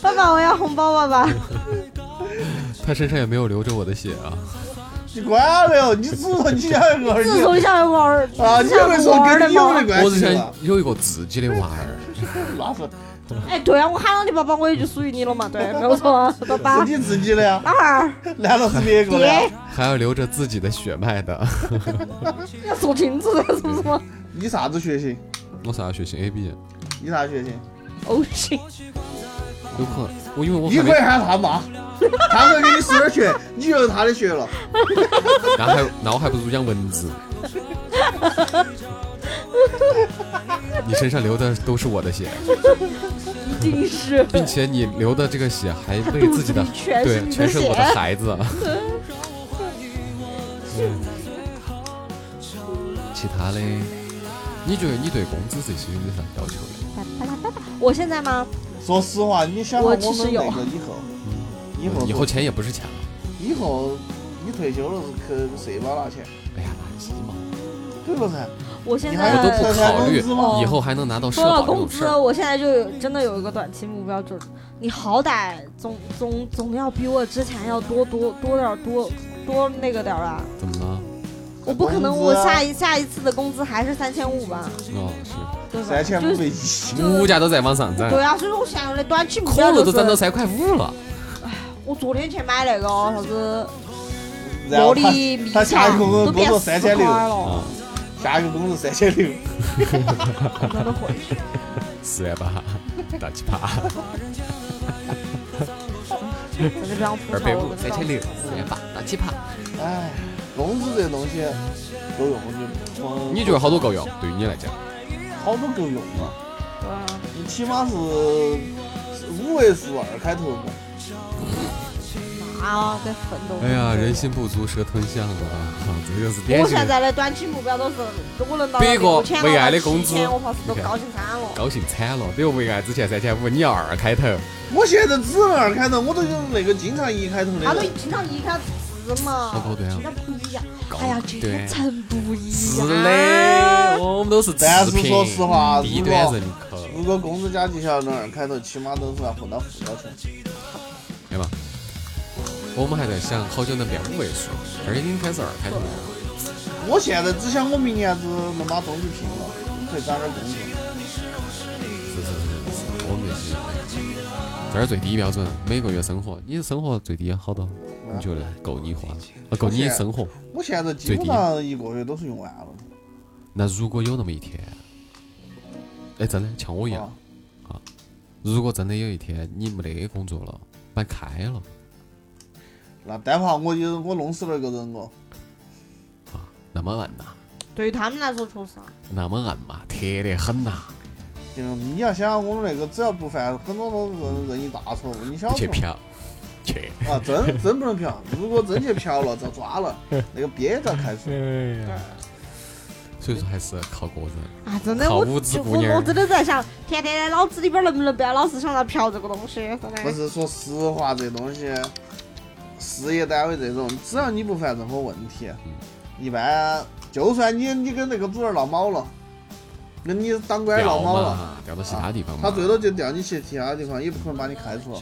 C: 爸爸，我要红包，爸爸。
B: 他身上也没有流着我的血啊！
D: 你管了哟！你只说你想要个儿
C: 自
D: 女
C: 从小玩儿，
D: 啊，你会说跟你有没得关
B: 我只
D: 系
B: 想
D: 吧？
B: 有一个自己的娃儿，
D: 那是
C: 哎，对啊，我喊了你爸爸，我也就属于你了嘛，对，没有错啊，爸爸
D: 是。你自己的呀，
C: 老二，
D: 难道是别个的
C: 爹
D: 呀？，
B: 还要流着自己的血脉的。
C: 要说清楚的，是不是嘛？
D: 你啥子血型？
B: 我是要学习 A B，
D: 你啥血型？
C: 哦，行，
B: 有可能我因为我
D: 你
B: 还
D: 可
B: 没
D: 以喊他 妈，他会给你输点血，你就是他的血了。
B: 那还那我还不如养蚊子。你身上流的都是我的血，
C: 一定是。
B: 并且你流的这个血还被自己的
C: 肚子里 全是
B: 对
C: 你的
B: 全是我的
C: 血
B: 孩 子。嗯，其他的，你觉得你对工资这些有没有啥要求呢？
C: 我现在吗？
D: 说实话，你想到
C: 我
D: 我
C: 其实
D: 们
C: 有
D: 那个以后，以后
B: 以后钱也不是钱了。
D: 以后你退休了是去社保拿钱，
B: 哎呀，垃圾嘛！
D: 对不噻？
C: 我现
D: 你
B: 我
D: 还
B: 都
D: 有
B: 不
C: 在
D: 多少
B: 考虑
C: 呃哦
B: 以后还能拿到社
C: 说
B: 保
C: 到
B: 这
C: 工
B: 种事
C: 资，
B: 儿。
C: 我现在就有真的有一个短期目标，就是你好歹总总总要比我之前要多多多点儿多多那个点儿吧。
B: 怎么了？
C: 我不可能，我
D: 工资啊
C: 下一下一次的工资还是三千五吧，
B: 哦，是
C: 对吧？
D: 三千五
C: 就
D: 百
C: 是
D: 一，
B: 物价都在往上涨，
C: 对啊，所以我现在的短期目
B: 可
C: 标
B: 乐
C: 就
B: 都涨到
C: 是，
B: 三块五了。
C: 我昨天去买那个啥子
D: 然后
C: 茉
D: 他
C: 莉蜜
D: 他下
C: 茶
D: 一个
C: 都
D: 工
C: 变
D: 作
C: 四
D: 三
C: 块
D: 千六，
C: 了，
B: 啊，
D: 下一个工资三千六，
C: 我都回去。
B: 四万 八，大几趴？
C: 真的不想吐
B: 二
C: 槽
B: 百
C: 我
B: 五，
C: 真
B: 三
C: 的
B: 千六，四万八，大几趴？
D: 哎，工资这东西够用就光
B: 你觉得好多够用？对于你来讲，
D: 好多够用嘛？
C: 对啊
D: 你起码是五位数二开头嘛，
C: 啊，该奋斗。
B: 哎呀，人心不足蛇吞象啊，这就是典
C: 我
B: 型
C: 现
B: 的
C: 在的短期目标都是，如果能到
B: 别个
C: 六千
B: 为爱的工资
C: 我怕是都高兴惨了。
B: 高兴惨了。比如为爱之前三千五，你要二开头，
D: 我现在只能二开头，我都用那个经常一开头
C: 他都
D: 的了。
C: 经常一看是嘛，
B: 好高端啊
C: 那不一样。
B: 高
C: 哎呀，这
B: 端
C: 个真不一
B: 是
C: 样。
B: 的，我们都是
D: 但
B: 次
D: 是
B: 品，
D: 说实话
B: 低
D: 如果
B: 端人口，
D: 如果工资加绩效能二开头，起码都是要混到负高钱。
B: 对吧？我们还在想好久能变五位数，这儿已经开始二开头了。
D: 我现在只想我明年子能把东西拼了，可以攒点工资。
B: 是是是是，我们这些，这儿最低标准，每个月生活，你的生活最低好多？你觉得够你花，啊，够你生活？
D: 我现在基本上一个月都是用完了的。
B: 那如果有那么一天，哎，真的像我一样
D: 啊，
B: 如果真的有一天你没得工作了，搬开了，
D: 那待会儿我就我弄死了一个人哦，
B: 啊那么暗呐，
C: 对于他们来说，确实啊，
B: 那么暗嘛，铁得很呐，
D: 就是你要想我们那个，只要不犯很多都认认一大错误，你想
B: 不去嫖，去。
D: 啊，真真不能嫖。如果真去嫖了，遭抓了，那个鞭也遭开除。
B: 所以说还是靠个人。
C: 啊，真的，
B: 好
C: 我
B: 物质
C: 就
B: 姑
C: 我
B: 娘
C: 我真的在想，天天脑子里边能不能不要老是想到嫖这个东西，真
D: 不
C: 的。
D: 是说实话，这东西，事业单位这种，只要你不犯任何问题，一般就算你你跟那个主任闹毛了，跟你当官闹
B: 调
D: 毛了，啊
B: 嘛，调到其他地方嘛。
D: 他最多就调你去其他地方，也不可能把你开除。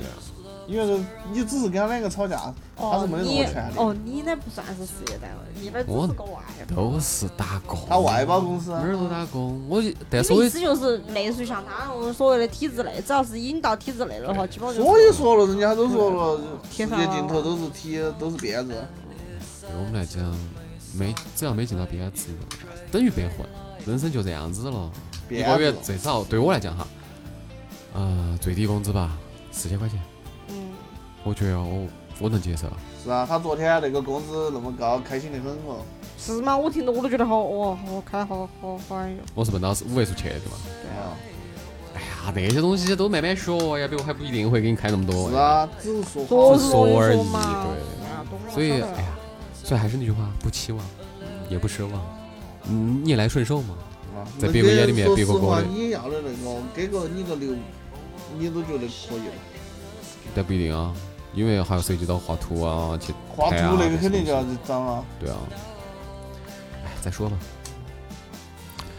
D: 因为你只是跟他两个吵架，他
C: 哦
D: 是没有
C: 你
D: 任何权利。
C: 哦，你那不算是事业单位，你那只
B: 我
C: 是个外包。
B: 都是打工，
D: 他外包公司
B: 哪
D: 啊，
B: 儿都打工。我就但是
C: 你
B: 我
C: 的意思就是类似于像他那种所谓的体制内，只要是已经到体制内的话，基本上就
D: 所
C: 是
D: 以说了，人家都说了，世
C: 天上
D: 界尽头都是铁，都是鞭子。
B: 对我们来讲，没只要没进到编制，等于白混，人生就这样子了。一
D: 鞭
B: 个月
D: 子
B: 最少对我来讲哈，呃，最低工资吧，四千块钱，
C: 嗯，
B: 我觉得我我能接受。
D: 是啊，他昨天那个工资那么高，开心的很哦。
C: 是吗？我听着我都觉得好，哇，好开得好好好安逸。
B: 我是奔到五位数去的嘛。
D: 对啊，
B: 哎呀，那些东西都慢慢学，要不我还不一定会给你开那么多。
D: 是，啊，只是说
C: 说
D: 好
B: 只
C: 是
B: 是
C: 容易
B: 说而
C: 说
B: 已
C: 嘛，
B: 对
C: 啊懂了
B: 所以
C: 懂了
B: 哎呀，所以还是那句话，不期望，也不奢望，嗯，逆来顺受嘛。
D: 啊。
B: 在
D: 那
B: 别个
D: 给
B: 眼里面
D: 说
B: 别
D: 实
B: 个狗
D: 话，
B: 的
D: 你要的那个给个你个六，你都觉得可以了。
B: 但不一定啊，因为还要涉及到画图啊，去
D: 画图
B: 拍啊
D: 那个肯定就要
B: 这些东西
D: 去涨啊。
B: 对啊。哎，再说吧，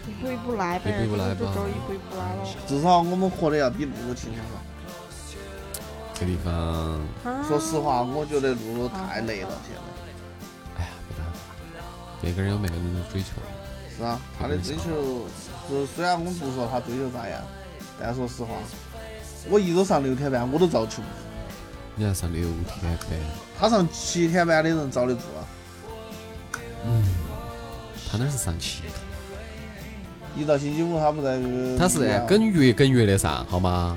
C: 一步一步来呗，
B: 一步一步来吧
C: 就就一步一步来咯。
D: 至少我们活得要比露露轻松噻。
B: 这地方，
C: 啊
D: 说实话，我觉得露露太累了，现在
B: 哎呀，没办法，每个人有每个人的追求。
D: 是啊，她的追求，就虽然我们不说她追求咋样，但说实话，我一周上六天班我都遭穷，
B: 你要上六天班，
D: 她上七天班的人遭得住啊。
B: 他那是上七天，
D: 一到星期五她不在，
B: 他是按
D: 跟
B: 梗月梗月的上，好 吗？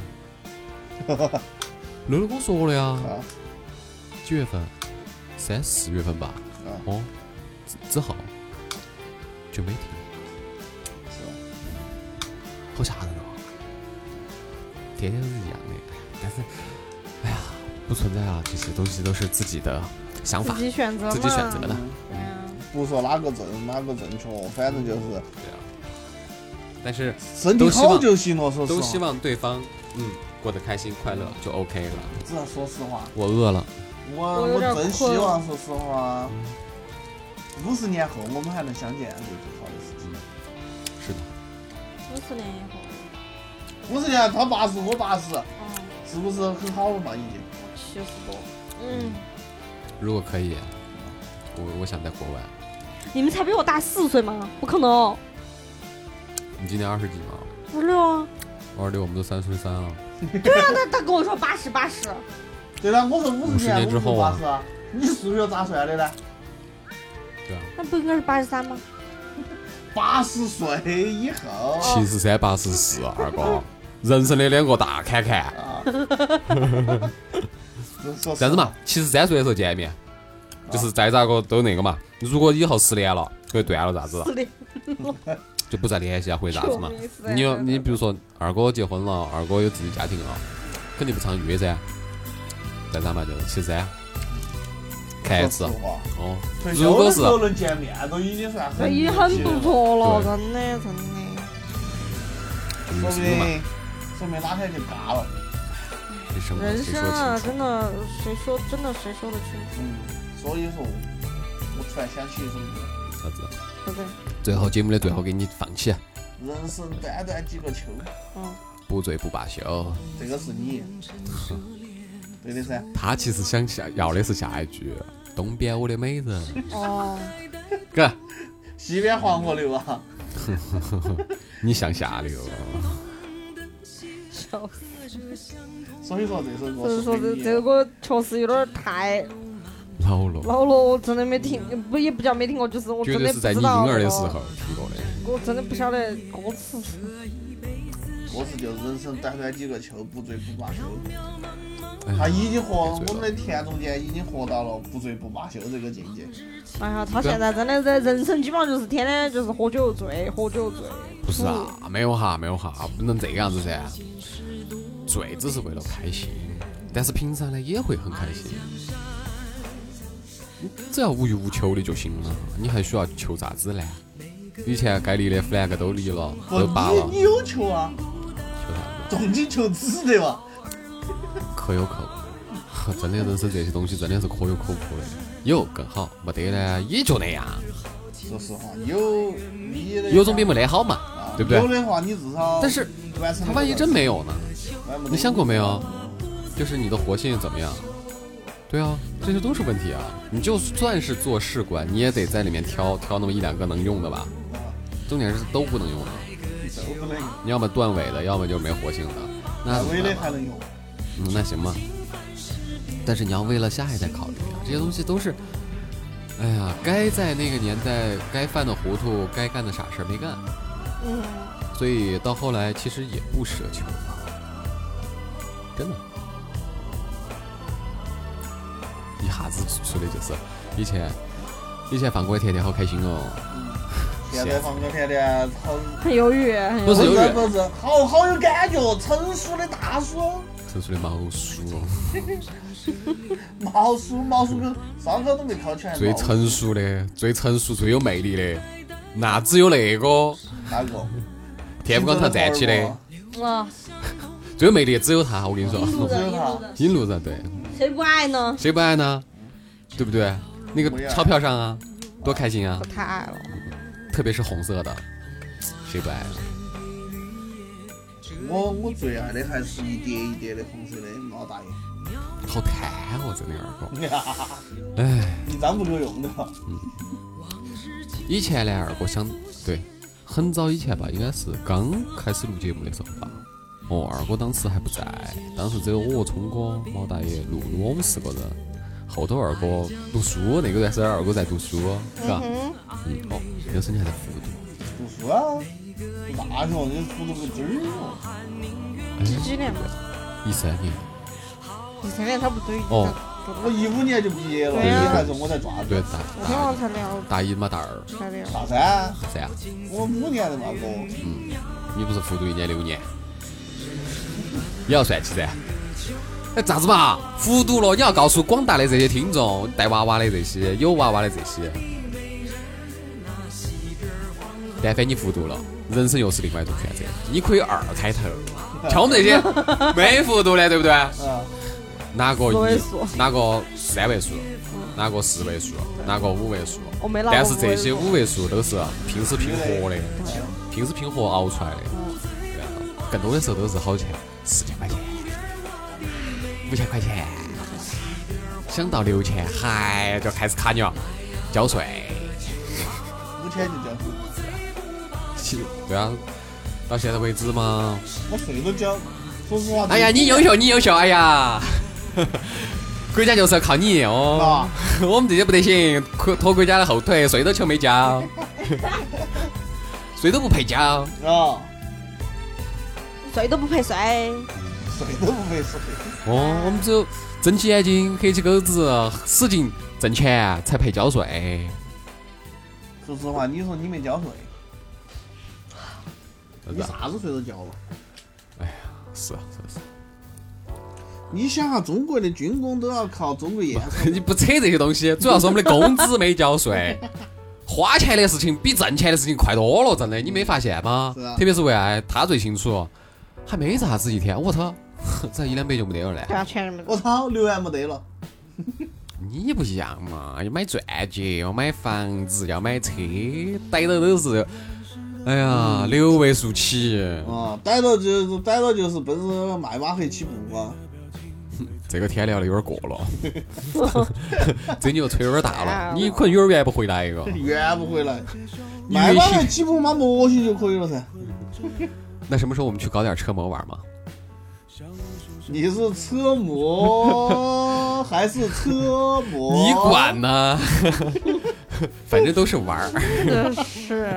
B: 露露跟我说了呀，
D: 啊，
B: 几月份？三四月份吧。
D: 啊
B: 哦，之之后就没停，
D: 是啊
B: 好吓人哦！天天都是一样的，哎呀但是，哎呀，不存在啊，这些东西都是自己的想法
C: 自，己选择嘛，
B: 自己选择的。
C: 对啊
D: 不说哪个正哪个正确，反正就是
B: 对啊，但是
D: 身体好就行了。说实
B: 都希
D: 话，
B: 望对方嗯过得开心快乐就 OK 了。
D: 只要说实话，
B: 我饿了，
D: 我
C: 我有
D: 我
C: 点
D: 真希
C: 困
D: 望说实话，五十年后我们还能相见，这是最好的事情。
B: 是的，
C: 五十年以后，
D: 五十年，他八十，我八十，
C: 哦，
D: 是不是很好了嘛？已经。
C: 我七十多。嗯，
B: 如果可以，我我想在国外。
C: 你们才比我大四岁吗？不可能，
B: 你今年二十几吗？
C: 十六啊！
B: 二十六，我们都三十三了。
C: 他他跟我说八十八十，
D: 对了，我说五
B: 50
D: 十年，
B: 年之后
D: 我
B: 啊
D: 不是八十啊，你数学咋算的呢？
B: 对啊，
C: 那不应该是八十三 吗？
D: 八十岁以后
B: 七十三八十四，二哥，人生的两个大坎坎。
D: 啊，就说
B: 这样子嘛，七十三岁的时候见面，就是再咋个都那个嘛。如果以后十年了，可以断了咋子，
C: 是的，
B: 就不再联系啊，或者咋子嘛
C: 就没事。
B: 你有你比如说二哥结婚了，二哥有自己家庭了，肯定不常约噻。再咋嘛就七十三，看一次
D: 说实话，
B: 哦。
D: 退
B: 如
D: 休
B: 果
D: 的
B: 是
D: 时候能见面都已经算
C: 这
D: 很
C: 已经很不错
B: 对
C: 了，真的真的。
D: 说
B: 人生嘛，
D: 明说明哪天就嘎了。
B: 人生嘛
C: 人
B: 谁
C: 生啊，
B: 说清楚？
C: 真的谁说真的谁说得清楚，
D: 嗯，所以说，我突然想起一首歌：
B: 啥子？
C: 对不对？
B: 最后节目的最后给你放起，
D: 人生短短几个秋，
C: 嗯，
B: 不醉不罢休。
D: 这个是你，对的噻。
B: 他其实想下要的是下一句“东边我的美人
C: 哦，”，
B: 哥，
D: 西边黄河流啊，
B: 你向下流。
C: 笑死！
D: 所以说这首
C: 所
D: 歌
C: 以说
D: 给
C: 这
B: 啊
D: 你
C: 这
D: 的。
C: 个歌确实有点儿太
B: 老了，
C: 老了，我真的没听，不也不叫没听过，就是我
B: 绝
C: 真
B: 对
C: 的
B: 是
C: 不
B: 在你
C: 知
B: 婴
C: 道
B: 儿
C: 那
B: 的
C: 个
B: 时候听过的。
C: 我真的不晓得歌词。
D: 我是就人生短短几个秋，不醉不罢休。他
B: 哎呀，
D: 已经活
B: 别醉了
D: 我们的田中间已经活到了不醉不罢休这个境界。
C: 哎呀，他现在真的在人生基本上就是天天就是喝酒醉，喝酒醉。
B: 不是啊，没有哈，没有哈，不能这个样子噻。醉只是为了开心，但是平常呢也会很开心。只要无欲无求的就行了，你还需要求啥子呢？以前该立的 flag 都立了，
D: 不，
B: 都拔了
D: 你，你有球啊，
B: 求啥子？
D: 重金求子的嘛。
B: 可有可无， 真的人生这些东西真的是可有可无的，有更好，没得呢也就那样，
D: 说实话，有你的
B: 有总比没得好嘛，对不对
D: 有？的话，你至少
B: 但是
D: 完成
B: 他
D: 了
B: 万一真没有呢？
D: 完成了
B: 你想过没有？就是你的活性怎么样？对啊，这些都是问题啊！你就算是做试管，你也得在里面挑挑那么一两个能用的吧。重点是都不能用的，你要么断尾的，要么就是没活性的。那怎么
D: 微
B: 办
D: 类
B: 吧
D: 还能用，
B: 嗯，那行吧。但是你要为了下一代考虑啊，这些东西都是，哎呀，该在那个年代该犯的糊涂，该干的傻事儿没干，
C: 嗯，
B: 所以到后来其实也不奢求了，真的。一下子出的就是，以前以前放歌甜甜好开心哦，
D: 现在放歌甜甜好，
C: 很犹豫，哎很
B: 不
C: 犹
B: 是
C: 豫。
B: 犹豫
D: 不是好好有感觉，成熟的大叔，
B: 成熟的毛叔，
D: 毛叔毛叔哥上课都没考起来，
B: 最成熟的、最成熟、最有魅力的，那只有那个
D: 哪个？
B: 天府广场站起的。
C: 啊，
B: 最有魅力只有他，我跟你
C: 一路
B: 说，
C: 人，一路人，
B: 引路人对，
C: 谁不爱呢？
B: 谁不爱呢？对不对？那个钞票上啊，多开心啊
C: 我！太爱了，
B: 特别是红色的，谁不爱？
D: 我我最爱的还是一叠一叠的红色的毛大爷，
B: 好贪哦，真的耳朵。哎，
D: 一张不够用的嘛。
B: 以前呢，二哥想对，很早以前吧，应该是刚开始录节目的时候吧。哦，二哥当时还不在，当时只有我、聪哥、毛大爷、露露我们四个人。后头二哥读书，那个段时间二哥在读书，是吧？
C: 嗯，
B: 嗯，哦，那个时候你还在复读，
D: 读书啊，读大学你读了个鸡儿哦，
B: 嗯
C: 几几年？
B: 一三年。
C: 几三年差不多已经
B: 哦
C: 在读
D: 我
C: 了。
D: 一五年就毕业了，
C: 对啊
D: 你还是我在抓
B: 对，
D: 子。
B: 大
C: 我天
B: 大
C: 我才聊
B: 大一嘛，大二
C: 才聊，
D: 大三，
B: 噻、啊。
D: 我五年的嘛哥，
B: 嗯，你不是复读一年六年，也要算起噻。哎，咋子嘛？复读了，你要告诉广大的这些听众，带娃娃的这些，有娃娃的这些，但凡你复读了，人生又是另外一种选择。你可以二开头，像我们这些没复读的，对不对？
D: 啊，
B: 哪个
C: 嗯四位
B: 一
C: 数，
B: 哪个三位数，哪个四位数，哪个五位数。
C: 我没拿过
B: 但
C: 五位
B: 是
C: 数。
B: 这些五位数都是啊拼死拼活的，拼死拼活熬出来的。对啊
C: 嗯
B: 更多的时候都是好钱，四千块钱，五千块钱，想到六千，嗨，就开始卡你了，交税。
D: 五千就交税，
B: 其对啊，到现在为止嘛，
D: 我税都交。说实话，
B: 哎呀，你优秀，你优秀，哎呀，国家就是要靠你哦
D: 啊。
B: 我们这些不得行，拖拖国家的后腿，税都求没交，税都不配交。
D: 啊，
C: 谁都不配 谁，
D: 税都不会税，
B: 哦，我们只有睁起眼睛，黑起狗子，使劲挣钱才配交税。
D: 说实话，你说你没交税，你
B: 是啊，
D: 啥子税都交了。
B: 是啊是啊是啊
D: 你想下，中国的军工都要靠中国验 收，
B: 你不扯这些东西，主要是我们的工资没交 税。花钱的事情比挣钱的事情快多了，真的，你没发现吗？
D: 是啊
B: 特别是为爱，他最清楚，还没啥子一天，我操， 这一两百就没得了嘞。
C: 全全 没得。
D: 我操，六万没得了。
B: 你不一样嘛，要买钻戒，要买房子，要买车，逮到都是，哎呀，六位数起。
D: 啊，逮到就是逮到就是奔着迈巴赫起步啊嘛。
B: 这个天聊的有点过了， 这你又吹有点大
C: 哎呀
B: 了，你可能有点圆不回来一个。
D: 圆不回来，
B: 你
D: 迈巴
B: 微
D: 赫
B: 信
D: 起步买模型就可以了噻。
B: 那什么时候我们去搞点车模玩嘛？
D: 你是车模还是车模？
B: 你管呢？ 反正都是玩儿，
C: 真是，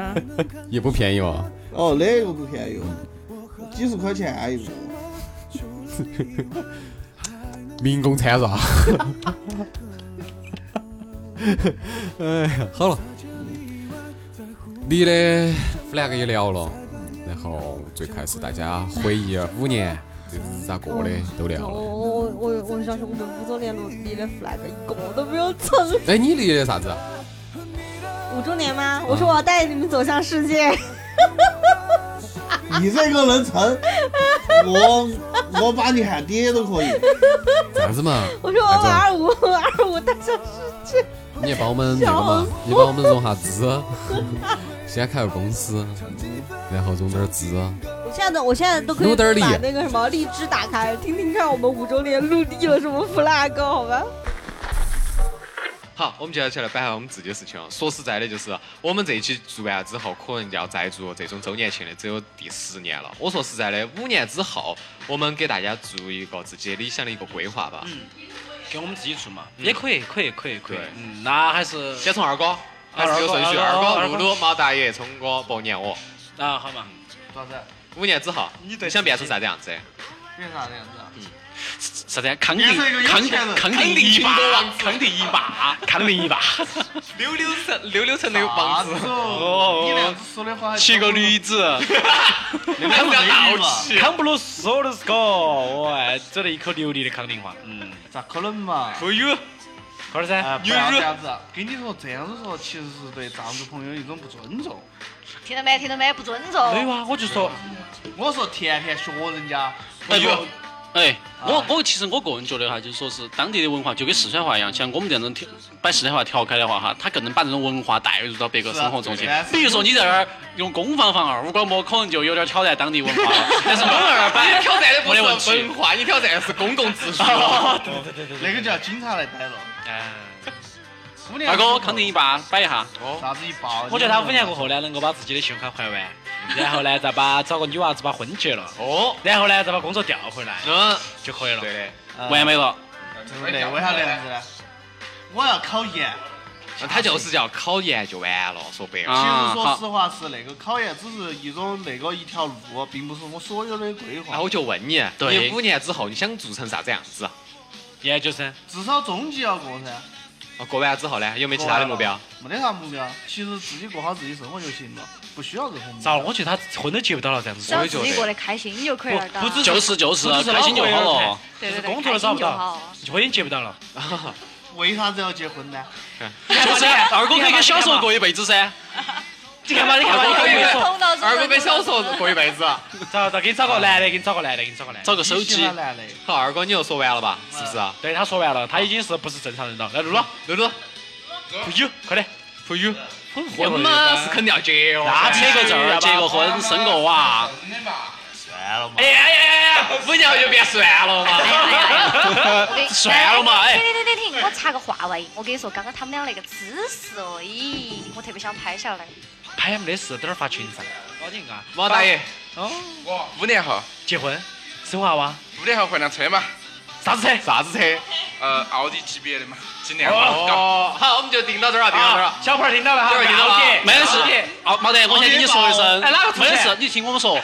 B: 也不便宜哦。
D: 哦，那个不便宜哦，几十块钱一个。
B: 民工参照。 哎呀，好了，你的 flag 也聊了，然后最开始大家回忆啊五年这日子咋过的都聊
C: 我
B: 了。
C: 哦我我我相信我们五周年录立的 flag 一个都没有成。
B: 哎，你立的啥子？
C: 五周年吗？我说我要带你们走向 世界。
D: 你这个人成，我我把你喊爹都可以。
B: 啥子嘛？
C: 我说我要把二五二五带向世界。
B: 你也帮我们那个嘛，你帮我们融下资，先开个公司，然后融点资，
C: 我现在的我现在都可以
B: 撸得儿力
C: 把那个什么荔枝打开，听听看我们五周年录立了什么 flag，好吧？
B: 好，我们接下来摆下我们自己的事情啊。说实在的，就是我们这一期做完之后，可能要再做这种周年庆的，只有第十年了。我说实在的，五年之后，我们给大家做一个自己理想的一个规划吧。
A: 嗯，给我们自己出嘛，
B: 嗯
A: 也可以，可以，可以，可以
B: 对。
A: 嗯，那还是
B: 先从二哥，还是有顺序，
A: 二哥
B: 二
A: 二
B: 哥、
A: 哥
B: 露露、毛大爷、聪哥、伯年我。
A: 啊，好嘛，老子
B: 五年之后，
E: 你对
B: 想变
E: 自
B: 成
E: 己
B: 啥子样子？
E: 变啥样子啊？
A: 啥子？康定
E: 也是一个，有
A: 康
E: 钱人
A: 康定一霸，康定一
G: 啊
A: 霸，康定 一霸。
B: 溜溜城，溜溜城的
E: 啥
B: 王
E: 子
B: 子，
E: 哦？你那样子说的话，
A: 骑个驴子，
E: 那
A: 康
E: 不
A: 不
E: 是
A: 要
E: 驴
A: 倒
E: 嘛
A: 骑，康布鲁斯我都是个，哇，走了一口流利的康定话，嗯，
E: 咋可能 嘛？
B: 不有
A: 快点噻，
E: 哎，不要这样子，跟你说这样子说，其实是对丈夫朋友一种不尊重。
F: 听到没？听到没？不尊
A: 没有
F: 重。
A: 啊，我就说，
E: 我说甜甜学人家，
A: 哎
E: 不
A: 不，哎，我
E: 啊
A: 我其实我个人觉得哈，就是说是当地的文化就跟四川话一样，像我们这样子调把四川话调开的话哈，它更能把这种文化带入到别个
E: 是啊
A: 生活中去
E: 对的。
A: 比如说你在那儿用公房房二五广播，可能就有点挑战当地文 化了，但是我们那儿啊摆
B: 挑战的不
A: 没得问
B: 是
A: 题
B: 文。化，你挑战的是公共秩序。
E: 那个叫警察来逮了。
A: 哎
E: 五年
A: 二
E: 过
A: 哥，
E: 后
A: 康定一霸摆一下。
E: 啥子一爆？
A: 我觉得他五年过后呢，能够把自己的信用卡还 完，然后呢，再把找个女娃子把婚结了，
B: 哦，
A: 然后呢，再把工作调回来
B: 嗯，
A: 就可以了
B: 对，的。
E: 嗯
A: 完美了。
E: 对不对？为啥那样子呢？我要考研。
B: 那他就是要考研就完了，说白了。
E: 其
A: 啊
E: 实说
A: 好
E: 实话是那个考研只是一种那个一条路，并不是我所有的规
B: 那
E: 划。
B: 我就问你，
A: 对
B: 你五年之后你想做成啥子样子？
A: 研究生，
E: 至少中级要过噻。
B: 啊过完之后呢，有没有其他的目标？？
E: 没得啥目标，其实自己过好自己生活就行了，不需要任何目
A: 糟
E: 标。
A: 了，我觉得他婚都结不到了，这样子
F: 只。要自己过得开心就可以了的。
A: 不不只就是就是
E: 不只是
A: 开心就好
E: 老婆
A: 了
E: 儿，
F: 对对
A: 是
F: 对，
A: 工
F: 开
A: 作都找
F: 心
A: 不
F: 就
A: 到，
F: 好。
A: 婚也结不到了。
E: 为啥子要结婚呢？
A: 就是二哥可以跟小时候过一辈子噻。 你看嘛，你看嘛，你看
B: 二
A: 嘛，
F: 碰到
B: 二哥跟小时候过一辈子。
A: 找找，给你找个男的，给你找个男的，给你找个男的。
E: 个
A: 个
E: 手机。男的，
B: 好，二哥你又说完了吧？是不是啊？
A: 对，他说完了，他已经是不是正常人了。来，露露，
B: 露露，
A: 不有，快点。
B: 朋友，婚嘛
G: 啊
B: 是肯定要结哦。
A: 那结个证儿，结个婚，生个娃。 哎呀呀呀呀！
B: 五年后就变算了嘛。
F: 我给你
A: 算了嘛哎
F: 停停停停停，我插个话外音，我跟你说，刚刚他们俩那个姿势哦，咦，我特别想拍下来。
A: 拍没得事，等会儿发群上。搞定啊！
B: 王大爷，
G: 五年后，
A: 哦结婚，生娃娃，
G: 五年后换辆车嘛，
A: 啥子车？
B: 啥子车？
G: 呃，奥迪 Q 8的嘛，尽量搞。
B: 哦，好，我们就定到这儿啊，定到这儿
A: 啊
B: 啊。
A: 小胖儿听到了哈，
B: 小胖儿听到了啊
A: 没得事。哦，毛蛋，我先跟你说一声，
E: 哎哪个出
A: 没
E: 钱
A: 得事，你听我们说，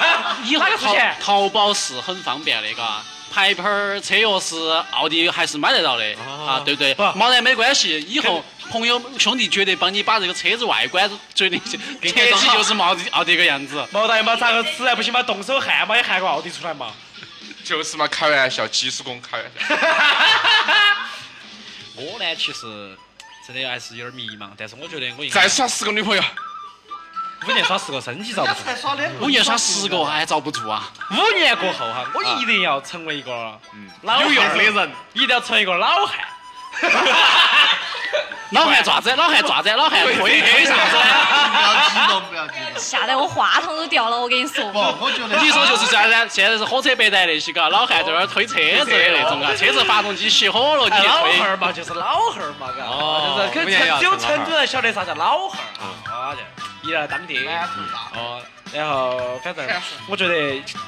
A: 以后
E: 哪个出
A: 淘
E: 钱
A: 淘宝是很方便的，嘎。牌牌儿、车钥匙、奥迪还是买得到的啊，对不对？
E: 不
A: 毛蛋没关系，以后朋友兄弟绝对帮你把这个车子外观决定，
E: 给你
A: 前
E: 弄
A: 期
E: 好
A: 就是毛的奥迪个样子。
E: 毛大爷嘛，咋个
A: 啊
E: 实在不行嘛，动手焊嘛，也焊个奥迪出来嘛。
G: 就是嘛，开玩笑，技术工开玩 笑。
A: 我呢，其实真的还是有点迷茫，但是我觉得我应该
G: 再耍十个女朋友，
A: 五年耍十个，身体遭
E: 人
A: 不
E: 家
A: 住。
E: 才耍两个，
A: 五年耍十个还遭不住啊！
E: 五年过后哈，我
A: 一定要成为一个老
B: 啊嗯有用
A: 汉
B: 的人，
A: 一定要成为一个老汉。 老汉爪
E: 啊
A: 子？老汉 爪子？老汉推推啥 子啊
E: 不要
A: 呢？
E: 激动，不要激动。
F: 吓得我话筒都掉了，我跟你说。
E: 不，我觉得
A: 你说就是这样噻，现在是火车白带那些嘎，老汉在那儿推车子的那种嘎，车子发动机熄火了，你
E: 哎
A: 一
E: 老
A: 推
E: 汉。儿嘛，就是老汉儿嘛，嘎、
B: 哦
E: 就是
B: 我们也要
E: 跟只有
B: 成老汉儿嗯
E: 成都人晓得啥叫老汉儿啊，啊就一来当爹。哦，然后反正
A: 我觉得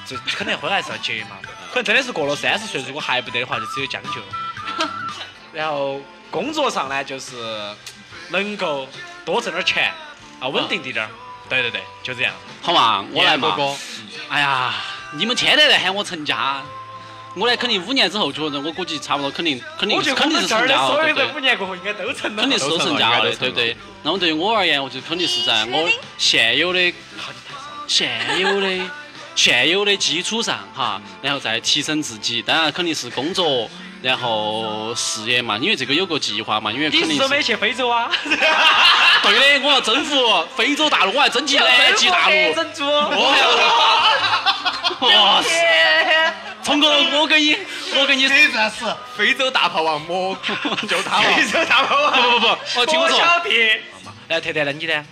A: 这肯定婚还是要结嘛，
B: 嗯
A: 可能真的是过了三十岁，如果还不得的话，就只有将 就。然后工作上呢，就是能够多挣点钱啊，稳定滴点
B: 嗯
A: 儿。对对对，就这样。
H: 好嘛，我来
B: 哥
H: 嘛。
B: 哥，
H: 哎呀，你们天天来喊我成家，我来肯定五年之后，觉得我估计差不多，肯定肯定
E: 我觉得
H: 肯
E: 我
H: 定
E: 们
H: 是
E: 这儿
H: 成
E: 的
H: 家了，
E: 所
H: 对
E: 有
H: 不对
E: 人？五年过后应该都成了
H: 肯。定是都成家了，对不对？那么对于我而言，我就肯定是在我现有的、现有的、 现有的基础上哈，然后再提升自己。当然肯定是工作，然后事业嘛，因为这个有个计划嘛，因为肯定
E: 你是
H: 是
E: 没去非洲啊？
H: 对的，我要征服非洲大陆， 我要征 集南极大陆。
E: 珍珠。哦
H: 我还要，哇塞！ 聪哥，我跟你，我跟你，
E: 这算是
B: 非洲大炮王 魔，就他了。
E: 洲大王。
H: 不不不，我听我说，
E: 小弟，
A: 来，特特呢？你呢？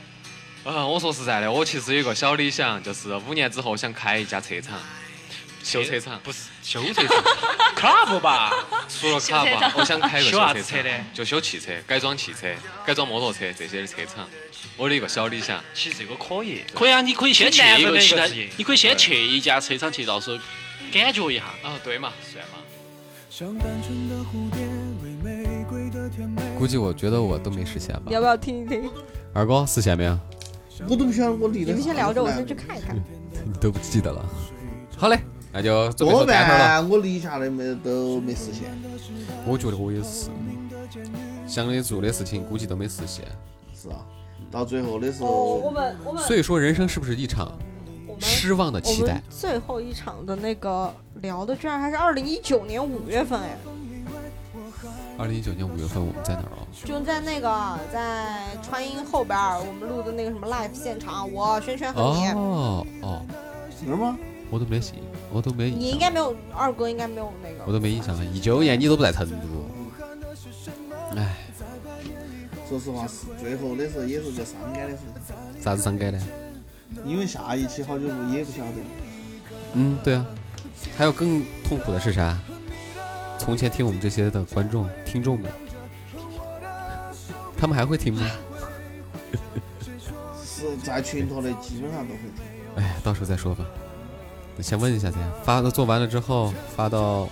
I: 呃，我说实在的，我其实有一个小理想，就是五年之后想开一家车厂，修车厂，
A: 不是
I: 修车厂
A: club 吧？
I: 除了卡
F: 修车
I: 吧
F: 厂，
I: 我想开个
A: 修
I: 修
A: 啥
I: 车
A: 子车
I: 厂
A: 的，
I: 就修汽车、改装汽车、改装摩托车这些的车厂，我的一个小理想。
A: 其实这个可以，
H: 可以啊，你可以先去一
A: 挺难
H: 个
A: 得的一
H: 其
A: 个
H: 他
A: 职业，
H: 你可以先去一家车厂去，到时候感觉一下。
I: 啊，对嘛，算嘛。
E: 像单纯的蝴蝶，为玫瑰的甜美。
B: 估计我觉得我都没实现吧
C: 你。要不要听一
B: 嗯
C: 听？
B: 二哥实现没有？
D: 我都不晓得我离
C: 你
D: 得
C: 们
D: 啥
C: 先聊着，我先去看一看。
B: 嗯你都不记得了。好嘞，那就准备
D: 多
B: 说单头了。
D: 半我立下的没都没实现，
B: 我觉得我也是，想的做的事情估计都没实现。
D: 是啊。到最后的时
C: 哦，我
D: 候，
C: 们我们
B: 所以说，人生是不是一场
C: 我们
B: 失望的
C: 我
B: 期
C: 们
B: 待？
C: 最后一场的那个聊的，居然还是二零一九年五月份哎，
B: 二零一九年五月份我们在哪儿啊？
C: 就在那个在川音后边儿我们录的那个什么 live 现场，我轩轩和你，
B: 哦哦，
D: 是吗？
B: 我都没信，我都没
C: 你应
B: 印象，
C: 该没有，二哥应该没有那
B: 我
C: 个。
B: 都没印象了。一九年你都不在成都，哎，
D: 说实话，是最后的时候也是个伤感的事，
B: 啥子伤感呢？
D: 因为下一期好久不也不晓得。
B: 嗯，对啊。还有更痛苦的是啥？从前听我们这些的观众、听众们，他们还会听吗？
D: 是在群头的基本上都会听。
B: 哎，到时候再说吧。先问一下噻，发的做完了之后，发到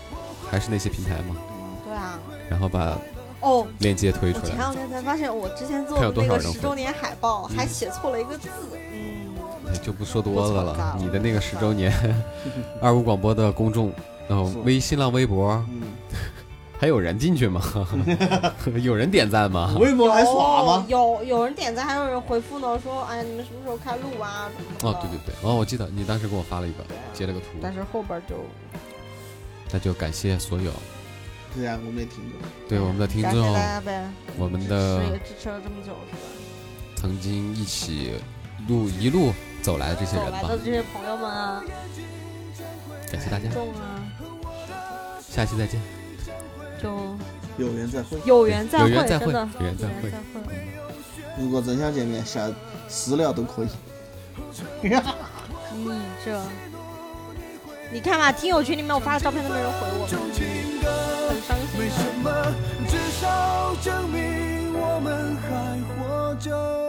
B: 还是那些平台吗？
C: 对啊，
B: 然后把
C: 哦，
B: 链接推
C: 我
B: 出
C: 前
B: 来。
C: 两天才发现，我之前做
B: 看有
C: 的
B: 多
C: 那
B: 少
C: 个
B: 人
C: 十
B: 会
C: 周年海报
B: 嗯
C: 还写错了一个字，嗯，
B: 哎，就不说多的
C: 不存在
B: 了
C: 了。
B: 你的那个十周年，二五广播的公众，然后
D: 是
B: 微新浪微博，
D: 嗯，
B: 还有人进去吗？有人点赞吗？
D: 微博还耍
C: 哦
D: 吗？
C: 有有人点赞，还有人回复呢，说哎你们什么时候开录啊什么的。
B: 哦，对对对，哦，我记得你当时给我发了一个，截了个图。
C: 但是后边就
B: 那就感谢所有
D: 虽然我没听过。
B: 对我们的听
C: 哎感谢
B: 众嗯
C: 大，家呗，
B: 我们
C: 支持也
B: 的
C: 支持了这么久是吧？
B: 曾经一起路一路走来的这些
C: 走
B: 人
C: 来
B: 吧
C: 的，这些朋友们啊，
B: 感谢大家，
C: 众啊，
B: 下期再见。
C: 就
D: 有缘再会。
C: 有缘再
B: 有
C: 会，
B: 缘再
C: 真的
B: 有缘再
C: 有
B: 会
C: 缘再会。
D: 如果真想见面，下私聊都可以。
C: 你嗯这，你看吧，听友群里面我发的照片都没人回我们，很伤心。
E: 什么，至少证明我们还活着。